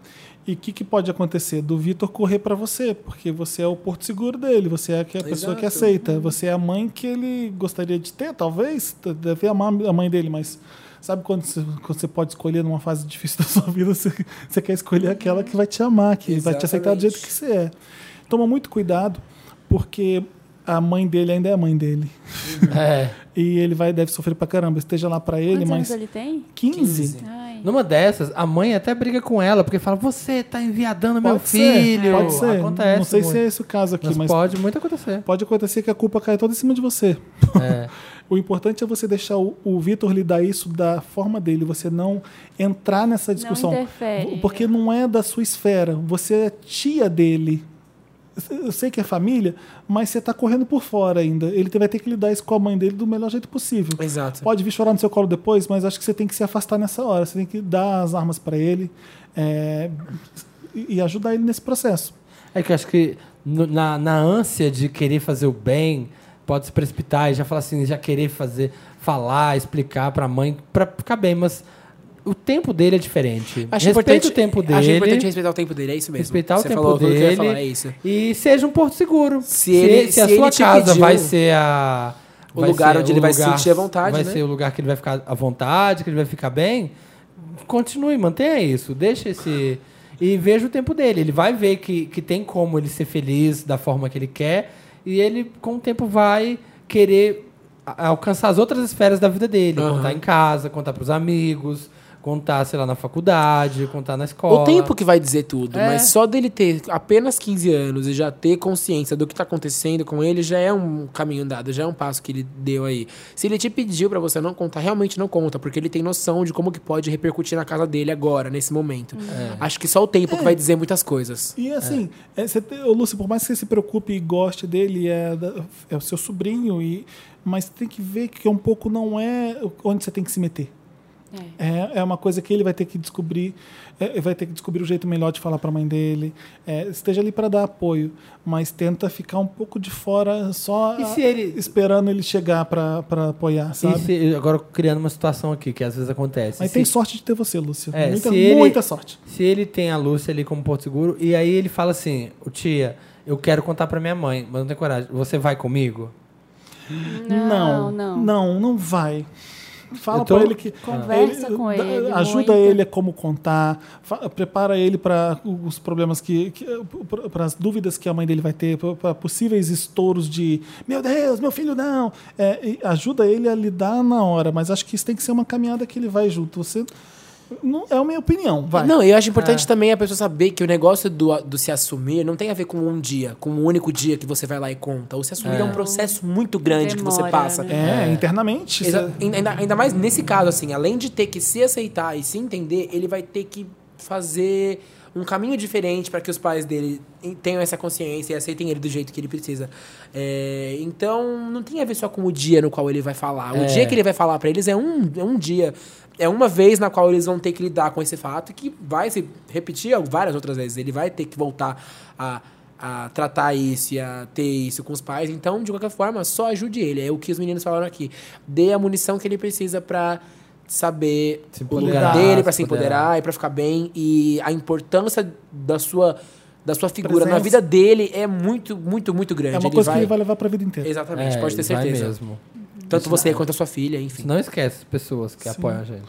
e o que, que pode acontecer do Vitor correr para você porque você é o porto seguro dele você é a que- a pessoa que Exato. aceita você é a mãe que ele gostaria de ter talvez t- deve amar a mãe dele mas sabe quando você, quando você pode escolher numa fase difícil da sua vida você, você quer escolher aquela que vai te amar que vai te aceitar do jeito que você é toma muito cuidado porque a mãe dele ainda é a mãe dele É. e ele vai deve sofrer pra caramba esteja lá pra ele Quantos mas anos ele tem? 15. Ai. Numa dessas, a mãe até briga com ela, porque fala, você tá enviadando meu Pode ser, filho. Pode ser. Acontece não sei se muito. é esse o caso aqui, mas, mas, pode. pode muito acontecer. acontecer que a culpa caia toda em cima de você. É. O importante é você deixar o, o Vitor lidar isso da forma dele, você não entrar nessa discussão. interfere. Porque não é da sua esfera. Você é tia dele. Eu sei que é família, mas você está correndo por fora ainda. Ele vai ter que lidar isso com a mãe dele do melhor jeito possível. Exato. Pode vir chorar no seu colo depois, mas acho que você tem que se afastar nessa hora. Você tem que dar as armas para ele é, e e ajudar ele nesse processo. É que eu acho que no- na, na ânsia de querer fazer o bem, pode se precipitar e já falar assim, já querer fazer, falar, explicar pra mãe, pra ficar bem, mas o tempo dele é diferente. Acho Respeita importante- o tempo dele. Acho importante respeitar o tempo dele, é isso mesmo. respeitar o Você tempo falou tudo que eu dele ia falar, é isso. e seja um porto seguro. Se, ele- se a se ele sua te casa pediu vai ser a o vai lugar ser onde o ele vai se sentir à vontade, vai né? ser o lugar que ele vai ficar à vontade, que ele vai ficar bem. Continue, mantenha isso, deixa esse e veja o tempo dele. Ele vai ver que, que tem como ele ser feliz da forma que ele quer e ele com o tempo vai querer a- alcançar as outras esferas da vida dele, contar em casa, contar pros amigos, contar, sei lá, na faculdade, contar na escola. O tempo que vai dizer tudo, É. mas só dele ter apenas 15 anos e já ter consciência do que tá acontecendo com ele já é um caminho andado, já é um passo que ele deu aí. Se ele te pediu pra você não contar, realmente não conta, porque ele tem noção de como que pode repercutir na casa dele agora, nesse momento. Acho que só o tempo que vai dizer muitas coisas. E assim, é, você tem- ô, Lúcio, por mais que você se preocupe e goste dele, é, da- é o seu sobrinho, e, mas tem que ver que um pouco não é onde você tem que se meter. É, é uma coisa que ele vai ter que descobrir, é, vai ter que descobrir o jeito melhor de falar para a mãe dele. É, esteja ali para dar apoio, mas tenta ficar um pouco de fora, só E a- se ele- esperando ele chegar para apoiar, sabe? E se- agora criando uma situação aqui que às vezes acontece. Mas se, tem sorte de ter você, Lúcio. É, muita, se ele- muita sorte. se ele tem a Lúcia ali como Porto Seguro, e aí ele fala assim: "Ô, Tia, eu quero contar pra minha mãe, mas não tenho coragem. Você vai comigo? Não, Não, não. não. é, Não, vai. Fala Eu tô- pra ele que. Conversa com dá- ele Ajuda muito. ele a como contar. fa- Prepara ele para os problemas que. para as dúvidas que a mãe dele vai ter, para possíveis estouros de. Meu Deus, meu filho não! É, e ajuda ele a lidar na hora, mas acho que isso tem que ser uma caminhada que ele vai junto. Você. Não, é a minha opinião, vai. Não, eu acho importante também a pessoa saber que o negócio do, do se assumir não tem a ver com um dia, com um único dia que você vai lá e conta. O se assumir é, um processo muito grande que você Demora, passa. né? É, internamente. Exa- você- ainda, ainda mais nesse caso, assim, além de ter que se aceitar e se entender, ele vai ter que fazer um caminho diferente para que os pais dele en- tenham essa consciência e aceitem ele do jeito que ele precisa. É, então, não tem a ver só com o dia no qual ele vai falar. O dia que ele vai falar para eles é um, é um dia. É uma vez na qual eles vão ter que lidar com esse fato que vai se repetir várias outras vezes. Ele vai ter que voltar a a tratar isso e a ter isso com os pais. Então, de qualquer forma, só ajude ele. É o que os meninos falaram aqui. Dê a munição que ele precisa pra saber Se o lugar empoderar, dele, pra se se empoderar e pra ficar bem. E a importância da sua, da sua figura na Presença. vida dele é muito, muito, muito grande. É uma coisa que vai... ele vai levar para a vida inteira. Exatamente, É, pode ter vai certeza. mesmo. Tanto você quanto a sua filha, enfim. Não esquece as pessoas que apoiam a gente.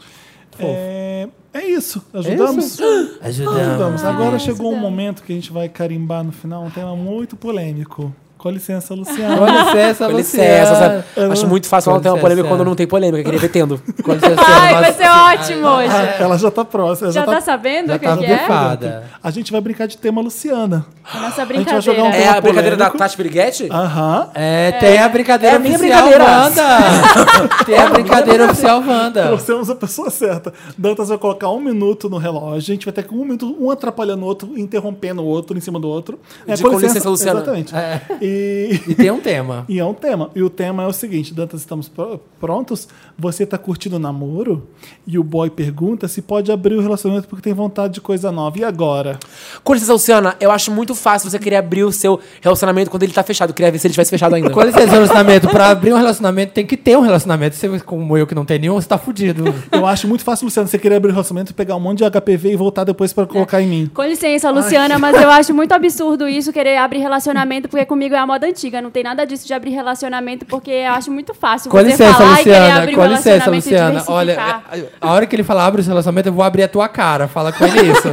É, é isso. Ajudamos? É Ajudamos. Ajudamos. Agora Ah, chegou um ajudamos. momento que a gente vai carimbar no final um tema muito polêmico. Com licença, Luciano. Com licença, Com Luciana. licença, sabe? Acho muito fácil falar ter uma assim, é, Com licença. polêmica quando não tem polêmica. Eu queria ver tendo. Com licença, Ai, vai mas- ser ótimo hoje. Ela já tá próxima. Já tá sabendo já o que, tá que é? bufado. A sabada. A gente vai brincar de tema Luciana. nossa vai jogar brincadeira. um É Tema a brincadeira da polêmico. Tati Piriguete? Aham. É, tem a brincadeira É a minha oficial brincadeira. Wanda. tem a brincadeira oficial Wanda. Trouxemos a pessoa certa. Dantas vai colocar um minuto no relógio. A gente vai ter que um minuto, um atrapalhando o outro, interrompendo o outro, em cima do outro. É, De com licença, Luciana. Exatamente. É. E... E tem um tema. E é um tema. E o tema é o seguinte: Dantas, estamos pro- prontos? Você tá curtindo o namoro? E o boy pergunta se pode abrir o relacionamento porque tem vontade de coisa nova. E agora? Com licença, Luciana, eu acho muito fácil você querer abrir o seu relacionamento quando ele tá fechado. Eu queria ver se ele tivesse fechado ainda. Quando você tem relacionamento, pra abrir um relacionamento, tem que ter um relacionamento. Você, como eu que não tem nenhum, você tá fudido. Eu acho muito fácil, Luciano, você querer abrir o relacionamento, pegar um monte de HPV e voltar depois pra colocar em mim. Com licença, Luciana, mas eu acho muito absurdo isso, querer abrir relacionamento, porque comigo é a moda antiga. Não tem nada disso de abrir relacionamento, porque eu acho muito fácil Com você licença, falar e querer Luciana. abrir Com um licença, relacionamento e Luciana. Olha, é- diversificar. a hora que ele falar abre o relacionamento, eu vou abrir a tua cara. Fala com ele isso.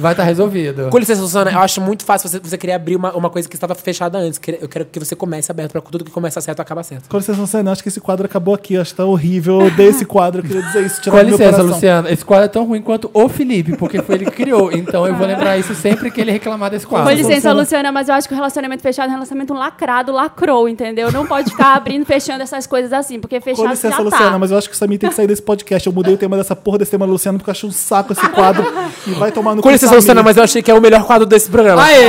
Vai estar resolvido. Com licença, Luciana, eu acho muito fácil você, você querer abrir uma, uma coisa que estava fechada antes. Que- Eu quero que você comece aberto pra tudo que começa certo acaba certo. Com licença, Luciano, acho que esse quadro acabou aqui. Eu Acho que tá horrível. Eu odeio esse quadro, eu queria dizer isso. tirar Com do meu licença, coração. Luciana. Esse quadro é tão ruim quanto o Felipe, porque foi ele que criou. Então eu vou Ah. lembrar isso sempre que ele reclamar desse Com quadro. licença, Luciana, mas eu acho que o relacionamento fechado é um relacionamento lacrado, lacrou, entendeu? Não pode ficar abrindo, fechando essas coisas assim, porque fechado Com licença, já Luciana, tá. mas eu acho que o Samir tem que sair desse podcast. Eu mudei o tema dessa porra desse tema, Luciano, porque eu acho um saco esse quadro. E vai tomar no Com licença, Samir. Luciana, mas eu achei que é o melhor quadro desse programa. Aê!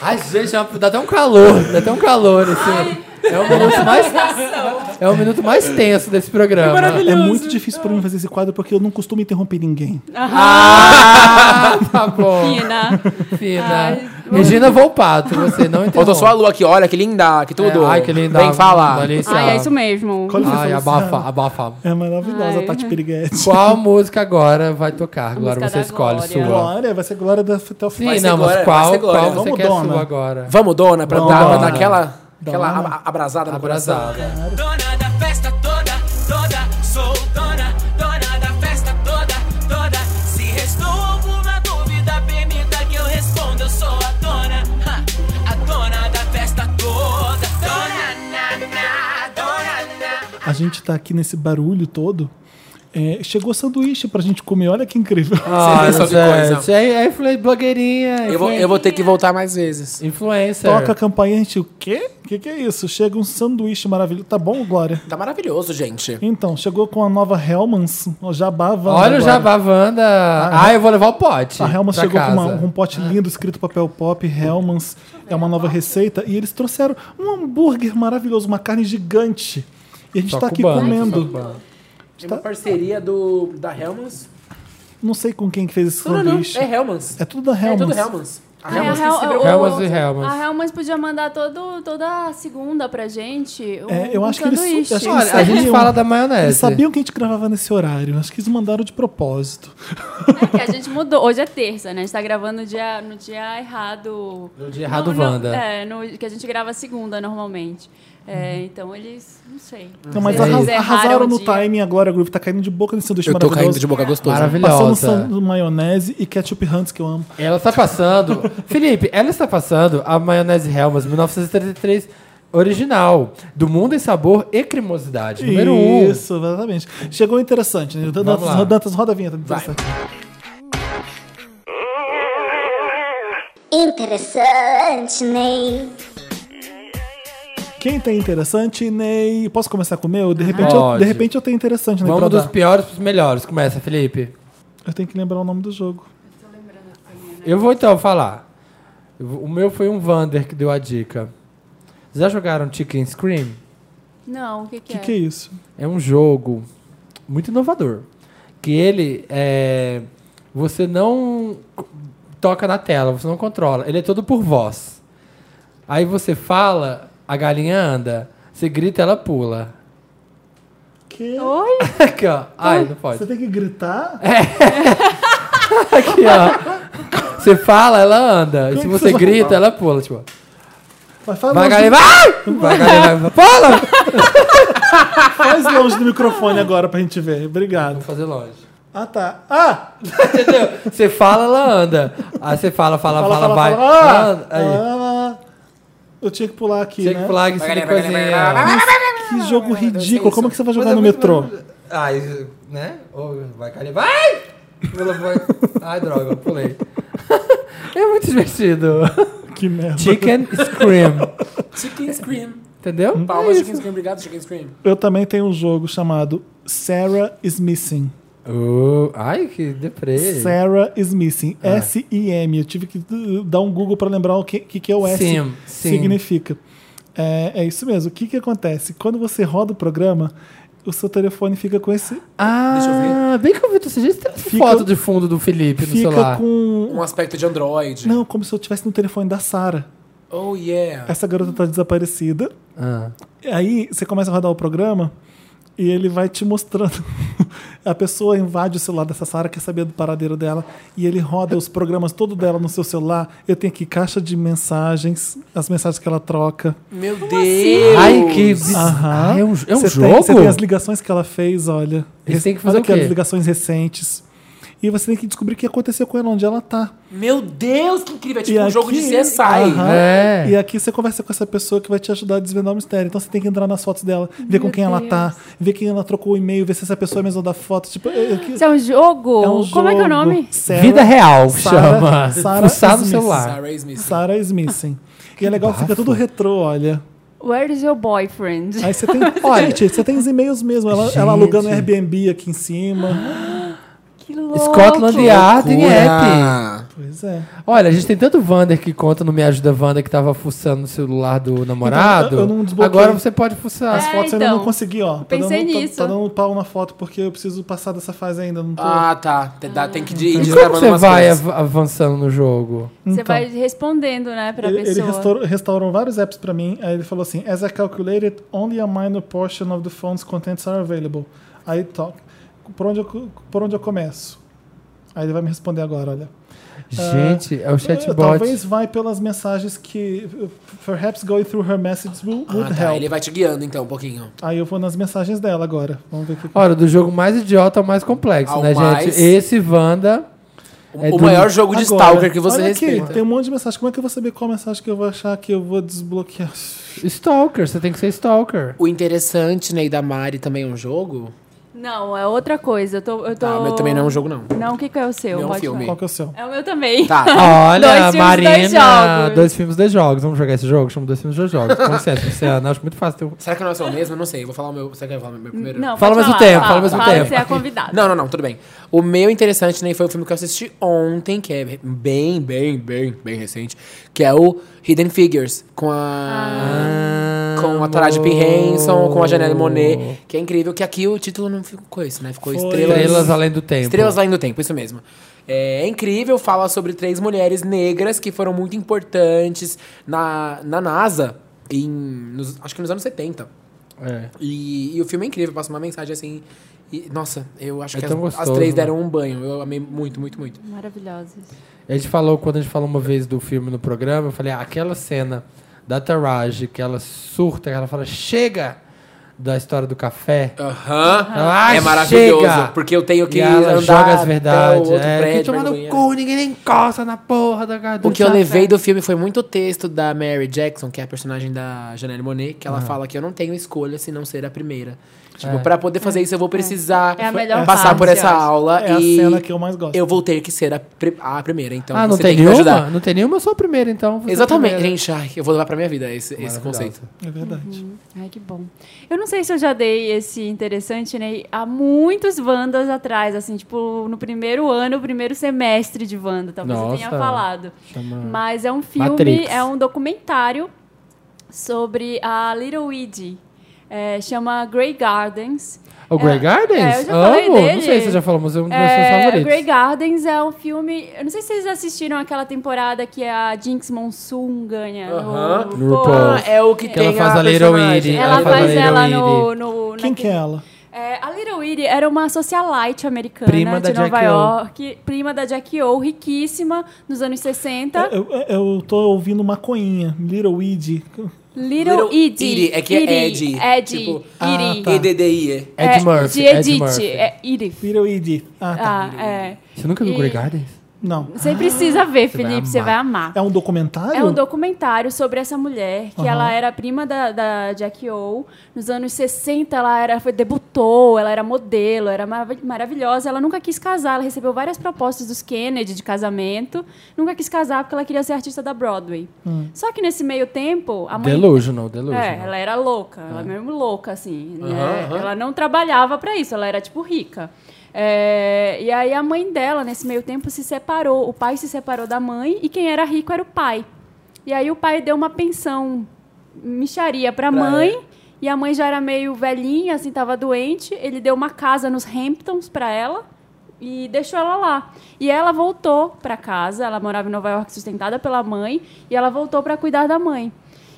Ai, gente, dá até um calor, dá até um calor, assim. É o minuto mais. É o minuto mais tenso desse programa. É muito difícil pra mim fazer esse quadro porque eu não costumo interromper ninguém. Ah, tá bom. Fina. Fina. um Ai, um Regina Volpato, você não entendeu. Faltou só a lua aqui, olha que linda, que tudo. É, ai, que linda. Vem falar. Dá licença. Ai, é isso mesmo. Com licença, Ai, Luciana. abafa, abafa. É maravilhosa Ai. a Tati Piriguete. Qual música agora vai tocar? Agora música você da escolhe Glória. sua. Glória, vai ser Glória da até o final. Sim, ser não, mas Glória, qual, vai ser Glória. qual você Vamos, quer dona. sua agora? Vamos, dona, pra dar, pra dar aquela, aquela Dona. ab- abrasada no coração. Abrasada. Dona da festa toda, toda, sou dona, dona da festa toda, toda. Se restou alguma dúvida, permita que eu responda. Eu sou a dona, ha, Ah, a dona da festa toda. Dona na, na, dona na. A gente tá aqui nesse barulho todo. É, chegou sanduíche pra gente comer, olha que incrível. Ah, Você vê só que coisa. gente, é, é influ- blogueirinha. Eu vou, eu vou ter que voltar mais vezes. Influencer. Toca a campainha, a gente, o quê? O que, que é isso? Chega um sanduíche maravilhoso. Tá bom, Glória? Tá maravilhoso, gente. Tá. Então, chegou com a nova Hellmans, o Jabá Wanda Olha o agora. Jabá Wanda. Ah, eu vou levar o pote. A Hellmans pra chegou casa. Ah. com uma- um pote lindo escrito papel pop, Hellmans. É uma nova receita. E eles trouxeram um hambúrguer maravilhoso, uma carne gigante. E a gente Só tá aqui cubano, só comendo. cubano. É uma parceria do, da Helmans. Não sei com quem que fez esse Não, não, não. sanduíche. É Helmans. É tudo da É tudo Hellmans. Helmans. A Ai, a Helmans que Hel- distribui- Ah, é o- Helmans e Helmans. A Helmans podia mandar todo, toda segunda pra gente. Um, É, eu um acho que eles- eu sanduíche. acho que é Olha, a gente sabiam. fala da maionese. É, Eles sabiam que a gente gravava nesse horário. né? Acho que eles mandaram de propósito. É que a gente mudou. Hoje é terça, né? A gente tá gravando no dia, no dia errado. No dia errado, No- no- Wanda. É, no, que a gente grava segunda normalmente. É, Então eles. Não sei. Então, mas Vocês arras- erraram arrasaram o no dia. timing agora. A Groove tá caindo de boca nesse sanduíche Eu tô maravilhoso. caindo de boca gostosa. Passando Maravilhosa. san- maionese e ketchup Hunts, que eu amo. Ela está passando. Felipe, ela está passando a maionese Helmas 1933 original. Do mundo em sabor e cremosidade. Número 1. Um. Isso, exatamente. Chegou interessante, né? lá. Dantas, Dantas, roda a vinheta. Interessante. Interessante, Ney. Quem tem interessante, Ney? Posso começar com o meu? De repente, eu, Pode. de repente eu tenho interessante, Ney. pra Vamos dos dar. piores pros melhores. Começa, Felipe. Eu tenho que lembrar o nome do jogo. Eu vou então falar. Eu vou- O meu foi um Vander que deu a dica. Já jogaram Chicken Scream? Não, o que, O que que, é? que é isso? É um jogo muito inovador. Que ele é. Você não co- toca na tela, você não controla. Ele é todo por voz. Aí você fala, a galinha anda. Você grita, ela pula. Que? Oi? Aqui, ó. Ai, não Você pode. tem que gritar? É. Aqui, ó. Você fala, ela anda. E tá- Como se que você você vai grita, ela pula. Tipo, Vai, fala vai, longe- galinha, vai! Vai, galinha, vai, pula! faz longe do microfone agora pra gente ver. Obrigado. Vou fazer longe. Ah, tá. Ah! Entendeu? Você fala, ela anda. Aí você fala, fala, Ah, fala, vai. ela ah! anda. Aí. Ah! eu tinha que pular aqui, Tinha né? que pular que se coisinha. Mas que Ah, jogo ridículo. Como é que você vai Mas jogar é no muito metrô? mais- Ai, né? Ou vai cair. Vai! Pula, vai. Ai, droga, eu pulei. É muito divertido. Que merda. Chicken Scream. Chicken Scream. Hum? Entendeu? Palmas, Chicken Scream. Obrigado, Chicken Scream. Eu também tenho um jogo chamado Sarah is Missing. Oh, ai, que deprê. Sarah is Missing. Ah. S-I-M. Eu tive que uh, dar um Google pra lembrar o que, que, que é o S Sim, sim. significa. É, é isso mesmo. O que, que acontece? Quando você roda o programa, o seu telefone fica com esse. Ah, Deixa eu bem que eu vi, você já tem essa Fica- foto de fundo do Felipe no Fica celular. com. Um aspecto de Android. Não, como se eu estivesse no telefone da Sarah. Oh, yeah. Essa garota tá desaparecida. Ah. Aí você começa a rodar o programa e ele vai te mostrando. A pessoa invade o celular dessa Sara, quer saber do paradeiro dela, e ele roda os programas todo dela no seu celular. Eu tenho aqui caixa de mensagens, as mensagens que ela troca. Meu Deus. assim? Ai, que. biz- Aham. Ah, é um, é um Você tem- jogo? você tem as ligações que ela fez, olha. E você tem que fazer olha o quê? aquelas ligações recentes. E você tem que descobrir o que aconteceu com ela, onde ela tá. Meu Deus, que incrível. É tipo E um jogo de aqui- CSI. Aham. É. E aqui você conversa com essa pessoa que vai te ajudar a desvendar o mistério. Então você tem que entrar nas fotos dela, ver com quem ela tá, ver quem ela trocou o e-mail, ver se essa pessoa é mesmo da foto. Tipo, é, é que- Isso é um jogo? é um Como é que é o nome? Sarah- Vida real, Sarah- chama. Sarah Fuçar no Smith. celular. Sarah Smith. Sarah Smithson. E é legal, que fica bafo. tudo retrô, olha. Where is your boyfriend? Aí você tem. é- gente, você tem os e-mails mesmo. Ela, ela alugando um Gente. Airbnb aqui em cima. Que louco. Scotland Yard em app. Cura. Pois é. Olha, a gente tem tanto Wander que conta no Me Ajuda Wander que tava fuçando no celular do namorado. Então, eu não desbloqueei. Agora você pode fuçar. As É, fotos ainda então. não consegui, ó. Tá Pensei dando, tá- nisso. Tá, dando um pau na foto porque eu preciso passar dessa fase ainda. Não tô... Ah, tá. Te- dá- Tem que de- ir E como desgravando você umas vai coisas. av- avançando no jogo? Você Então. vai respondendo, né, pra Ele, ele pessoa. restaurou, restaurou vários apps pra mim. Aí ele falou assim: As I calculated, only a minor portion of the phone's contents are available. Aí toca. Por onde eu, co- por onde eu começo? Aí ele vai me responder agora, olha. Gente, é o Eh, chatbot. Ah. Talvez vai pelas mensagens que. Perhaps going through her messages will, Ah, would tá. help. Ele vai te guiando, então, um pouquinho. Aí eu vou nas mensagens dela agora. Vamos ver o que. Ora, do jogo mais idiota ao mais Ah, complexo, Ao né, mais- gente? Esse Wanda. O, É o do- maior jogo de Agora, Stalker que você olha aqui, respeita. Tem um monte de mensagem. Como é que eu vou saber qual mensagem que eu vou achar que eu vou desbloquear? Stalker, você tem que ser Stalker. O interessante, né, e da Mari também é um jogo? Não, é outra coisa. Eu tô, eu tô... Tá, mas também não é um jogo, não. Não, o que, que é o seu? Não é um Pode filme. Qual que é o seu? falar. É o meu também. Tá. Ah. Olha, Dois filmes, Marina. dois jogos. dois filmes, dois jogos. Vamos jogar esse jogo? Chama dois filmes, dois jogos. Com licença, Luciana. Acho muito fácil. ter um- Será que não é o seu mesmo? Eu não sei. Eu vou falar o meu. Será que eu vou falar o meu primeiro? Não, Fala ao pode mesmo falar, tempo, fala fala ao mesmo fala tempo. que Você é a convidada. Não, não, não, tudo bem. O meu interessante nem foi o filme que eu assisti ontem, que é bem, bem, bem, bem recente, que é o Hidden Figures, com Ah. a. com a Taraji P. Henson, com a Janelle Monet, que é incrível, que aqui o título não ficou isso, né? Ficou Foi. Estrelas. Estrelas além do tempo. Estrelas Além do Tempo, isso mesmo. É, é incrível, fala sobre três mulheres negras que foram muito importantes na, na NASA, em, nos- acho que nos anos 70. É. E, e o filme é incrível, passa uma mensagem assim. e, nossa, eu acho É que as, tão gostoso, as três né? deram um banho. Eu amei muito, muito, muito. Maravilhosas. A gente falou, quando a gente falou uma vez do filme no programa, eu falei, ah, aquela cena da Taraji, que ela surta, que ela fala, chega! Da história do café. Aham. Ah, é maravilhoso. chega! porque eu tenho que e ela andar joga as até verdades. o outro É, prédio, que toma vai no no banheiro. cu, ninguém nem encosta na porra da cara O que eu levei do filme foi muito texto da Mary Jackson, que é a personagem da Janelle Monet, que ela Ah. fala que eu não tenho escolha se não ser a primeira. É. Tipo, pra poder fazer isso, eu vou precisar É a melhor passar parte, por essa eu acho. aula. É a e cena que eu mais gosto. Eu vou ter que ser a, pri- a primeira, então Ah, não você tem, que me ajudar. nenhuma? Não tem nenhuma, eu sou a primeira, então. você é a Exatamente, primeira. gente. Ai, eu vou levar pra minha vida esse, esse Maravilhosa. conceito. É verdade. Ai, que bom. Eu não sei se eu já dei esse interessante, né? Há muitos Wandas atrás, assim, tipo, no primeiro ano, o primeiro semestre de Wanda, talvez eu tenha Nossa. falado. Chama- Mas é um filme, Matrix. é um documentário sobre a Little Weedy. É, chama Grey Gardens. O Grey É, Gardens? é, eu já Amo! falei dele. Não sei se você já falou, mas é um dos meus filmes É, favoritos. Grey Gardens é um filme. Eu não sei se vocês assistiram aquela temporada que a Jinx Monsoon ganha. Aham. No, No RuPaul. Ah, é o que, Que tem ela faz a Little personagem. Weedy. Ela Ela faz faz a ela Little no. no Quem que é naquele- ela? É, a Little Weedy era uma socialite americana Prima de da Nova Jackie O. York, prima da Jackie O, riquíssima, nos anos 60. Eu, eu, eu tô ouvindo maconhinha, Little Weed. Little Little, Edie. Edie, é que é Edie, Edie. tipo- Edie. Ah, tá. EDDI. Ed É, Murphy. De Ed Edith. Murphy. É Edith. Little Edie. Ah, tá. Ah, é. Você nunca viu E- Grey Gardens? Não. Você precisa ver, Você vai Felipe, você amar. vai amar. É um documentário? É um documentário sobre essa mulher, que Aham. ela era prima da, da Jackie O. Nos anos 60, ela era, foi, debutou, ela era modelo, era marav- maravilhosa. Ela nunca quis casar, ela recebeu várias propostas dos Kennedy de casamento. Nunca quis casar porque ela queria ser artista da Broadway. Só que nesse meio tempo, a mãe Delusional, delusional. é, ela era louca, ela mesmo louca, assim. né? né? Aham, aham. Ela não trabalhava pra isso, ela era, tipo, rica. É, e aí a mãe dela, nesse meio tempo, se separou. O pai se separou da mãe e quem era rico era o pai. E aí o pai deu uma pensão micharia pra, Pra mãe. ela. E a mãe já era meio velhinha, assim, tava doente. Ele deu uma casa nos Hamptons pra ela e deixou ela lá. E ela voltou pra casa, ela morava em Nova York sustentada pela mãe, e ela voltou pra cuidar da mãe.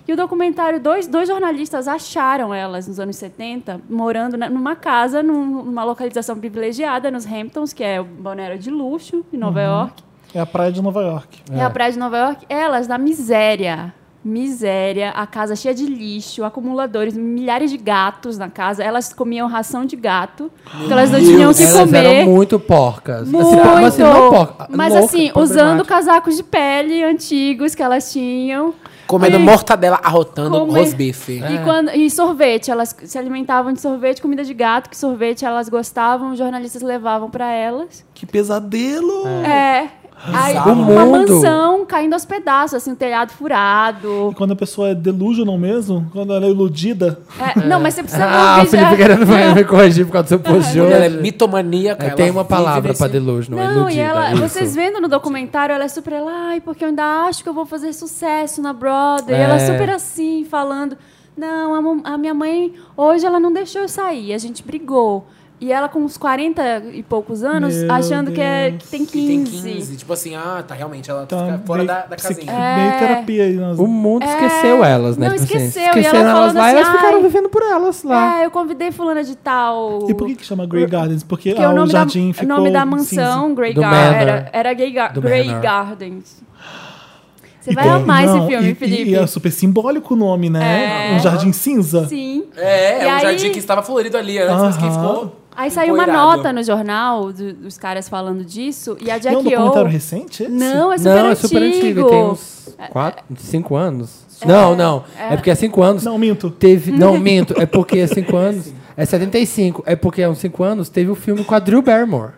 E o documentário, dois, dois jornalistas acharam elas nos anos 70, morando na- numa casa, num- numa localização privilegiada, nos Hamptons, que é o balneário de luxo, em Uhum. Nova York. É a praia de Nova York. É. a praia de Nova York. Elas na miséria. Miséria, a casa cheia de lixo, acumuladores, milhares de gatos na casa. Elas comiam ração de gato, porque elas não tinham o que Elas comer. eram muito porcas. Muito. Assim, mas assim, não porca, Mas louca, assim, usando problemática. casacos de pele antigos que elas tinham. Comendo E- mortadela, arrotando Come- rosbife. É. E, quando, e sorvete, elas se alimentavam de sorvete, comida de gato, que sorvete elas gostavam, os jornalistas levavam pra elas. Que pesadelo! É. Aí, Bizarro. uma O mundo. mansão caindo aos pedaços, assim, o telhado furado. E quando a pessoa é delusional mesmo, quando ela é iludida, É, Não, mas você precisa Ah, o ver já- Felipe querendo vai me corrigir por causa do seu post de Ela é hoje. mitomaníaca. É, ela tem uma vive palavra nesse- pra delusional, é Não, iludida. e ela, isso. vocês vendo no documentário, ela é super ela, ai, porque eu ainda acho que eu vou fazer sucesso na Broadway. E Ela é É. super assim, falando, não, a, mam- a minha mãe, hoje ela não deixou eu sair, a gente brigou. E ela com uns 40 e poucos anos, Meu achando que, é, Deus. que tem Que 15. tem 15. Tipo assim, ah, tá, realmente, ela tá fica fora meio, da, da psiqui- casinha. Um É. meio terapia aí. Nas... O mundo esqueceu elas, né? não, Tipo assim, esqueceu, e ela esqueceram elas falando lá e elas assim, ficaram ai. vivendo por elas lá. É, eu convidei fulana de tal. E por que, que chama Grey Gardens? Porque, Porque ah, o o, nome, da, jardim o ficou nome da cinza. mansão, Grey Do Garden, Manor. era, era Grey, Gar Do Grey Manor. Gardens. Você E vai tem- amar não, esse filme, e- e- Felipe. E, é super simbólico o nome, né? É. Um jardim cinza. Sim. É, E é um aí- jardim que estava florido ali antes, mas que Aham. ficou. Aí saiu uma empoeirado. nota no jornal do- dos caras falando disso e a E é um Jackie documentário O. recente esse? Não, é super Não, é antigo. É, super antigo. Tem uns 4, 5 anos. não, não. É, porque há 5 anos Não, minto. teve. Não, minto. É porque há 5 anos. É 75. É porque há uns 5 anos teve o filme com a Drew Barrymore.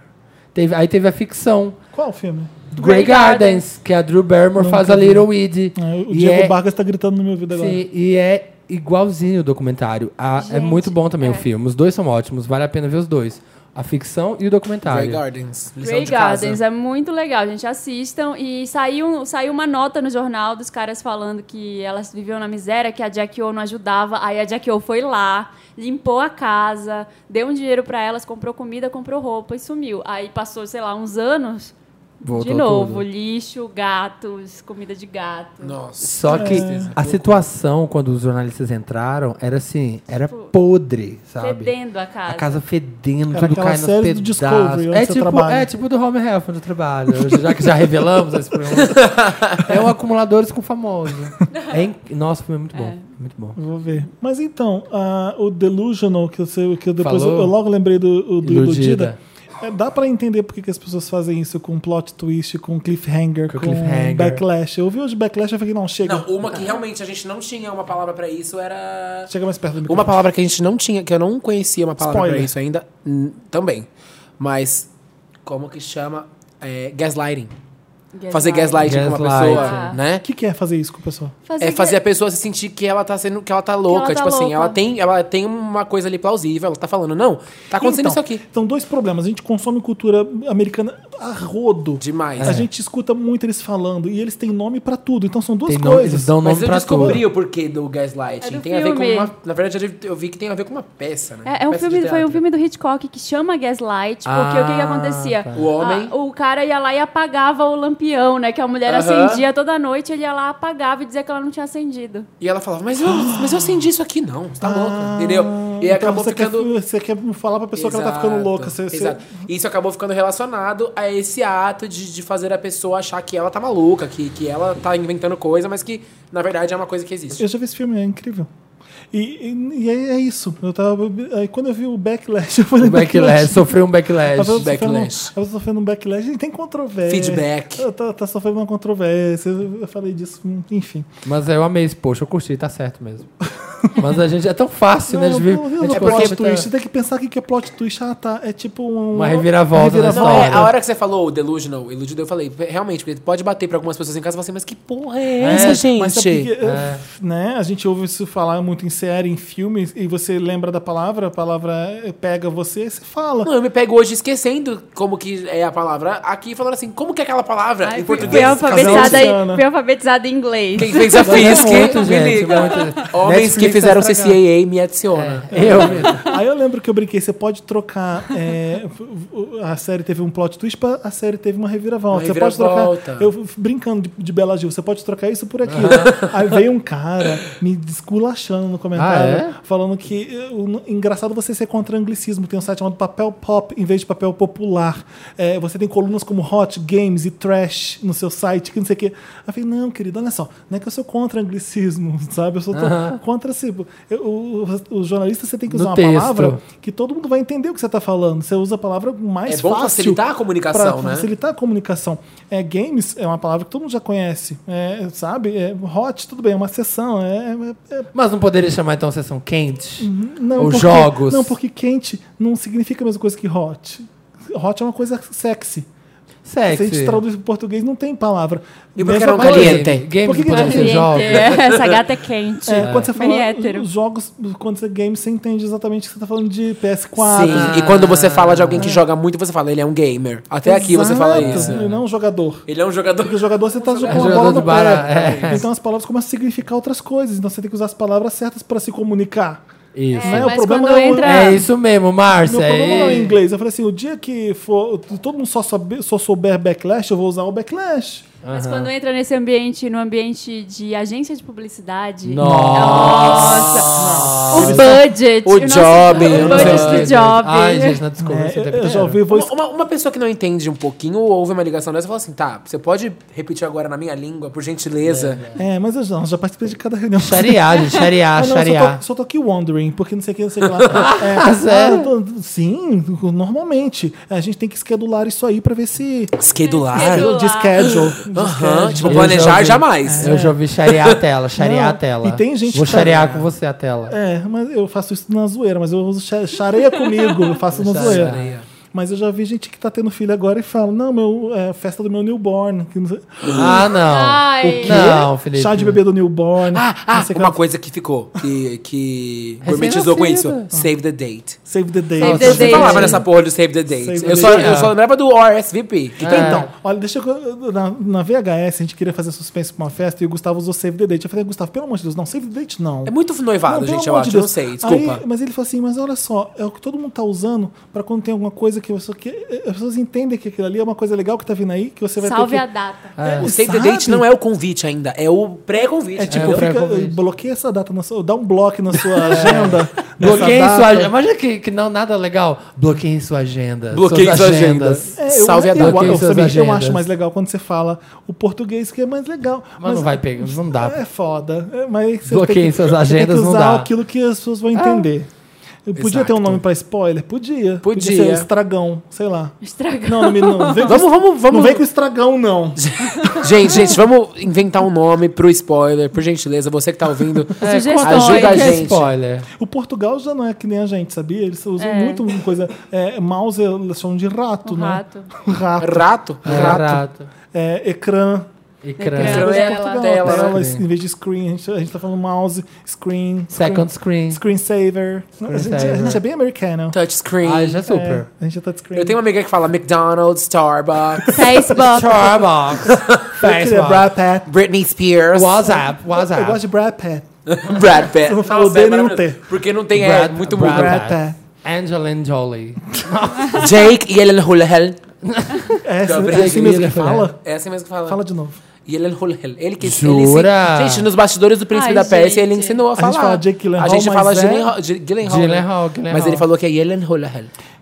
Teve, aí teve a ficção. Qual o filme? Grey Gardens, que a Drew Barrymore Nunca faz a vi. Little Weed. Ah, o E Diego é- Vargas tá gritando no meu ouvido agora. Sim, e é igualzinho o documentário. A- é Gente, muito bom também é. o filme. Os dois são ótimos, vale a pena ver os dois. A ficção e o Grey documentário. Gardens. Lição Grey de casa. Gardens é muito legal, gente. Assistam. E saiu, saiu uma nota no jornal dos caras falando que elas viviam na miséria, que a Jackie O não ajudava. Aí a Jackie O foi lá, limpou a casa, deu um dinheiro pra elas, comprou comida, comprou roupa e sumiu. Aí passou, sei lá, uns anos. Voltou de novo, tudo. lixo, gatos, comida de gato. Nossa. É. Só que a situação, quando os jornalistas entraram, era assim, era Tipo, podre, sabe? Fedendo a casa. A casa fedendo, Era tudo aquela caindo aos série do pedaços. Discovery, onde é, você tipo, trabalha. é tipo do Home Health, onde eu trabalho. Já que já revelamos esse programa. É um acumuladores com famoso. É inc- Nossa, o filme é muito bom. Muito bom. Vou ver. Mas então, ah, o Delusional, que eu, sei, que eu depois eu, Falou? eu logo lembrei do, o do Iludida. Iludida. É, dá pra entender por que que as pessoas fazem isso com plot twist, com cliffhanger, com, Com cliffhanger. backlash. Eu vi hoje backlash e falei, não, chega. Não, uma que realmente a gente não tinha uma palavra pra isso era. Chega mais perto do microfone. Uma palavra que a gente não tinha, que eu não conhecia uma palavra Spoiler. pra isso ainda, hum, também. Mas como que chama? É, gaslighting. Fazer gaslighting com uma Ah. pessoa, Gaslighting. né? O que, que é fazer isso com a pessoa? É fazer a pessoa se sentir que ela tá sendo, que ela tá louca. ela tá tipo assim, louca. ela tem, ela tem uma coisa ali plausível, ela tá falando, não, tá acontecendo então, isso aqui. Então, dois problemas. A gente consome cultura americana a rodo. Demais. É. A gente escuta muito eles falando e eles têm nome pra tudo. Então, são duas Tem nome, coisas. eles dão Mas nome eu pra tudo. descobri o porquê do gaslighting. É do tem a ver com filme. uma. Na verdade, eu vi que tem a ver com uma peça, né? É, é um Peça de filme, foi um teatro. filme do Hitchcock que chama Gaslight, porque Ah, o que, que acontecia? tá. O homem- Ah, o cara ia lá e apagava o lampião, né? Que a mulher Aham. acendia toda noite, ele ia lá, apagava e dizia que ela não tinha acendido. E ela falava, mas eu, mas eu acendi isso aqui, não. Você tá louco, entendeu? E acabou Ah, então você ficando- Quer, você quer falar pra pessoa que ela tá ficando Exato, louca. Você, você- exato. Isso acabou ficando relacionado a esse ato de, de fazer a pessoa achar que ela tá maluca, que, que ela tá inventando coisa, mas que na verdade é uma coisa que existe. Eu já vi esse filme, é incrível. E, e, e aí é isso. Eu tava, aí quando eu vi o Backlash, eu falei... Um backlash, sofreu um backlash. Eu tava sofrendo- backlash. Eu tava sofrendo um backlash. E tem controvérsia. Feedback. Eu tava- tá sofrendo uma controvérsia. Eu eu falei disso, hum, enfim. Mas eu amei esse post, eu curti, tá certo mesmo. Mas a gente é tão fácil, né? A gente vive- não, a gente não, consegue plot muita- twist. Você tem que pensar o que que é plot twist. Ah, tá. É tipo um- tá- Uma reviravolta na Não, é, história. a hora que você falou o delusional, iludido, eu falei, realmente, porque pode bater pra algumas pessoas em casa e falar assim, mas que porra é essa, gente? Mas sabe por que, É. né? A gente ouve isso falar muito em série, em filmes, e você lembra da palavra, a palavra pega você e você fala. Não, eu me pego hoje esquecendo como que é a palavra aqui, falando assim, como que é aquela palavra Ai, em fui, português? assim. fui alfabetizada, Casal em- fui alfabetizada em inglês. é Quem fez a Mas é FISC, muito, me gente, liga. muito. Homens que Netflix fizeram tá estragado. CCAA me É. adiciona. Eu mesmo. Aí eu lembro que eu brinquei, você pode trocar. é, a série teve um plot twist, pra- a série teve uma reviravolta. Uma você pode reviravolta. trocar. Eu f- brincando de, de Bela Gil, você pode trocar isso por aquilo. Aí veio um cara me desculachando no comentário, Ah, é? falando que eh, o- engraçado você ser contra anglicismo. Tem um site chamado Papel Pop em vez de papel popular. É, você tem colunas como Hot Games e Trash no seu site, que não sei o quê. Aí eu falei, não, querido, olha só, não é que eu sou contra anglicismo, sabe? Eu sou to- contra assim. eu- o, o jornalista você tem que No usar uma texto. palavra que todo mundo vai entender o que você está falando. Você usa a palavra mais É bom fácil facilitar a comunicação, pra né? facilitar a comunicação. É, games é uma palavra que todo mundo já conhece, é, sabe? É, hot, tudo bem, é uma sessão. É, é- é- Mas não poderia chamar então sessão quente? não, Ou porque- jogos? Não, porque quente não significa a mesma coisa que hot. Hot é uma coisa sexy. Se a gente Sexy. traduz em português, não tem palavra. E por que Mesma não coisa- caliente? Games Por que é que poderiam ser caliente? jogos. é Essa gata é quente. É, Quando você Bem fala hétero. os jogos, quando você é game, você entende exatamente o que você está falando de PS4. Sim, e quando você fala de alguém que joga muito, você fala, ele é um gamer. Até aqui você fala Exato, isso. E não um jogador. Ele é um jogador. Porque o jogador você tá jogando uma É jogador bola no do pé. baralho, é. Então as palavras começam a significar outras coisas. Então você tem que usar as palavras certas para se comunicar. Isso. né? mas quando não é o- entra- É isso mesmo, Meu Márcia. problema não é o aí- inglês. Eu falei assim, o dia que for, todo mundo só, saber, só souber backlash, eu vou usar o backlash. Mas quando entra nesse ambiente, no ambiente de agência de publicidade. Nossa. Nossa. O budget. O nosso- job, O eu não budget sei. do job. Ai, gente, na Discovery É, você eu, tem eu já ouvi voz... Uma, uma- uma pessoa que não entende um pouquinho ouve uma ligação dessa e fala assim: tá, você pode repetir agora na minha língua, por gentileza? É, mas eu já, já participei de cada reunião. Xariá, gente, xariá, Ah, não, eu só xariá. É, tô, só tô aqui wondering, porque não sei o que, não sei o que lá. É, Tá ah, Sério? tô- sim, normalmente. A gente tem que esquedular isso aí pra ver se... Esquedular. Esquedular. De schedule. De Aham, tipo, Eu já planejar ouvi. É. jamais. Eu já ouvi xariar a tela, xariar assim. Não, a tela. e tem gente Vou que tá- xariar com você a tela. É, mas eu faço isso na zoeira, mas eu uso cha- chareia comigo, eu faço na zoeira. Mas eu já vi gente que tá tendo filho agora e fala, não, meu, é, festa do meu newborn. que não sei- Ah, não. Ai. O Não, Felipe. Chá de bebê do newborn. Ah, ah, não sei o que uma lá. coisa que ficou, que, que gourmetizou com isso: Recém-nascida. save the date. Save É the date. Save the Eu Date. sempre falava nessa porra do save the date. Save the eu, só, date. eu só lembrava do RSVP. que tem- Então, olha, deixa eu. Na, na VHS, a gente queria fazer suspense pra uma festa e o Gustavo usou Save the Date. Eu falei, Gustavo, pelo amor de Deus, não, Save the Date não. É muito Não, noivado, pelo gente, eu amor de acho. Deus. Não sei, desculpa. Aí, mas ele falou assim, mas olha só, é o que todo mundo tá usando pra quando tem alguma coisa que, você, que as pessoas entendem que aquilo ali é uma coisa legal que tá vindo aí, que você vai Salve ter que... a data. É, O save sabe? the date não é o convite ainda, é o pré-convite. É tipo, eu fica, pré-convite. bloqueia essa data na sua. Dá um bloco na sua agenda. nessa Bloqueiem data. sua agenda. Imagina que, que não nada legal. Bloqueiem sua agenda. Bloqueiem suas sua agenda. agendas. É, eu, Salve a eu- data. Eu, eu, Bloqueia sabe, suas eu agendas. acho mais legal quando você fala o português, que é mais legal. Mas, não vai pegar, não dá. É foda. É, Mas você Bloqueiem tem que- suas você agendas, tem que não usar dá. aquilo que as pessoas vão entender. Eu Podia ter um Exato. nome pra spoiler? Podia. Podia. ser estragão, sei lá. Estragou. Não, não, me- não. Vem com, Vamos, vamos, vamos. Não vem com estragão, não. Gente, gente, vamos inventar um nome pro spoiler, por gentileza, você que tá ouvindo. Sugestões. Uhum. Ajuda a Que é gente. Spoiler. O Portugal já não é que nem a gente, sabia? Eles usam muito uma coisa. É, mouse eles chamam de rato, Um né? rato. Rato. Rato? É, Rato. É, ecrã. Ecrã. Ecrã. Ecrã é Tela, Portugal, tela, tela, né? em vez de screen, a gente, a gente tá falando mouse, screen. Second screen. screen. Screensaver. A gente, a gente é bem americano. Touchscreen. Ai, Ah, já super. É, a gente já tá de screen. Eu tenho uma amiga que fala McDonald's, Starbucks, Tá Facebook. Starbucks. É. Eu queria Brad Pitt. Britney Spears, WhatsApp. WhatsApp. Eu gosto de Brad Pitt. Brad Pitt. Eu não falo Nossa, é D nem o maravilhoso. T. Porque não tem é, Brad- muito Brad- mundo. Brad Pitt. Angelina Jolie. Jake e Ellen Hulahel. É, assim- é Gabriel assim mesmo que Miller, fala? É assim mesmo que fala. Fala de novo. Yelel Holel. Ele que Jura? Ele, se- gente, nos bastidores do Príncipe Ai, da Pérsia, ele gente. ensinou a A gente falar. fala Jake Gyllenhaal, A gente mas fala é- Gyllenhaal- Gy- Gyllenhaal, né? Gyllenhaal, Gyllenhaal. Mas ele falou que é Yelel Holel.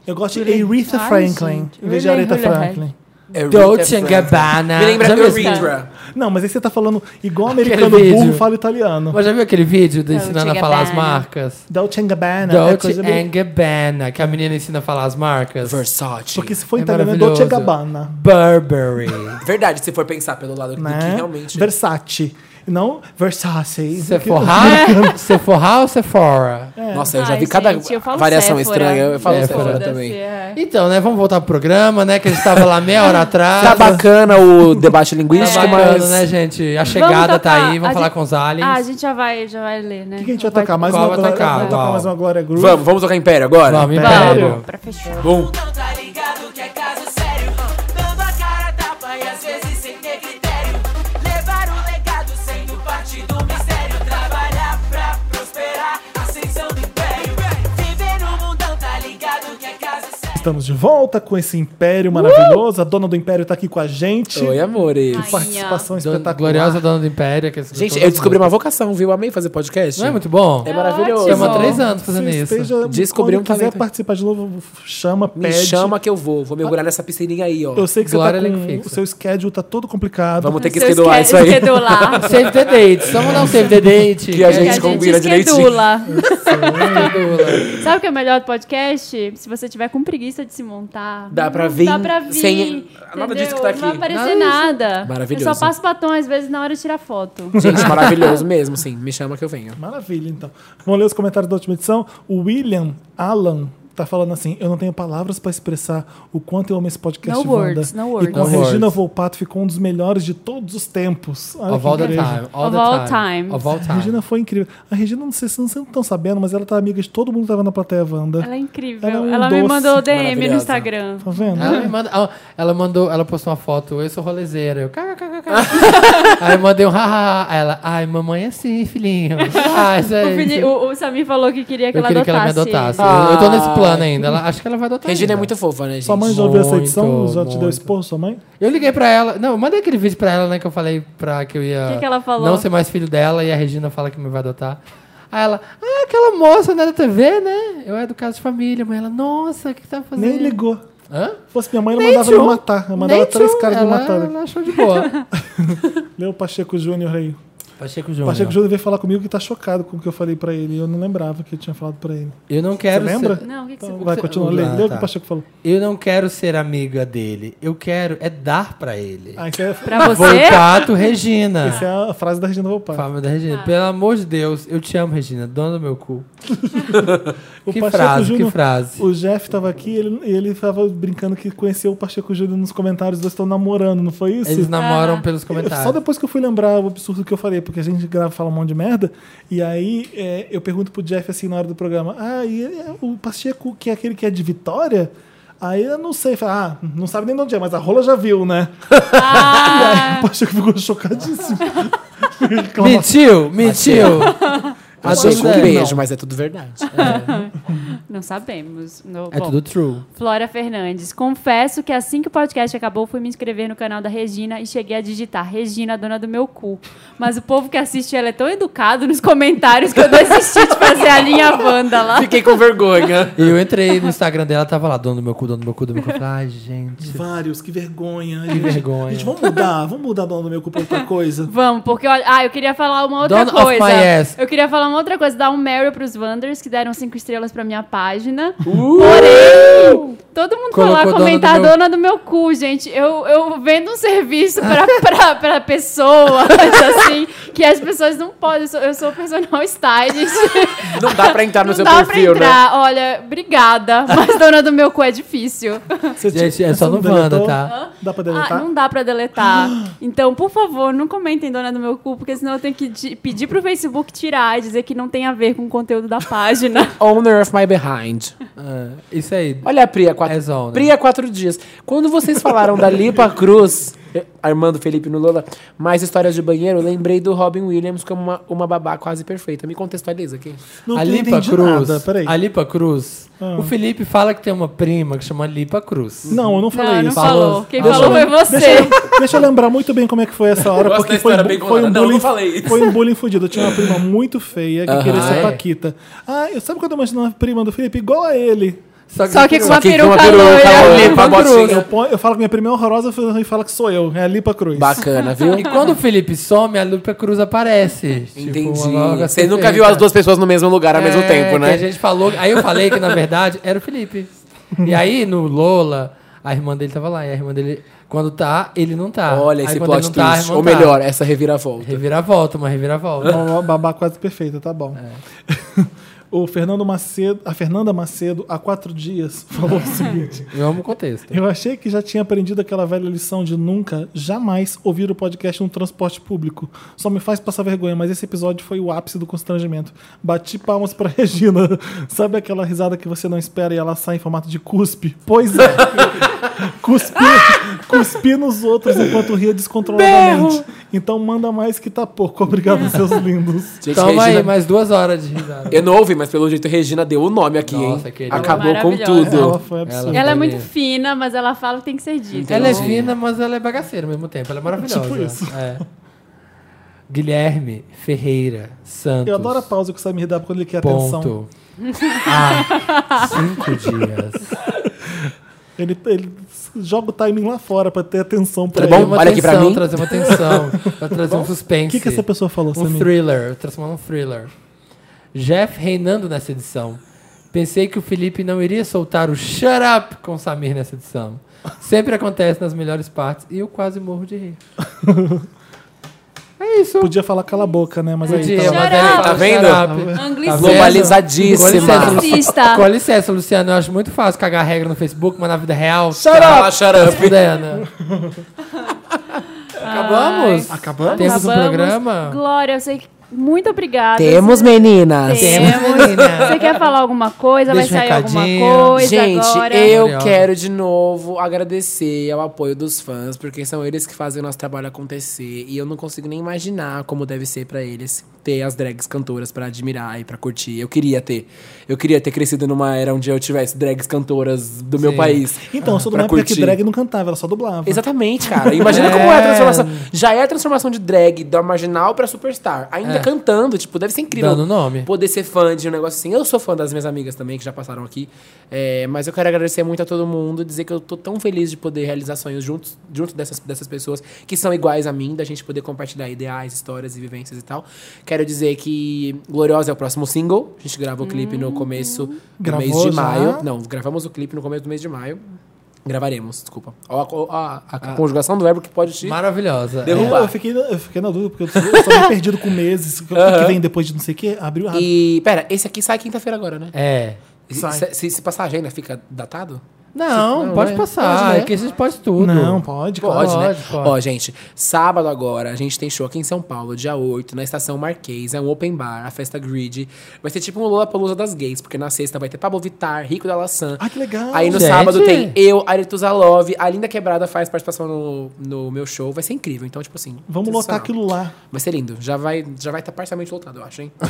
Eu gosto de Aretha Ai, Franklin, gente. em vez de Really, Aretha really Franklin. É Dolce Gabbana. Me lembra Já viu esse Eritrea. Não, mas aí você tá falando igual Aquele americano burro vídeo. fala italiano. Mas já viu aquele vídeo do Dolce ensinando a falar as Gabbana. marcas? Dolce Gabbana. é Dolce coisa meio- and Gabbana, que a menina ensina a falar as marcas. Versace. Porque se for É italiano é maravilhoso. Dolce Gabbana. Burberry. Verdade, se for pensar pelo lado do que Né? realmente... Versace. Não Versace. Sephora? Sephora ou Sephora? Nossa, eu já Ai, vi cada gente, eu falo variação Sephora. estranha. Eu falo Sephora. Sephora Foda-se, também. é. Então, né, vamos voltar pro programa, né, que a gente tava lá meia hora atrás. Tá bacana o debate linguístico, Tá mas... bacana, né, gente? A chegada tá tocar- aí, vamos a falar gente- com os aliens. Ah, a gente já vai, já vai ler, né? O que, que a gente vai tocar? Mais Qual uma, vai Glória- tocar? vai tocar Qual? mais uma Glória Groove? Vamos, vamos tocar Império agora? Vamos, Vamos, Império. pra fechar. Bum. Não tá ligado que é caso sério. Dando a cara tapa e às vezes sem ter critério. Levar o legado sendo parte do mistério. Trabalhar pra prosperar, ascensão do império. Viver no mundão, tá ligado que é caso sério. Estamos de volta com esse império Uh! maravilhoso. A dona do império tá aqui com a gente. Oi, amores. Ai. Participação Dona- espetacular. Gloriosa Dona do Império. Que Gente, eu descobri uma vocação, viu? Amei fazer podcast. Não é muito bom? É maravilhoso. ótimo. Chama três anos Se fazendo isso. esteja- Descobri quando um quiser talento. participar de novo, chama, Me pede. chama que eu vou. Vou mergulhar nessa piscininha aí, ó. Eu sei que Glória você tá com... Lenfixa. O seu schedule tá todo complicado. Vamos ter que Seu esquedular esque- isso aí. esquedular. Save the date. Só mandar um save the date. é Que a Que gente combina direitinho. esquedula. Sabe o que é melhor do podcast? Se você tiver com preguiça de se montar. Dá pra não vir Dá pra vir. sem- nada disso entendeu? que tá aqui. Não vai aparecer Nada nada. Maravilhoso. Eu só passo batom às vezes na hora de tirar foto. Gente, maravilhoso mesmo, sim. Me chama que eu venho. Maravilha, então. Vamos ler os comentários da última edição. O William Alan tá falando assim: eu não tenho palavras pra expressar o quanto eu amo esse podcast. No words, Wanda." no words. E com a No Regina words. Volpato ficou um dos melhores de todos os tempos. Olha Of que all the incrível. time. All Of the all time. time. Of all A Regina time. foi incrível. A Regina, não sei se vocês não estão sabendo, mas ela tá amiga de todo mundo que tava na plateia Wanda. Ela é incrível. Ela é Ela, um me doce. mandou DM Maravilhosa. no Instagram. Tá vendo? Ela, me manda- ah, ela mandou, ela postou uma foto, eu sou rolezeira. Eu, kkkk. Aí eu mandei um haha. Aí Ela, ai, mamãe é assim, filhinho. Ah, Ai, O, gente. Fili- o- o Samir falou que queria que eu ela queria adotasse. que Ah. ela me adotasse. Eu- eu tô nesse plano ainda. Ela, acho que ela vai Tá adotar. Regina é ainda. muito fofa, né, gente? Sua mãe já ouviu essa Muito, edição? Já te deu muito. expor, sua mãe? Eu liguei pra ela. Não, eu mandei aquele vídeo pra ela, né? Que eu falei pra que eu ia. Que que ela falou? Não ser mais filho dela e a Regina fala que me vai adotar. Aí ela, ah, aquela moça né, da TV, né? Eu era do caso de família, mas ela, nossa, o que, que tá fazendo? Nem ligou. Hã? Se fosse minha mãe, ela Nem mandava me tchum. matar. Ela mandava Nem três tchum. caras me Ela- matar. Ela achou de boa. Leu o Pacheco Júnior aí. Pacheco Júnior. Pacheco Júnior veio falar comigo que tá chocado com o que eu falei pra ele. Eu não lembrava que eu tinha falado pra ele. Eu não quero Você lembra? ser. Não, o que, que você Então, falou? vai, continua. Lê, Ah, lê o que tá. o Pacheco falou. Eu não quero ser amiga dele. Eu quero é dar pra ele. Ah, isso é, Pra você? Voltato, Regina. essa é a frase da Regina Volpato. Fama da Regina. Pelo amor de Deus, eu te amo, Regina. Dona do meu cu. O que Pacheco frase, Júnior- que frase. O Jeff tava aqui e ele, ele tava brincando que conheceu o Pacheco Júnior nos comentários, os dois estão namorando, não foi isso? Eles namoram pelos comentários. Só depois que eu fui lembrar o absurdo que eu falei, porque a gente grava e fala um monte de merda, e aí é, eu pergunto pro Jeff assim na hora do programa: Ah, e é o Pacheco, que é aquele que é de Vitória? Aí eu não sei, fala, ah, não sabe nem de onde é, mas a rola já viu, né? Ah, E aí o Pacheco ficou chocadíssimo. Reclama- Mentiu, mentiu. Achei com Não. um beijo, mas é tudo verdade. Não sabemos. No, É bom. tudo true. Flora Fernandes, confesso que assim que o podcast acabou, fui me inscrever no canal da Regina e cheguei a digitar Regina, dona do meu cu. Mas o povo que assiste ela é tão educado nos comentários que eu desisti de fazer a linha Wanda lá. Fiquei com vergonha. Eu entrei no Instagram dela, tava lá, dono do meu cu, dono do meu cu, dono do meu cu. Ai, gente. Vários, que vergonha. Que vergonha. Gente, vamos mudar, vamos mudar o nome do meu cu pra outra coisa. Vamos, porque olha. Ah, eu queria falar uma outra Dona of coisa. my ass. Eu queria falar uma outra coisa, dar um Meryl pros Wanders, que deram cinco estrelas pra minha página. Porém, todo mundo foi Uh! lá Colocou dona comentar do meu- dona do meu cu, gente. Eu, eu vendo um serviço pra, pra, pra pessoas, assim, que as pessoas não podem. Eu sou, eu sou personal stylist. Não dá pra Tá entrar no não seu dá pra perfil, né? entrar. Olha, obrigada, mas dona do meu cu é difícil. Você Gente, tinha- é só você no não Wanda, deletou? tá? Dá pra Ah, deletar? não dá pra deletar. Então, por favor, não comentem Dona do Meu Cu, porque senão eu tenho que di- pedir pro Facebook tirar e dizer que não tem a ver com o conteúdo da página. Owner of my behind. Ah, isso aí. Olha a Priya quatro, É zona. Priya quatro dias. Quando vocês falaram da Lipa Cruz, eu- Armando Felipe no Lola. Mais histórias de banheiro, eu lembrei do Robin Williams como uma, uma babá quase perfeita. Me contextualiza aqui. Não a não Lipa entendi Cruz. nada, peraí. Ah. A Lipa Cruz. O Felipe fala que tem uma prima que chama Lipa Cruz. Não, eu não falei Não, não isso. falou. Quem Deixa falou eu- foi você. Deixa, eu- deixa eu lembrar muito bem como é que foi essa hora, Gosto porque da foi, história bu- bem foi um contada. Não, bullying, não falei isso. foi um bullying fudido. Eu tinha uma prima muito feia que queria Ah, ser é? Paquita. Ah, eu sabe quando eu imagino uma prima do Felipe igual a ele? Só que com uma que com uma peruca peruca loira. loira. Lipa Lipa assim, Cruz. Eu, pon- eu falo que minha prima é horrorosa e fala que sou eu, é a Lipa Cruz. Bacana, viu? E Tipo, quando o Felipe some, a Lipa Cruz aparece. Tipo, Entendi. uma logo Você assim nunca feita. viu as duas pessoas no mesmo lugar ao É, mesmo tempo, que A né? gente falou, aí eu falei que na verdade era o Felipe. E aí no Lola, a irmã dele tava lá. E a irmã dele, quando tá, ele não tá. Olha Aí esse quando ele plot não tá, a twist. irmã Ou tá. melhor, Ah, essa reviravolta. Reviravolta, uma reviravolta. Uma babá quase perfeita, tá bom. o Fernando Macedo, a Fernanda Macedo, há quatro dias, falou o seguinte: Eu amo o contexto. Eu achei que já tinha aprendido aquela velha lição de nunca, jamais ouvir o podcast no transporte público. Só me faz passar vergonha, mas esse episódio foi o ápice do constrangimento. Bati palmas pra Regina. Sabe aquela risada que você não espera e ela sai em formato de cuspe? Pois é. cuspi, cuspi nos outros enquanto ria descontroladamente. Então manda mais que tá pouco. Obrigado, seus lindos. Gente, Toma Regina- aí, mais duas horas de risada. Eu não ouvi, mas pelo jeito Regina deu o nome aqui, Nossa, hein? querida. Acabou com Maravilhosa. Ela tudo. foi absurda. Ela é muito Entendi. fina, mas ela fala o que tem que ser dito. Ela é fina, mas ela é bagaceira ao mesmo tempo. Ela é maravilhosa. Tipo isso. É. Guilherme Ferreira Santos. Eu adoro a pausa que o Samir dá quando ele quer atenção. Ponto. Há cinco Tá dias. Ele, ele joga o timing lá fora pra ter atenção pra Tá ele. bom? Trazer uma Olha aqui pra tensão, mim. Tá Trazer uma tensão, pra trazer um suspense. O que, que essa pessoa tá falou, Um Samir? thriller, transformar num thriller. Jeff reinando nessa edição. Pensei que o Felipe não iria soltar o shut up com o Samir nessa edição. Sempre acontece nas melhores partes e eu quase morro de rir. É isso. Podia falar cala a boca, né? Mas aí Podia, então, mas Shut aí up. fala Tá vendo? shut up. é Anglicismo. Com licença, Globalizadíssima. Sim. Luciano. Racista. Com licença, Luciano. Eu acho muito fácil cagar regra no Facebook, mas na vida real. Shut up! Shut tá se up. fudendo. Acabamos? Acabamos? Temos o Acabamos. programa? Glória, eu sei que... Muito obrigada. Temos, Você- meninas. Temos. menina. Você quer falar alguma coisa? Deixa um Vai sair recadinho. alguma coisa Gente, agora? eu Maravilhosa. quero de novo agradecer ao apoio dos fãs, porque são eles que fazem o nosso trabalho acontecer. E eu não consigo nem imaginar como deve ser pra eles ter as drags cantoras pra admirar e pra curtir. Eu queria ter. Eu queria ter crescido numa era onde eu tivesse drags cantoras do meu Sim. país. então, eu sou de Pra uma época que curtir. drag não cantava, ela só dublava. Exatamente, cara. Imagina É. como é a transformação. Já é a transformação de drag da marginal pra superstar. Ainda É. cantando, tipo, deve ser incrível. Dando nome. Poder ser fã de um negócio assim. Eu sou fã das minhas amigas também, que já passaram aqui. É, mas eu quero agradecer muito a todo mundo, dizer que eu tô tão feliz de poder realizar sonhos juntos, junto dessas, dessas pessoas que são iguais a mim, da gente poder compartilhar ideais, histórias e vivências e tal. Quero dizer que Gloriosa é o próximo single. A gente gravou o clipe no começo do mês Gravou de já? maio. Não, gravamos o clipe no começo do mês de maio. Gravaremos, desculpa. Ó, ó, ó, a, a conjugação do verbo que pode te. Maravilhosa. É, Derruba. eu, fiquei, eu fiquei na dúvida, porque eu sou- eu sou meio perdido com meses. O que- o que vem depois de não sei o quê? Abriu rápido. E, pera, esse aqui sai quinta-feira agora, né? É. Se, se, se passar a agenda, fica datado? Não, Não, pode é. passar. Pode, né? Aqui Ah, a gente pode tudo. Não, pode, claro. Pode, né? Pode, pode. Ó, gente, sábado agora a gente tem show aqui em São Paulo, dia 8, na Estação Marquês. É um open bar, a festa grid. Vai ser tipo um Lollapalooza das gays, porque na sexta vai ter Pablo Vittar, Rico da Laçã. Ah, que legal. Aí no Gente. sábado tem eu, Aretuza Love, a Linda Quebrada faz participação no, no meu show. Vai ser incrível. Então, tipo assim. Vamos lotar sensacional. aquilo lá. Vai ser lindo. Já vai já vai estar parcialmente lotado, eu acho, hein?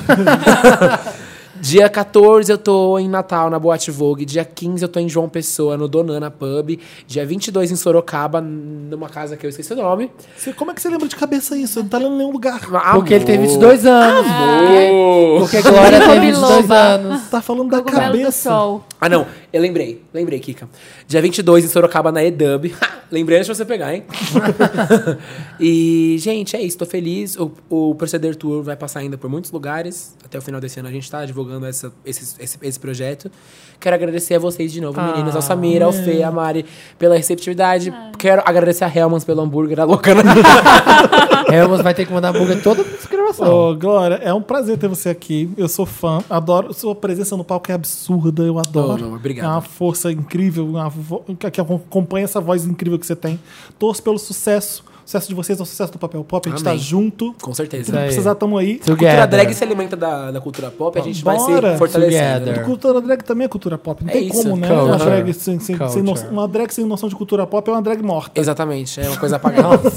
Dia 14 eu tô em Natal, na Boate Vogue. Dia 15 eu tô em João Pessoa, no Donana Pub. Dia 22 em Sorocaba, numa casa que eu esqueci o nome. Você- como é que você lembra de cabeça isso? Não tá lendo em nenhum lugar. Porque ele tem 22 anos. anos. Porque Glória tem Combinou. 22 anos. Tá falando da Cogumelo do cabeça. Sol. Ah, não. Eu lembrei. Lembrei, Kika. Dia 22 em Sorocaba, na EDUB. lembrei antes de você pegar, hein? e, gente, é isso. Tô feliz. O, o Proceder Tour vai passar ainda por muitos lugares. Até o final desse ano a gente tá divulgando essa, esse, esse, esse projeto. Quero agradecer a vocês de novo, meninas. Ao Samir, ao Fê, a Mari, pela receptividade. Quero agradecer a Helmans pelo hambúrguer. A louca. Helmans vai ter que mandar buga toda a desgravação. Ô, Glória, é um prazer ter você aqui. Eu sou fã, adoro. Sua presença no palco é absurda, eu adoro. Oh, não, obrigado. É uma força incrível, uma vo- que que acompanha essa voz incrível que você tem. Torço pelo sucesso O sucesso de vocês é o sucesso do papel pop. A gente Amém. tá junto. Com Se certeza. não aí. precisar, estamos aí. Together. Cultura drag se alimenta da, da cultura pop, a gente vai Bora. se fortalecendo. Together. né? Cultura drag também é cultura pop. Não É tem isso, como, né? culture. Uma drag sem, sem- sem no- Culture. uma drag sem noção de cultura pop é uma drag morta. Exatamente, é uma coisa apagada.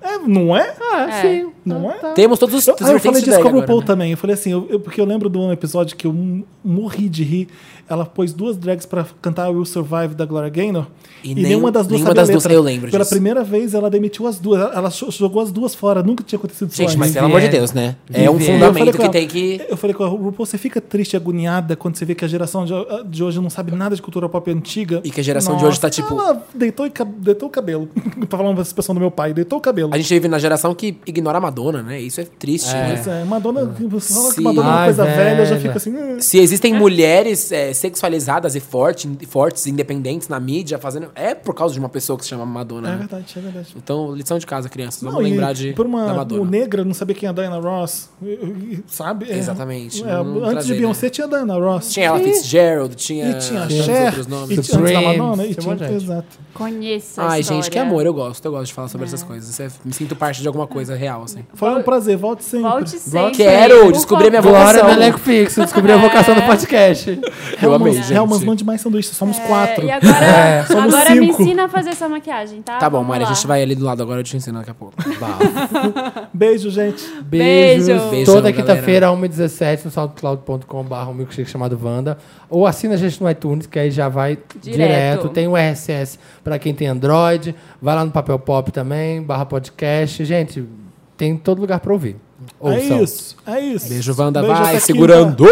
É, não é? Ah, sim. Não é? Temos todos os Eu, ah, eu vertentes falei de disso drag com o agora, Paul né? também. Eu falei assim, eu- eu- porque eu lembro de um episódio que eu m- morri de rir. Ela pôs duas drags pra cantar I Will Survive da Gloria Gaynor. E E, nem- nenhuma das duas nenhuma sabia a das duas- letra. eu lembro Pela disso. primeira vez, ela demitiu as duas. Ela, ela cho- jogou as duas fora. Nunca tinha acontecido isso né? Gente, mas antes. pelo amor de Deus, né? É Eu um Viviane. falei fundamento com que ela- tem que. Eu falei com a RuPaul, você fica triste e agoniada quando você vê que a geração de, de hoje não sabe nada de cultura pop antiga. E que a geração de hoje tá, tipo- Ela deitou, e ca- deitou o cabelo. Tô falando da expressão do meu pai, deitou o cabelo. A gente vive na geração que ignora a Madonna, né? Isso é triste. né? Mas, é, Madonna, você fala que Sim. Madonna é uma Ai, coisa velha, eu já velha. fica assim. "Ah". Se existem mulheres é, sexualizadas e forte, fortes, independentes na mídia, fazendo. É por causa de uma pessoa que se chama Madonna. É né? verdade, é verdade. Então, lição de casa, crianças. Vamos Não, e lembrar de, Por uma da Madonna. o negra não sabia quem é a Diana Ross, e- e- sabe? É, Exatamente, é, não- não antes trazer, né? de Beyoncé tinha a Diana Ross. Tinha ela Fitzgerald, tinha. E tinha a tantos Cher, outros nomes. e tinha antes da Supreme, Madonna, e tem um tinha. monte de gente. Exato. Conheça a Ai, história. gente, que amor, eu gosto, eu gosto de falar sobre essas coisas. Isso é- me sinto parte de alguma coisa real, assim. Foi um prazer, volte sempre. Volte sempre. Quero por descobrir a minha favor. Glória no vocação. elenco é fixo. Descobri a vocação do podcast. Eu amei, Helmans, gente. Helmans, mande mais sanduíche, somos quatro. É, e agora, Somos agora me cinco. ensina a fazer essa maquiagem, tá? Tá bom, Vamos Mari, a lá. gente vai ali do lado agora, eu te ensino daqui a pouco. Beijo, gente. Beijos. Beijo. Beijão, Toda galera. quinta-feira, 1h17, no soundcloud.com.br, um milkshake chamado Wanda. Ou assina a gente no iTunes, que aí já vai direto. Tem um o RSS pra quem tem Android. Vai lá no Papel Pop também, barra podcast. Gente, tem em todo lugar pra ouvir. É Ouçam. isso, é isso. Beijo, Wanda, Beijo, até vai quinta. segurando.